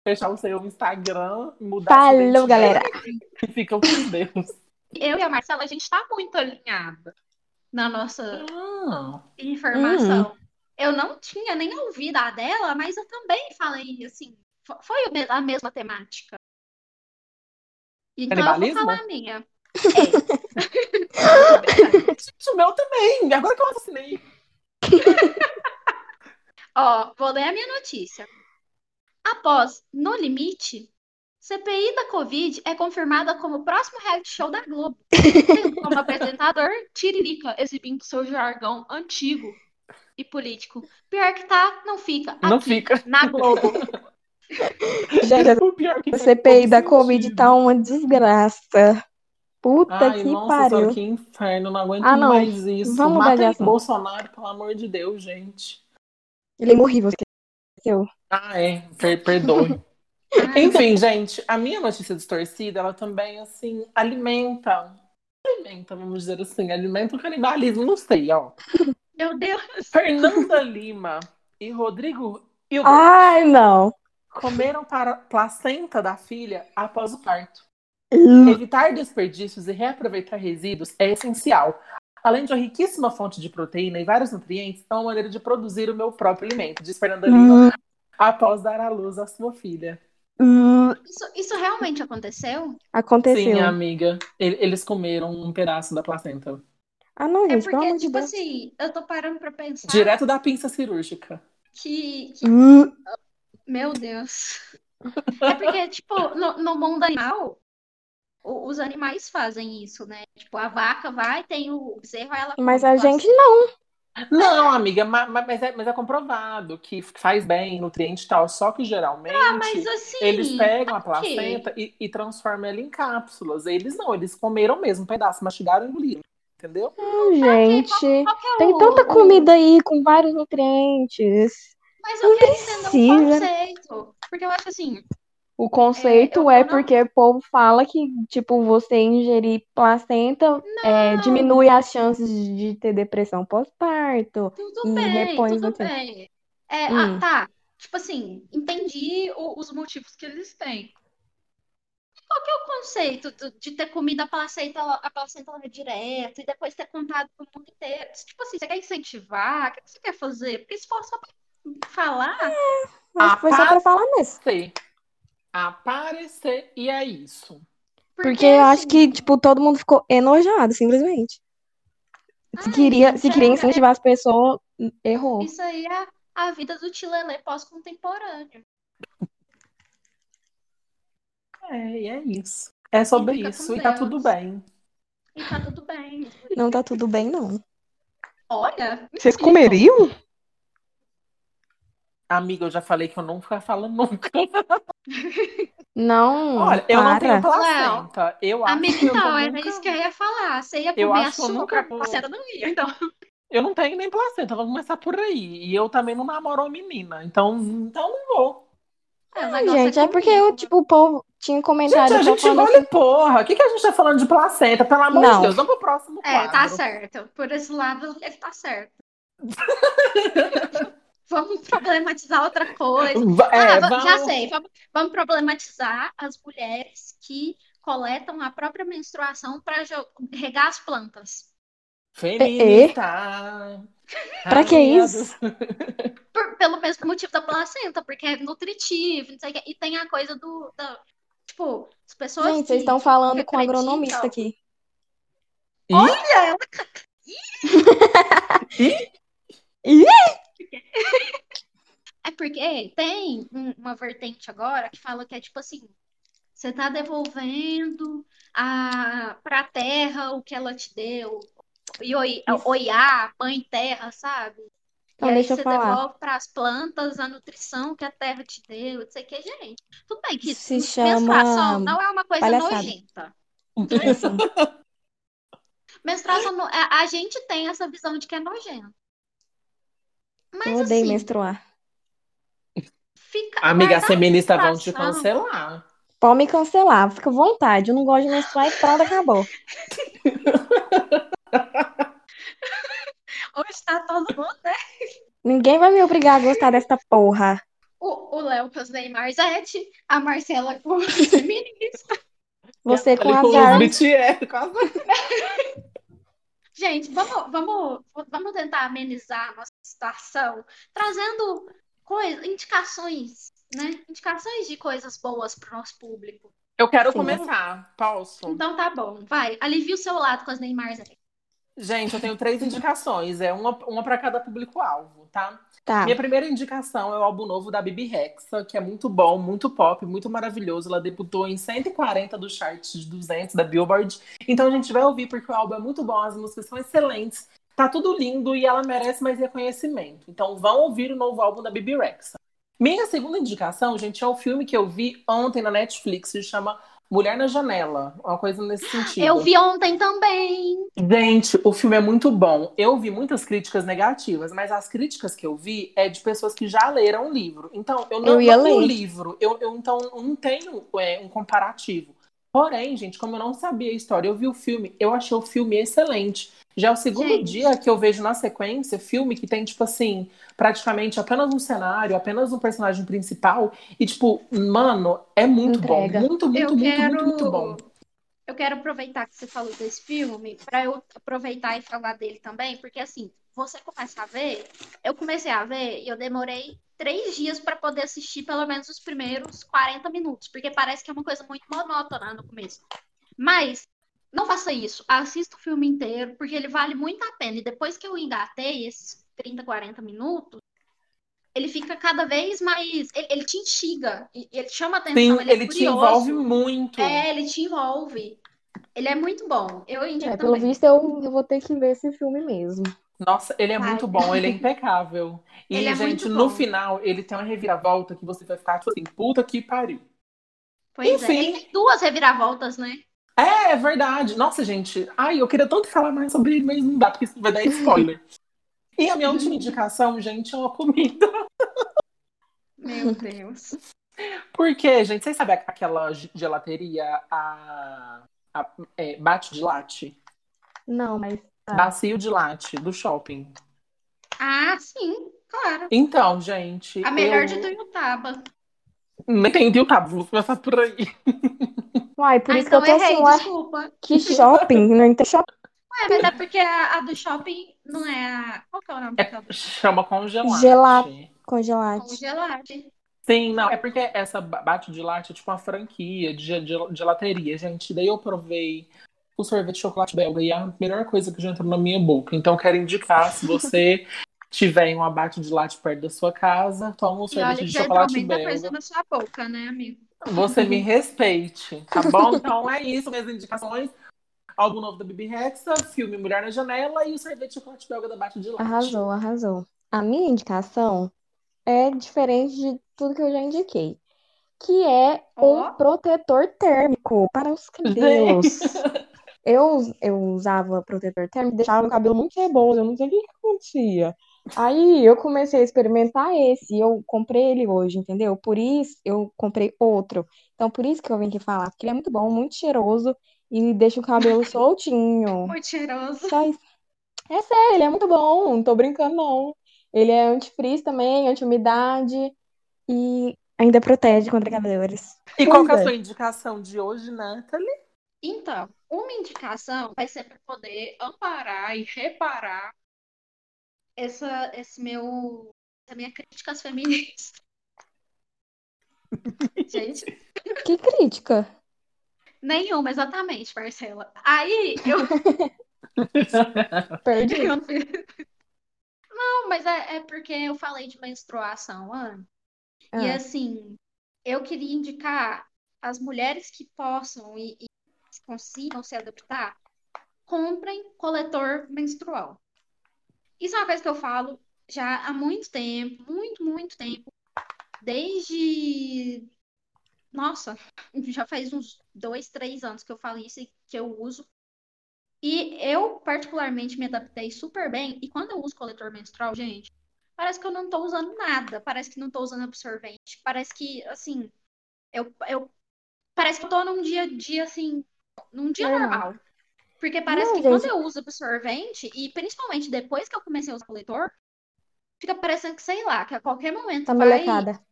Speaker 2: fechar o seu Instagram, mudar sua
Speaker 1: Falou,
Speaker 2: identidade
Speaker 1: galera.
Speaker 2: e ficam com Deus.
Speaker 3: Eu e a Marcela, a gente tá muito alinhada na nossa
Speaker 2: Ah,
Speaker 3: Hum. informação. Eu não tinha nem ouvido a dela, mas eu também falei assim. fo- Foi o me- a mesma temática. Então eu
Speaker 2: Canibalismo?
Speaker 3: vou falar a minha. É.
Speaker 2: gente, o meu também. Agora que eu assassinei.
Speaker 3: Ó, vou ler a minha notícia. Após No Limite, CPI da Covid é confirmada como o próximo reality show da Globo. Como apresentador, Tiririca exibindo seu jargão antigo e político. Pior que tá, não fica.
Speaker 2: Não
Speaker 3: Aqui,
Speaker 2: fica.
Speaker 3: na Globo.
Speaker 1: Gente,
Speaker 2: O pior que
Speaker 1: a
Speaker 2: faz
Speaker 1: CPI
Speaker 2: todo
Speaker 1: da Covid
Speaker 2: sentido.
Speaker 1: tá uma desgraça. Puta
Speaker 2: Ai,
Speaker 1: que
Speaker 2: nossa,
Speaker 1: pariu.
Speaker 2: senhora, que inferno, não aguento
Speaker 1: Ah, não.
Speaker 2: mais isso.
Speaker 1: Vamos mudar de
Speaker 2: Matem
Speaker 1: assunto.
Speaker 2: Bolsonaro, pelo amor de Deus, gente.
Speaker 1: Ele é horrível. esqueceu.
Speaker 2: Ah, é, per- perdoe.
Speaker 1: Então-
Speaker 2: Enfim, gente, a minha notícia distorcida, ela também, assim, alimenta, alimenta, vamos dizer assim, alimenta o canibalismo, não sei, ó.
Speaker 3: Meu Deus.
Speaker 2: Fernanda Lima e Rodrigo Hilbert
Speaker 1: Ai, não.
Speaker 2: comeram para placenta da filha após o parto.
Speaker 1: Lu-
Speaker 2: Evitar desperdícios e reaproveitar resíduos é essencial. Além de uma riquíssima fonte de proteína e vários nutrientes, é uma maneira de produzir o meu próprio alimento, diz Fernanda Lima,
Speaker 1: Lu-
Speaker 2: após dar à luz à sua filha.
Speaker 1: Lu-
Speaker 3: Isso, isso realmente aconteceu?
Speaker 1: Aconteceu.
Speaker 2: Sim, amiga. Ele- Eles comeram um pedaço da placenta.
Speaker 1: Ah, não,
Speaker 3: É
Speaker 1: gente, pelo
Speaker 3: porque,
Speaker 1: amor de
Speaker 3: tipo
Speaker 1: Deus.
Speaker 3: assim, eu tô parando pra pensar
Speaker 2: Direto da pinça cirúrgica.
Speaker 3: que, que-
Speaker 1: Lu-
Speaker 3: Meu Deus. É porque, tipo, no, no mundo animal, o- os animais fazem isso, né? Tipo, a vaca vai, tem o bezerro, ela
Speaker 1: Mas
Speaker 3: come
Speaker 1: a
Speaker 3: placenta.
Speaker 1: gente não.
Speaker 2: Não, amiga, ma- ma- mas, é, mas é comprovado que faz bem, nutriente e tal. Só que geralmente
Speaker 3: Mas assim,
Speaker 2: eles pegam a placenta e, e transformam ela em cápsulas. Eles não, eles comeram mesmo um pedaço, mastigaram e engoliram. Entendeu?
Speaker 1: Gente,
Speaker 3: qual que é
Speaker 1: tem
Speaker 3: o-
Speaker 1: tanta
Speaker 3: o-
Speaker 1: comida aí com vários nutrientes.
Speaker 3: Mas
Speaker 1: não
Speaker 3: eu quero entender o
Speaker 1: precisa.
Speaker 3: conceito. Porque eu acho assim,
Speaker 1: O conceito
Speaker 3: eu-
Speaker 1: é,
Speaker 3: eu não-
Speaker 1: porque o povo fala que, tipo, você ingerir placenta é, diminui as chances de ter depressão pós-parto.
Speaker 3: Tudo
Speaker 1: E
Speaker 3: bem,
Speaker 1: repõe os
Speaker 3: tudo
Speaker 1: nutrientes.
Speaker 3: bem. É,
Speaker 1: Hum.
Speaker 3: ah, tá. Tipo assim, entendi o- os motivos que eles têm. Qual que é o conceito do- de ter comido a placenta, a placenta lá direto e depois ter contado pro mundo inteiro? Tipo assim, você quer incentivar? O que você quer fazer? Porque se for só pra falar,
Speaker 1: Acho que foi só pra falar mesmo.
Speaker 2: Sei. Aparecer e é isso.
Speaker 1: Porque, eu acho
Speaker 3: assim,
Speaker 1: que, tipo, todo mundo ficou enojado, simplesmente. Se
Speaker 3: Ai,
Speaker 1: queria, se
Speaker 3: gente,
Speaker 1: queria
Speaker 3: é-
Speaker 1: incentivar as pessoas, errou.
Speaker 3: isso aí é a vida do Tilelê pós-contemporâneo.
Speaker 2: É, e é isso. É sobre
Speaker 3: fica com
Speaker 2: isso. E tá
Speaker 3: Deus.
Speaker 2: tudo bem.
Speaker 3: E tá tudo bem.
Speaker 1: Não tá tudo bem, não.
Speaker 3: Olha,
Speaker 1: Vocês
Speaker 3: incrível.
Speaker 1: comeriam?
Speaker 2: Amiga, eu já falei que eu nunca falo nunca.
Speaker 1: Não,
Speaker 2: Olha, eu não tenho
Speaker 1: para.
Speaker 2: placenta. Eu acho
Speaker 3: Amiga,
Speaker 2: que eu
Speaker 3: então,
Speaker 2: nunca...
Speaker 3: era isso que eu ia falar. Você ia
Speaker 2: Eu
Speaker 3: comer
Speaker 2: acho que eu
Speaker 3: açúcar,
Speaker 2: nunca vou-
Speaker 3: você não ia, então.
Speaker 2: Eu não tenho nem placenta, vamos começar por aí. E eu também não namoro uma menina, então, então não vou.
Speaker 3: É, o negócio
Speaker 1: Gente, é porque eu,
Speaker 3: comigo.
Speaker 1: tipo, o povo tinha
Speaker 2: Gente,
Speaker 1: comentário
Speaker 2: a
Speaker 1: o povo
Speaker 2: gente
Speaker 1: falando
Speaker 2: vale porra. O que, que a gente tá falando de placenta? Pelo amor
Speaker 1: Não.
Speaker 2: de Deus, vamos pro próximo
Speaker 3: É,
Speaker 2: quadro.
Speaker 3: tá certo. Por esse lado, ele tá certo. Vamos problematizar outra coisa.
Speaker 2: Va- é,
Speaker 3: ah, va-
Speaker 2: vamos...
Speaker 3: já sei. Vamos, vamos problematizar as mulheres que coletam a própria menstruação para regar as plantas.
Speaker 2: Feminista.
Speaker 1: Pra que
Speaker 2: Rainha
Speaker 1: isso?
Speaker 2: do-
Speaker 3: Por- pelo mesmo motivo da placenta, porque é nutritivo, não sei o que. E tem a coisa do. da- tipo, as pessoas.
Speaker 1: Gente,
Speaker 3: que...
Speaker 1: vocês estão falando
Speaker 3: que
Speaker 1: com um agronomista aqui.
Speaker 3: Olha, ela
Speaker 1: Ih!
Speaker 3: É porque tem um- uma vertente agora que fala que é tipo assim, você tá devolvendo a para terra o que ela te deu. E oi, oiá, mãe terra, sabe?
Speaker 1: Então,
Speaker 3: e aí
Speaker 1: deixa eu
Speaker 3: você
Speaker 1: falar.
Speaker 3: devolve para as plantas a nutrição que a terra te deu, não sei o que, gente. Tudo bem que
Speaker 1: Se
Speaker 3: menstruação
Speaker 1: chama
Speaker 3: não é uma coisa
Speaker 1: palhaçada.
Speaker 3: nojenta.
Speaker 1: Assim,
Speaker 3: Menstruação não- é, a, a gente tem essa visão de que é nojento. Mas
Speaker 1: eu odeio
Speaker 3: assim,
Speaker 1: menstruar.
Speaker 3: fica
Speaker 2: Amiga, as
Speaker 3: guardar
Speaker 2: feministas vão te
Speaker 3: menstruação.
Speaker 2: cancelar.
Speaker 1: Pode me cancelar, fica à vontade. Eu não gosto de menstruar e pronto, acabou.
Speaker 3: Hoje tá todo mundo, né? tá
Speaker 1: Ninguém vai me obrigar a gostar dessa porra.
Speaker 3: o o Léo com as Neymarzete, a Marcela com as feministas.
Speaker 1: Você com
Speaker 2: Ele
Speaker 1: as
Speaker 2: com os
Speaker 1: armas.
Speaker 2: BTS, é com as-
Speaker 3: Gente, vamos, vamos, vamos tentar amenizar a nossa situação, trazendo coisa, indicações, né? Indicações de coisas boas para o nosso público.
Speaker 2: Eu quero
Speaker 1: Sim.
Speaker 2: começar, posso?
Speaker 3: Então tá bom, vai, alivia o seu lado com as Neymarzete.
Speaker 2: Gente, eu tenho três indicações, é uma, uma para cada público-alvo, tá?
Speaker 1: Tá.
Speaker 2: Minha primeira indicação é o álbum novo da Bibi Rexa, que é muito bom, muito pop, muito maravilhoso. Ela debutou em 140 do chart de 200 da Billboard. Então a gente vai ouvir porque o álbum é muito bom, as músicas são excelentes. Tá tudo lindo e ela merece mais reconhecimento. Então vão ouvir o novo álbum da Bibi Rexa. Minha segunda indicação, gente, é um filme que eu vi ontem na Netflix, se chama Mulher na Janela, uma coisa nesse sentido.
Speaker 3: Eu vi ontem também.
Speaker 2: Gente, o filme é muito bom. Eu vi muitas críticas negativas, mas as críticas que eu vi é de pessoas que já leram o livro. Então, eu não,
Speaker 1: Eu ia
Speaker 2: não li o
Speaker 1: ler.
Speaker 2: livro. Eu, eu, então eu não tenho é, um comparativo. Porém, gente, como eu não sabia a história, eu vi o filme, eu achei o filme excelente. Já é o segundo
Speaker 3: Gente.
Speaker 2: dia que eu vejo na sequência filme que tem, tipo assim, praticamente apenas um cenário, apenas um personagem principal. E, tipo, mano, é muito
Speaker 1: Entrega.
Speaker 2: bom. Muito, muito,
Speaker 3: eu
Speaker 2: muito,
Speaker 3: quero,
Speaker 2: muito, muito bom.
Speaker 3: eu quero aproveitar que você falou desse filme para eu aproveitar e falar dele também, porque assim, você começa a ver, eu comecei a ver e eu demorei três dias para poder assistir pelo menos os primeiros 40 minutos, porque parece que é uma coisa muito monótona no começo. Mas não faça isso, assista o filme inteiro, porque ele vale muito a pena. E depois que eu engatei esses 30, 40 minutos, ele fica cada vez mais. Ele, ele te instiga, e- ele chama atenção,
Speaker 2: Sim,
Speaker 3: ele é
Speaker 2: um, ele te
Speaker 3: curioso.
Speaker 2: envolve muito.
Speaker 3: É, ele te envolve. Ele é muito bom. Eu indico
Speaker 1: É, pelo
Speaker 3: também.
Speaker 1: visto, eu, eu vou ter que ver esse filme mesmo.
Speaker 2: Nossa, ele é
Speaker 3: Vai.
Speaker 2: muito bom, ele é impecável. E,
Speaker 3: Ele é
Speaker 2: gente,
Speaker 3: muito
Speaker 2: no
Speaker 3: bom.
Speaker 2: final, ele tem uma reviravolta que você vai ficar tipo assim, puta que pariu.
Speaker 3: Pois é,
Speaker 2: Enfim.
Speaker 3: ele tem duas reviravoltas, né?
Speaker 2: É, é verdade. Nossa, gente, ai, eu queria tanto falar mais sobre ele, mas não dá, porque isso vai dar spoiler. E a minha última indicação, gente, é uma comida.
Speaker 3: Meu Deus.
Speaker 2: Porque, gente, vocês sabem aquela ge- gelateria, a, a- é, bate de latte,
Speaker 1: Não, mas Tá.
Speaker 2: bacio de latte, do shopping.
Speaker 3: Ah, sim, claro.
Speaker 2: Então, gente,
Speaker 3: A melhor
Speaker 2: eu
Speaker 3: de Tuiutaba.
Speaker 2: não entendi o cabo, vou começar por aí.
Speaker 1: Uai, por
Speaker 3: Ah,
Speaker 1: isso
Speaker 3: então
Speaker 1: que eu tô
Speaker 3: errei,
Speaker 1: assim, ué,
Speaker 3: desculpa.
Speaker 1: que shopping, não tem shopping.
Speaker 3: É, mas é porque a, a do shopping não é a. Qual que é o nome daquela?
Speaker 2: Chama congelate.
Speaker 1: Gelate. Congelate.
Speaker 3: Congelate.
Speaker 2: Sim, não, é porque essa ba- bate de latte é tipo uma franquia de ge- de gelateria, gente. Daí eu provei o sorvete de chocolate belga e é a melhor coisa que já entrou na minha boca. Então quero indicar, se você tiver um abate de latte perto da sua casa, toma um
Speaker 3: E olha
Speaker 2: sorvete
Speaker 3: que
Speaker 2: de
Speaker 3: já entrou
Speaker 2: chocolate
Speaker 3: muita coisa
Speaker 2: belga.
Speaker 3: na sua boca, né, amigo?
Speaker 2: Você me respeite, tá bom? Então é isso, minhas indicações. Álbum novo da Bibi Rexa, filme Mulher na Janela e o sorvete de chocolate belga da Bate de Latte.
Speaker 1: Arrasou, arrasou. A minha indicação é diferente de tudo que eu já indiquei, que é um
Speaker 3: Ó.
Speaker 1: protetor térmico para os cabelos. Eu, eu usava protetor térmico, e deixava meu cabelo muito ceboso, eu não sei o que que acontecia. Aí eu comecei a experimentar esse, e eu comprei ele hoje, entendeu? Por isso eu comprei outro. Então por isso que eu vim aqui falar, porque ele é muito bom, muito cheiroso e deixa o cabelo soltinho.
Speaker 3: Muito cheiroso.
Speaker 1: Só isso. É sério, ele é muito bom, não tô brincando não. Ele é antifrizz também, anti-umidade e ainda protege contra calores.
Speaker 2: E qual
Speaker 1: Pois
Speaker 2: que é a
Speaker 1: é.
Speaker 2: sua indicação de hoje, Nathalie?
Speaker 3: Então, uma indicação vai ser para poder amparar e reparar essa, esse meu, essa minha crítica às feministas. Gente,
Speaker 1: Que crítica!
Speaker 3: nenhuma, exatamente, Marcela. Aí eu,
Speaker 1: Perdi.
Speaker 3: eu fiz. Não, mas é, é porque eu falei de menstruação antes. E
Speaker 1: Ah,
Speaker 3: assim, eu queria indicar as mulheres que possam e, e consigam se adaptar, comprem coletor menstrual. Isso é uma coisa que eu falo já há muito tempo, muito, muito tempo. Desde. Nossa, já faz uns dois, três anos que eu falo isso e que eu uso. E eu, particularmente, me adaptei super bem. E quando eu uso coletor menstrual, gente, parece que eu não tô usando nada. Parece que não tô usando absorvente. Parece que, assim, eu, eu parece que eu tô num dia a dia, assim, num dia
Speaker 1: Normal.
Speaker 3: normal. Porque parece
Speaker 1: É. Não,
Speaker 3: que quando
Speaker 1: gente.
Speaker 3: eu uso absorvente, e principalmente depois que eu comecei a usar coletor, fica parecendo que, sei lá, que a qualquer momento
Speaker 1: tá
Speaker 3: vai,
Speaker 1: molecada.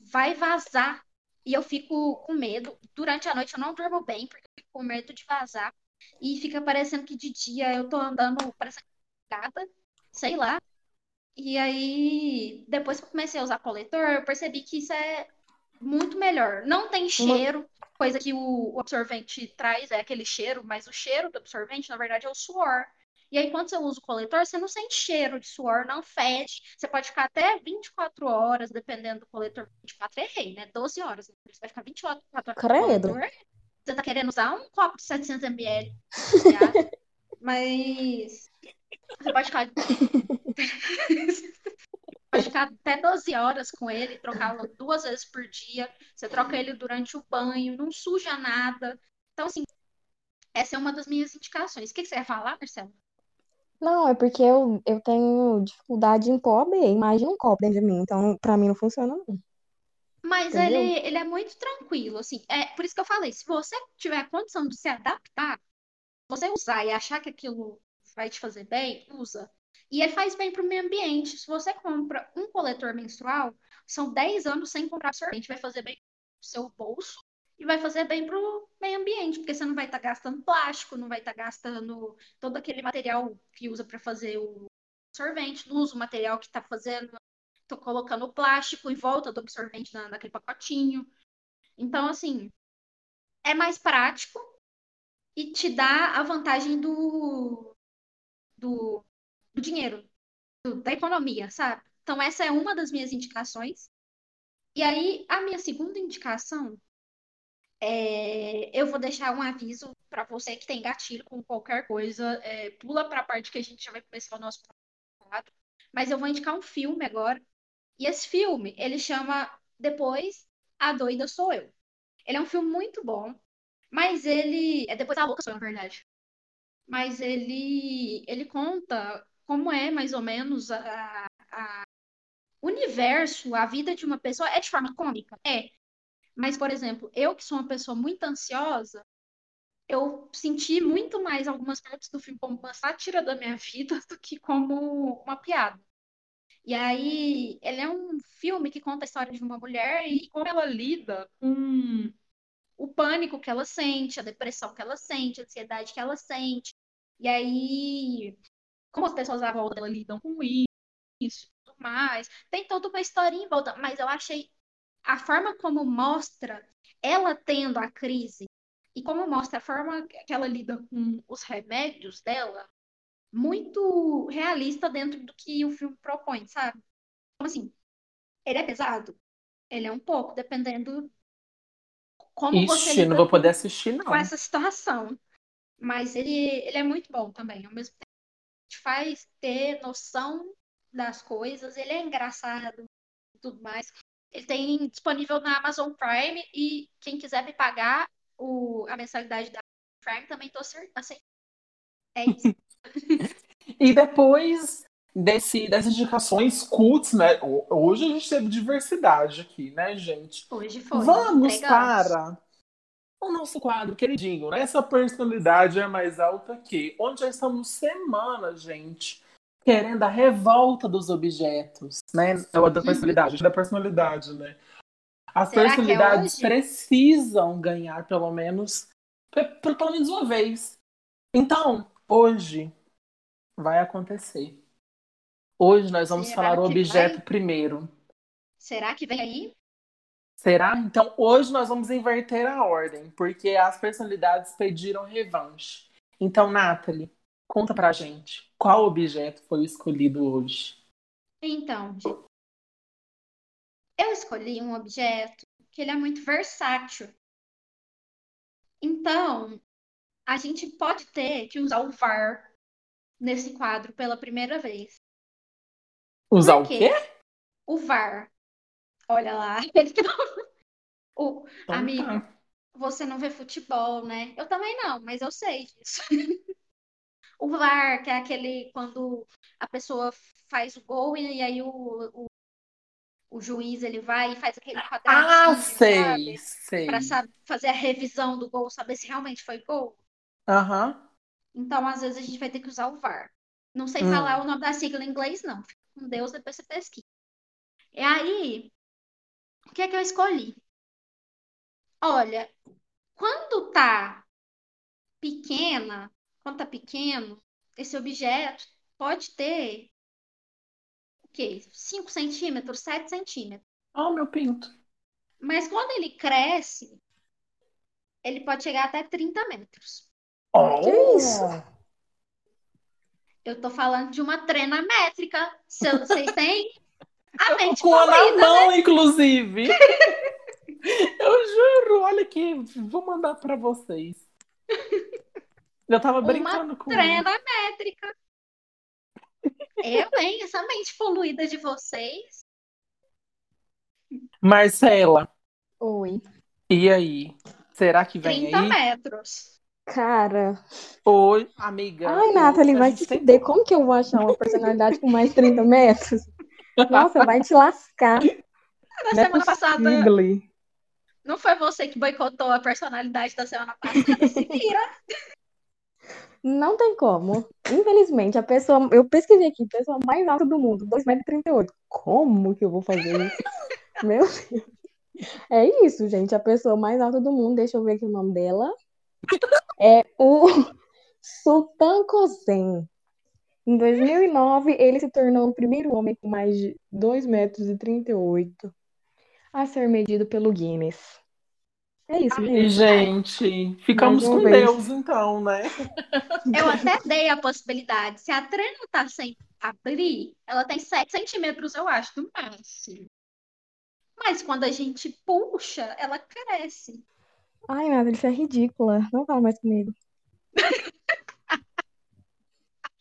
Speaker 3: vai vazar. E eu fico com medo. Durante a noite eu não durmo bem, porque eu fico com medo de vazar. E fica parecendo que de dia eu tô andando parecendo gata, sei lá. E aí, depois que eu comecei a usar coletor, eu percebi que isso é muito melhor. Não tem cheiro, coisa que o, o absorvente traz é aquele cheiro, mas o cheiro do absorvente, na verdade, é o suor. E aí, quando você usa o coletor, você não sente cheiro de suor, não fede. Você pode ficar até 24 horas, dependendo do coletor. 24 é rei, né? 12 horas. Você vai ficar 24 horas com o
Speaker 1: Credo.
Speaker 3: coletor. Você tá querendo usar um copo de 700ml. viado. Mas... Você pode ficar... pode ficar até 12 horas com ele, trocá-lo duas vezes por dia. Você troca ele durante o banho, não suja nada. Então, assim, essa é uma das minhas indicações. O que que você ia falar, Marcelo?
Speaker 1: Não, é porque eu, eu tenho dificuldade em pó AB. Imagina um copo dentro de mim. Então, pra mim não funciona, não.
Speaker 3: Mas
Speaker 1: Entendeu?
Speaker 3: ele, ele é muito tranquilo, assim. É por isso que eu falei, se você tiver a condição de se adaptar, você usar e achar que aquilo vai te fazer bem, usa. E ele faz bem pro meio ambiente. Se você compra um coletor menstrual, são 10 anos sem comprar absorvente. Vai fazer bem pro seu bolso e vai fazer bem pro meio ambiente, porque você não vai estar gastando plástico, não vai estar gastando todo aquele material que usa para fazer o absorvente, não usa o material que tá fazendo tô colocando o plástico em volta do absorvente na, naquele pacotinho. Então, assim, é mais prático e te dá a vantagem do, do, do dinheiro, do- da economia, sabe? Então, essa é uma das minhas indicações. E aí, a minha segunda indicação é, eu vou deixar um aviso para você que tem gatilho com qualquer coisa, é, pula para a parte que a gente já vai começar o nosso quadro. Mas eu vou indicar um filme agora. E esse filme, ele chama Depois a Doida Sou Eu. Ele é um filme muito bom, mas ele é Depois a Louca Sou Eu, na verdade. Mas ele ele conta como é mais ou menos a, a o universo, a vida de uma pessoa é de forma cômica, é. Mas por exemplo, eu que sou uma pessoa muito ansiosa, eu senti muito mais algumas partes do filme como uma sátira da minha vida do que como uma piada. E aí, ele é um filme que conta a história de uma mulher e como ela lida com o pânico que ela sente, a depressão que ela sente, a ansiedade que ela sente. E aí, como as pessoas à volta dela lidam com isso, tudo mais. Tem toda uma historinha em volta, mas eu achei a forma como mostra ela tendo a crise e como mostra a forma que ela lida com os remédios dela, muito realista dentro do que o filme propõe, sabe? Então, assim, ele é pesado? Ele é um pouco, dependendo como você
Speaker 2: Ixi,
Speaker 3: lida
Speaker 2: não vou
Speaker 3: com
Speaker 2: poder assistir, não.
Speaker 3: com essa situação. Mas ele, ele é muito bom também. Ao mesmo tempo, te faz ter noção das coisas. Ele é engraçado e tudo mais. Ele tem disponível na Amazon Prime e quem quiser me pagar o, a mensalidade da Amazon Prime também tô cer- aceitando. É isso.
Speaker 2: E depois desse, dessas indicações cults, né? ho- Hoje a gente teve diversidade aqui, né, gente?
Speaker 3: Hoje foi.
Speaker 2: Vamos
Speaker 3: Entregamos.
Speaker 2: para o nosso quadro, queridinho. né? Essa personalidade é mais alta que. Onde já estamos semana, gente. Querendo a revolta dos objetos, né? É o da personalidade, da personalidade, né? As
Speaker 3: Uhum. Será que é
Speaker 2: personalidades
Speaker 3: hoje?
Speaker 2: precisam ganhar pelo menos pe- pe- pelo menos uma vez. Então, hoje vai acontecer. Hoje nós vamos
Speaker 3: Será
Speaker 2: falar o
Speaker 3: que
Speaker 2: objeto
Speaker 3: vai?
Speaker 2: primeiro.
Speaker 3: Será que vem aí?
Speaker 2: Será? Então, hoje nós vamos inverter a ordem, porque as personalidades pediram revanche. Então, Nathalie, conta pra gente qual objeto foi escolhido hoje.
Speaker 3: Então, gente, eu escolhi um objeto que ele é muito versátil. Então, a gente pode ter que usar o VAR nesse quadro pela primeira vez.
Speaker 2: Usar
Speaker 3: Por
Speaker 2: o quê?
Speaker 3: O VAR. Olha lá. Ele que não- O-
Speaker 2: Então,
Speaker 3: Amigo.
Speaker 2: tá.
Speaker 3: Você não vê futebol, né? Eu também não, mas eu sei disso. O VAR, que é aquele quando a pessoa faz o gol e aí o, o, o juiz ele vai e faz aquele quadradinho,
Speaker 2: Ah, sei,
Speaker 3: sabe? Pra
Speaker 2: sei.
Speaker 3: sabe, fazer a revisão do gol, saber se realmente foi gol.
Speaker 2: Aham.
Speaker 3: Então, às vezes, a gente vai ter que usar o VAR. Não sei
Speaker 2: Hum.
Speaker 3: falar o nome da sigla em inglês, não. Fica com Deus, depois você pesquisa. E aí, O que é que eu escolhi? Olha, quando tá pequena, quando tá pequeno, esse objeto pode ter o quê? 5 centímetros, 7 centímetros.
Speaker 2: Ó, meu pinto.
Speaker 3: Mas quando ele cresce, ele pode chegar até 30 metros.
Speaker 2: Ó.
Speaker 1: Que isso?
Speaker 3: Eu tô falando de uma trena métrica. Se eu- vocês têm a mente
Speaker 2: Com a na
Speaker 3: poluída,
Speaker 2: mão, inclusive. Eu juro, olha aqui, vou mandar pra vocês. Eu tava
Speaker 3: Uma
Speaker 2: brincando com
Speaker 3: trena métrica. Eu, hein? Essa mente poluída de vocês.
Speaker 2: Marcela.
Speaker 1: Oi.
Speaker 2: E aí? Será que vem
Speaker 3: 30
Speaker 2: aí?
Speaker 3: metros.
Speaker 1: Cara.
Speaker 2: Oi, amiga.
Speaker 1: Ai, Nathalie,
Speaker 2: A
Speaker 1: vai
Speaker 2: gente
Speaker 1: se
Speaker 2: tem- um
Speaker 1: fuder. Como que eu vou achar uma personalidade com mais 30 metros? Nossa, vai te lascar.
Speaker 3: Na
Speaker 1: Não é
Speaker 3: semana passada,
Speaker 1: possível.
Speaker 3: não foi você que boicotou a personalidade da semana passada. Se vira.
Speaker 1: Não tem como. Infelizmente, a pessoa. Eu pesquisei aqui, pessoa mais alta do mundo, 2,38m. Como que eu vou fazer isso? Meu Deus. É isso, gente. A pessoa mais alta do mundo, deixa eu ver aqui o nome dela. É o Sultan Kozen. Em 2009, ele se tornou o primeiro homem com mais de 2,38 metros a ser medido pelo Guinness. É isso,
Speaker 2: E,
Speaker 1: gente.
Speaker 2: gente, ficamos
Speaker 1: Mais uma
Speaker 2: com
Speaker 1: vez.
Speaker 2: Deus, então, né?
Speaker 3: Eu até dei a possibilidade. Se a trena tá sem abrir, ela tem 7 centímetros, eu acho, do máximo. Mas quando a gente puxa, ela cresce.
Speaker 1: Ai, nada, isso é ridícula. Não fala mais comigo.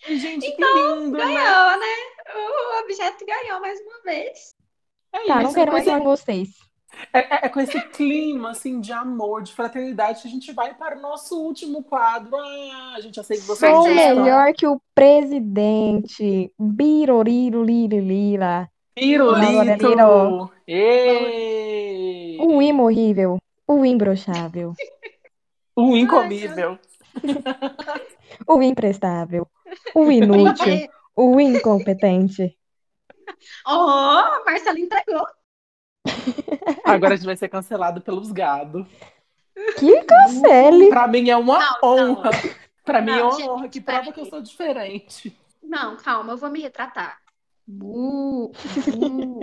Speaker 2: Gente, que
Speaker 3: Então,
Speaker 2: lindo, né?
Speaker 3: Ganhou, né? O objeto ganhou mais uma vez.
Speaker 2: É
Speaker 1: Tá,
Speaker 2: isso,
Speaker 1: não quero
Speaker 2: com
Speaker 1: mais
Speaker 2: esse,
Speaker 1: falar com vocês.
Speaker 2: é- é- é com esse clima, assim, de amor, de fraternidade, que a gente vai para o nosso último quadro. Ah, gente, eu sei que vocês
Speaker 1: Sou
Speaker 3: Marcelo.
Speaker 1: melhor que o presidente. Biroriro, liri, lira.
Speaker 2: Pirulito!
Speaker 1: é Laurelino.
Speaker 2: Ei!
Speaker 1: O imorrível. Um O imbrochável.
Speaker 2: Um incomível.
Speaker 1: O imprestável. O inútil.
Speaker 3: É.
Speaker 1: o incompetente.
Speaker 3: Oh, Marcelo entregou.
Speaker 2: Agora a gente vai ser cancelado pelos gados.
Speaker 1: Que cancele.
Speaker 2: Hum, Pra mim é uma
Speaker 3: Não, não.
Speaker 2: honra. Pra mim é
Speaker 3: Não,
Speaker 2: uma
Speaker 3: gente,
Speaker 2: honra que
Speaker 3: peraí.
Speaker 2: prova que eu sou diferente.
Speaker 3: Não, calma, eu vou me retratar. Mu, mu,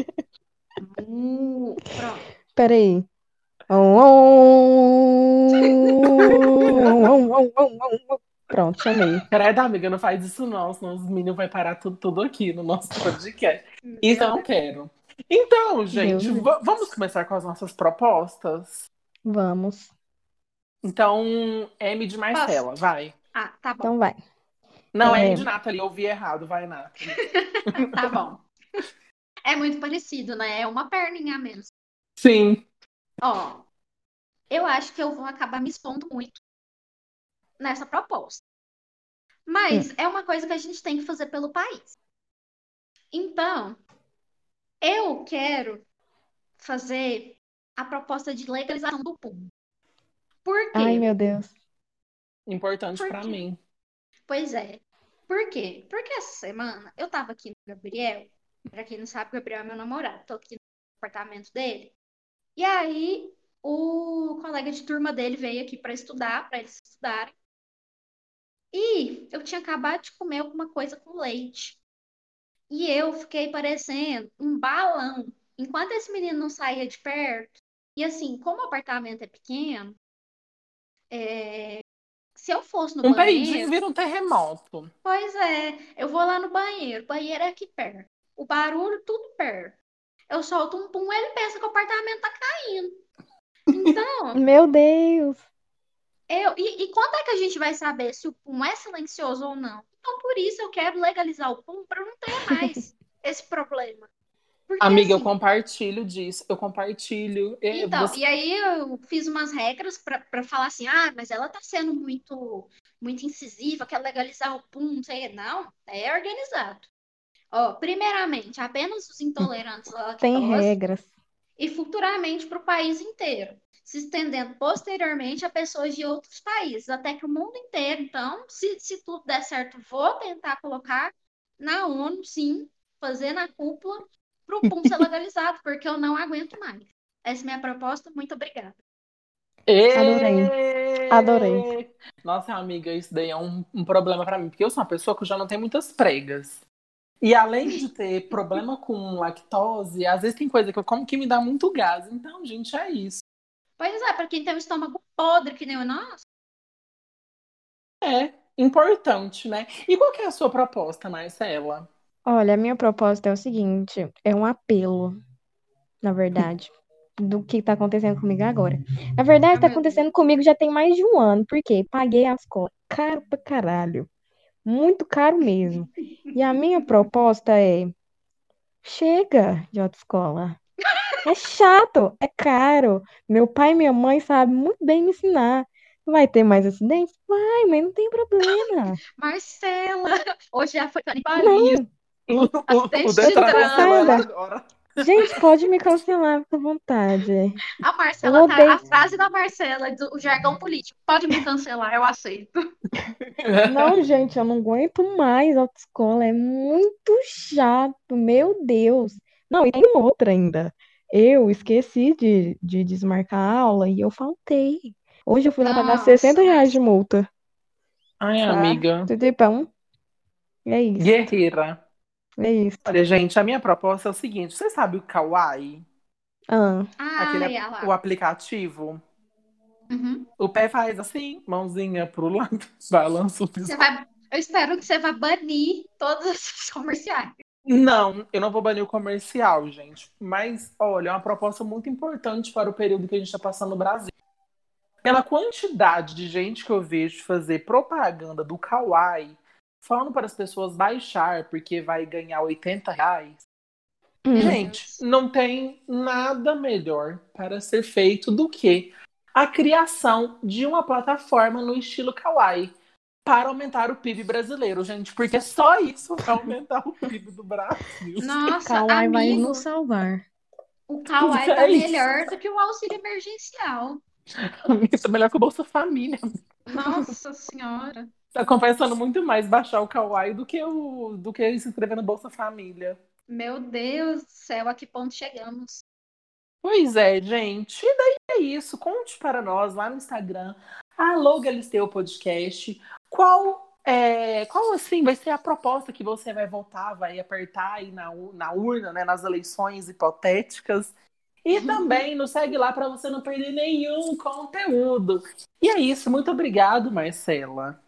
Speaker 3: mu. Pronto.
Speaker 1: Peraí. Om, om, om, om, om, om. Pronto, chamei.
Speaker 2: Credo, amiga, não faz isso não, senão os meninos vão parar tudo, tudo aqui no nosso podcast. Isso eu não quero. Então, gente,
Speaker 1: Deus.
Speaker 2: va- vamos começar com as nossas propostas?
Speaker 1: Vamos.
Speaker 2: Então, M de Marcela, vai.
Speaker 3: Ah, tá bom,
Speaker 1: Então vai.
Speaker 2: Não,
Speaker 1: É.
Speaker 2: M de Nathalie, eu ouvi errado, vai, Nathalie.
Speaker 3: tá bom. É muito parecido, né? É uma perninha mesmo.
Speaker 2: Sim.
Speaker 3: Ó, eu acho que eu vou acabar me expondo muito nessa proposta. Mas é uma coisa que a gente tem que fazer pelo país. Então, eu quero fazer a proposta de legalização do pum. Por quê?
Speaker 1: Ai, meu Deus.
Speaker 2: Importante
Speaker 3: Por
Speaker 2: pra
Speaker 3: quê?
Speaker 2: mim.
Speaker 3: Pois é. Por quê? Porque essa semana eu tava aqui no Gabriel. Pra quem não sabe, o Gabriel é meu namorado. Tô aqui no apartamento dele. E aí, o colega de turma dele veio aqui pra estudar, pra eles estudarem. E eu tinha acabado de comer alguma coisa com leite. E eu fiquei parecendo um balão. Enquanto esse menino não saía de perto. E assim, como o apartamento é pequeno, é, se eu fosse no
Speaker 2: Um
Speaker 3: banheiro.
Speaker 2: peidinho vira um terremoto.
Speaker 3: Pois é, eu vou lá no banheiro, o banheiro é aqui perto. O barulho, tudo perto. Eu solto um pum, ele pensa que o apartamento tá caindo. Então,
Speaker 1: Meu Deus.
Speaker 3: eu. E, e quando é que a gente vai saber se o pum é silencioso ou não? Então, por isso eu quero legalizar o pum para não ter mais esse problema. Porque,
Speaker 2: Amiga, eu
Speaker 3: assim,
Speaker 2: compartilho disso. Eu compartilho. É,
Speaker 3: Então,
Speaker 2: você-
Speaker 3: e aí eu fiz umas regras para falar assim, ah, mas ela tá sendo muito muito incisiva, quer legalizar o pum, não sei, não, é organizado. Ó, primeiramente, apenas os intolerantes à
Speaker 1: Tem
Speaker 3: lactose
Speaker 1: regras.
Speaker 3: e futuramente para o país inteiro, se estendendo posteriormente a pessoas de outros países, até que o mundo inteiro, então, se, se tudo der certo, vou tentar colocar na ONU, sim, fazer na cúpula, para o pum ser legalizado, porque eu não aguento mais. Essa é minha proposta, muito obrigada.
Speaker 1: Adorei. Adorei.
Speaker 2: Nossa, amiga, isso daí é um, um problema para mim, porque eu sou uma pessoa que já não tem muitas pregas. E além de ter problema com lactose, às vezes tem coisa que eu como que me dá muito gás. Então, gente, é isso.
Speaker 3: Pois é, pra quem tem um estômago podre que nem o nosso,
Speaker 2: É importante, né? E qual que é a sua proposta, Marcela?
Speaker 1: Olha, a minha proposta é o seguinte, é um apelo, na verdade, do que tá acontecendo comigo agora. Na verdade, tá
Speaker 3: Ah, meu Deus.
Speaker 1: acontecendo comigo já tem mais de um ano, porque paguei as contas caro pra caralho. Muito caro mesmo. E a minha proposta é: chega de autoescola. É chato, é caro. Meu pai e minha mãe sabem muito bem me ensinar. Vai ter mais acidentes? Vai, mas não tem problema.
Speaker 3: Marcela, hoje já foi
Speaker 1: Não,
Speaker 3: em Paris.
Speaker 2: O, o, o
Speaker 3: Assiste
Speaker 2: Detran
Speaker 3: Drama.
Speaker 2: cancelou ela agora.
Speaker 1: gente, pode me cancelar, fica à vontade.
Speaker 3: A Marcela
Speaker 1: Eu
Speaker 3: tá,
Speaker 1: odeio.
Speaker 3: a frase da Marcela, do- o jargão político, pode me cancelar, eu aceito.
Speaker 1: Não, gente, eu não aguento mais autoescola, é muito chato, meu Deus. Não, e tem uma outra ainda. Eu esqueci de, de desmarcar a aula e eu faltei. Hoje eu fui lá pagar
Speaker 3: Nossa.
Speaker 1: 60 reais de multa.
Speaker 2: Ai,
Speaker 1: Tá.
Speaker 2: amiga.
Speaker 1: Tudo de bom? É isso,
Speaker 2: Guerreira.
Speaker 1: é isso.
Speaker 2: Olha, gente, a minha proposta é o seguinte: você sabe o Kawaii?
Speaker 1: Ah,
Speaker 3: Ai, ah lá.
Speaker 2: O aplicativo?
Speaker 3: Uhum.
Speaker 2: O pé faz assim, mãozinha pro lado, balança o
Speaker 3: Você
Speaker 2: pescoço.
Speaker 3: vai, eu espero que você vá banir todos os comerciais.
Speaker 2: Não, eu não vou banir o comercial, gente. Mas, olha, é uma proposta muito importante para o período que a gente está passando no Brasil. Pela quantidade de gente que eu vejo fazer propaganda do Kawaii, falando para as pessoas baixar porque vai ganhar 80 reais.
Speaker 1: hum,
Speaker 3: Meu
Speaker 2: Gente,
Speaker 3: Deus.
Speaker 2: não tem nada melhor para ser feito do que a criação de uma plataforma no estilo Kawaii para aumentar o PIB brasileiro, gente, porque só isso vai aumentar o PIB do Brasil.
Speaker 3: Nossa,
Speaker 1: Kawai vai
Speaker 3: amigo,
Speaker 1: nos salvar.
Speaker 3: o Kawai tá
Speaker 2: É isso.
Speaker 3: melhor do que o auxílio emergencial.
Speaker 2: Isso é melhor que o Bolsa Família.
Speaker 3: Nossa senhora.
Speaker 2: Tá compensando muito mais baixar o Kawaii do que o do que se inscrever no Bolsa Família.
Speaker 3: Meu Deus do céu, a que ponto chegamos?
Speaker 2: Pois é, gente. E daí é isso. Conte para nós lá no Instagram, Alô Galisteu Podcast, qual é, qual assim vai ser a proposta que você vai votar, vai apertar aí na, u- na urna, né, nas eleições hipotéticas. E também nos segue lá para você não perder nenhum conteúdo. E é isso. Muito obrigado, Marcela.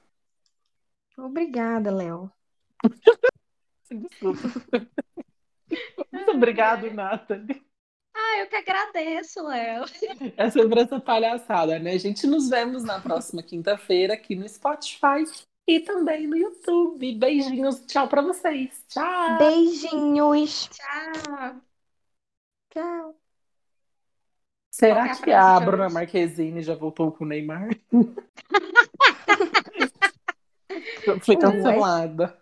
Speaker 1: Obrigada, Léo.
Speaker 2: Desculpa. Muito obrigado, Nathalie.
Speaker 3: Ah, eu que agradeço, Léo.
Speaker 2: É sobre essa palhaçada, né, gente? Nos vemos na próxima quinta-feira aqui no Spotify e também no YouTube. Beijinhos, tchau pra vocês. Tchau!
Speaker 1: Beijinhos.
Speaker 3: Tchau.
Speaker 1: Tchau.
Speaker 2: Será
Speaker 3: Qual que é a
Speaker 2: que
Speaker 3: frase
Speaker 2: a
Speaker 3: de
Speaker 2: Bruna
Speaker 3: hoje?
Speaker 2: Marquezine já voltou com o Neymar? Foi cancelada.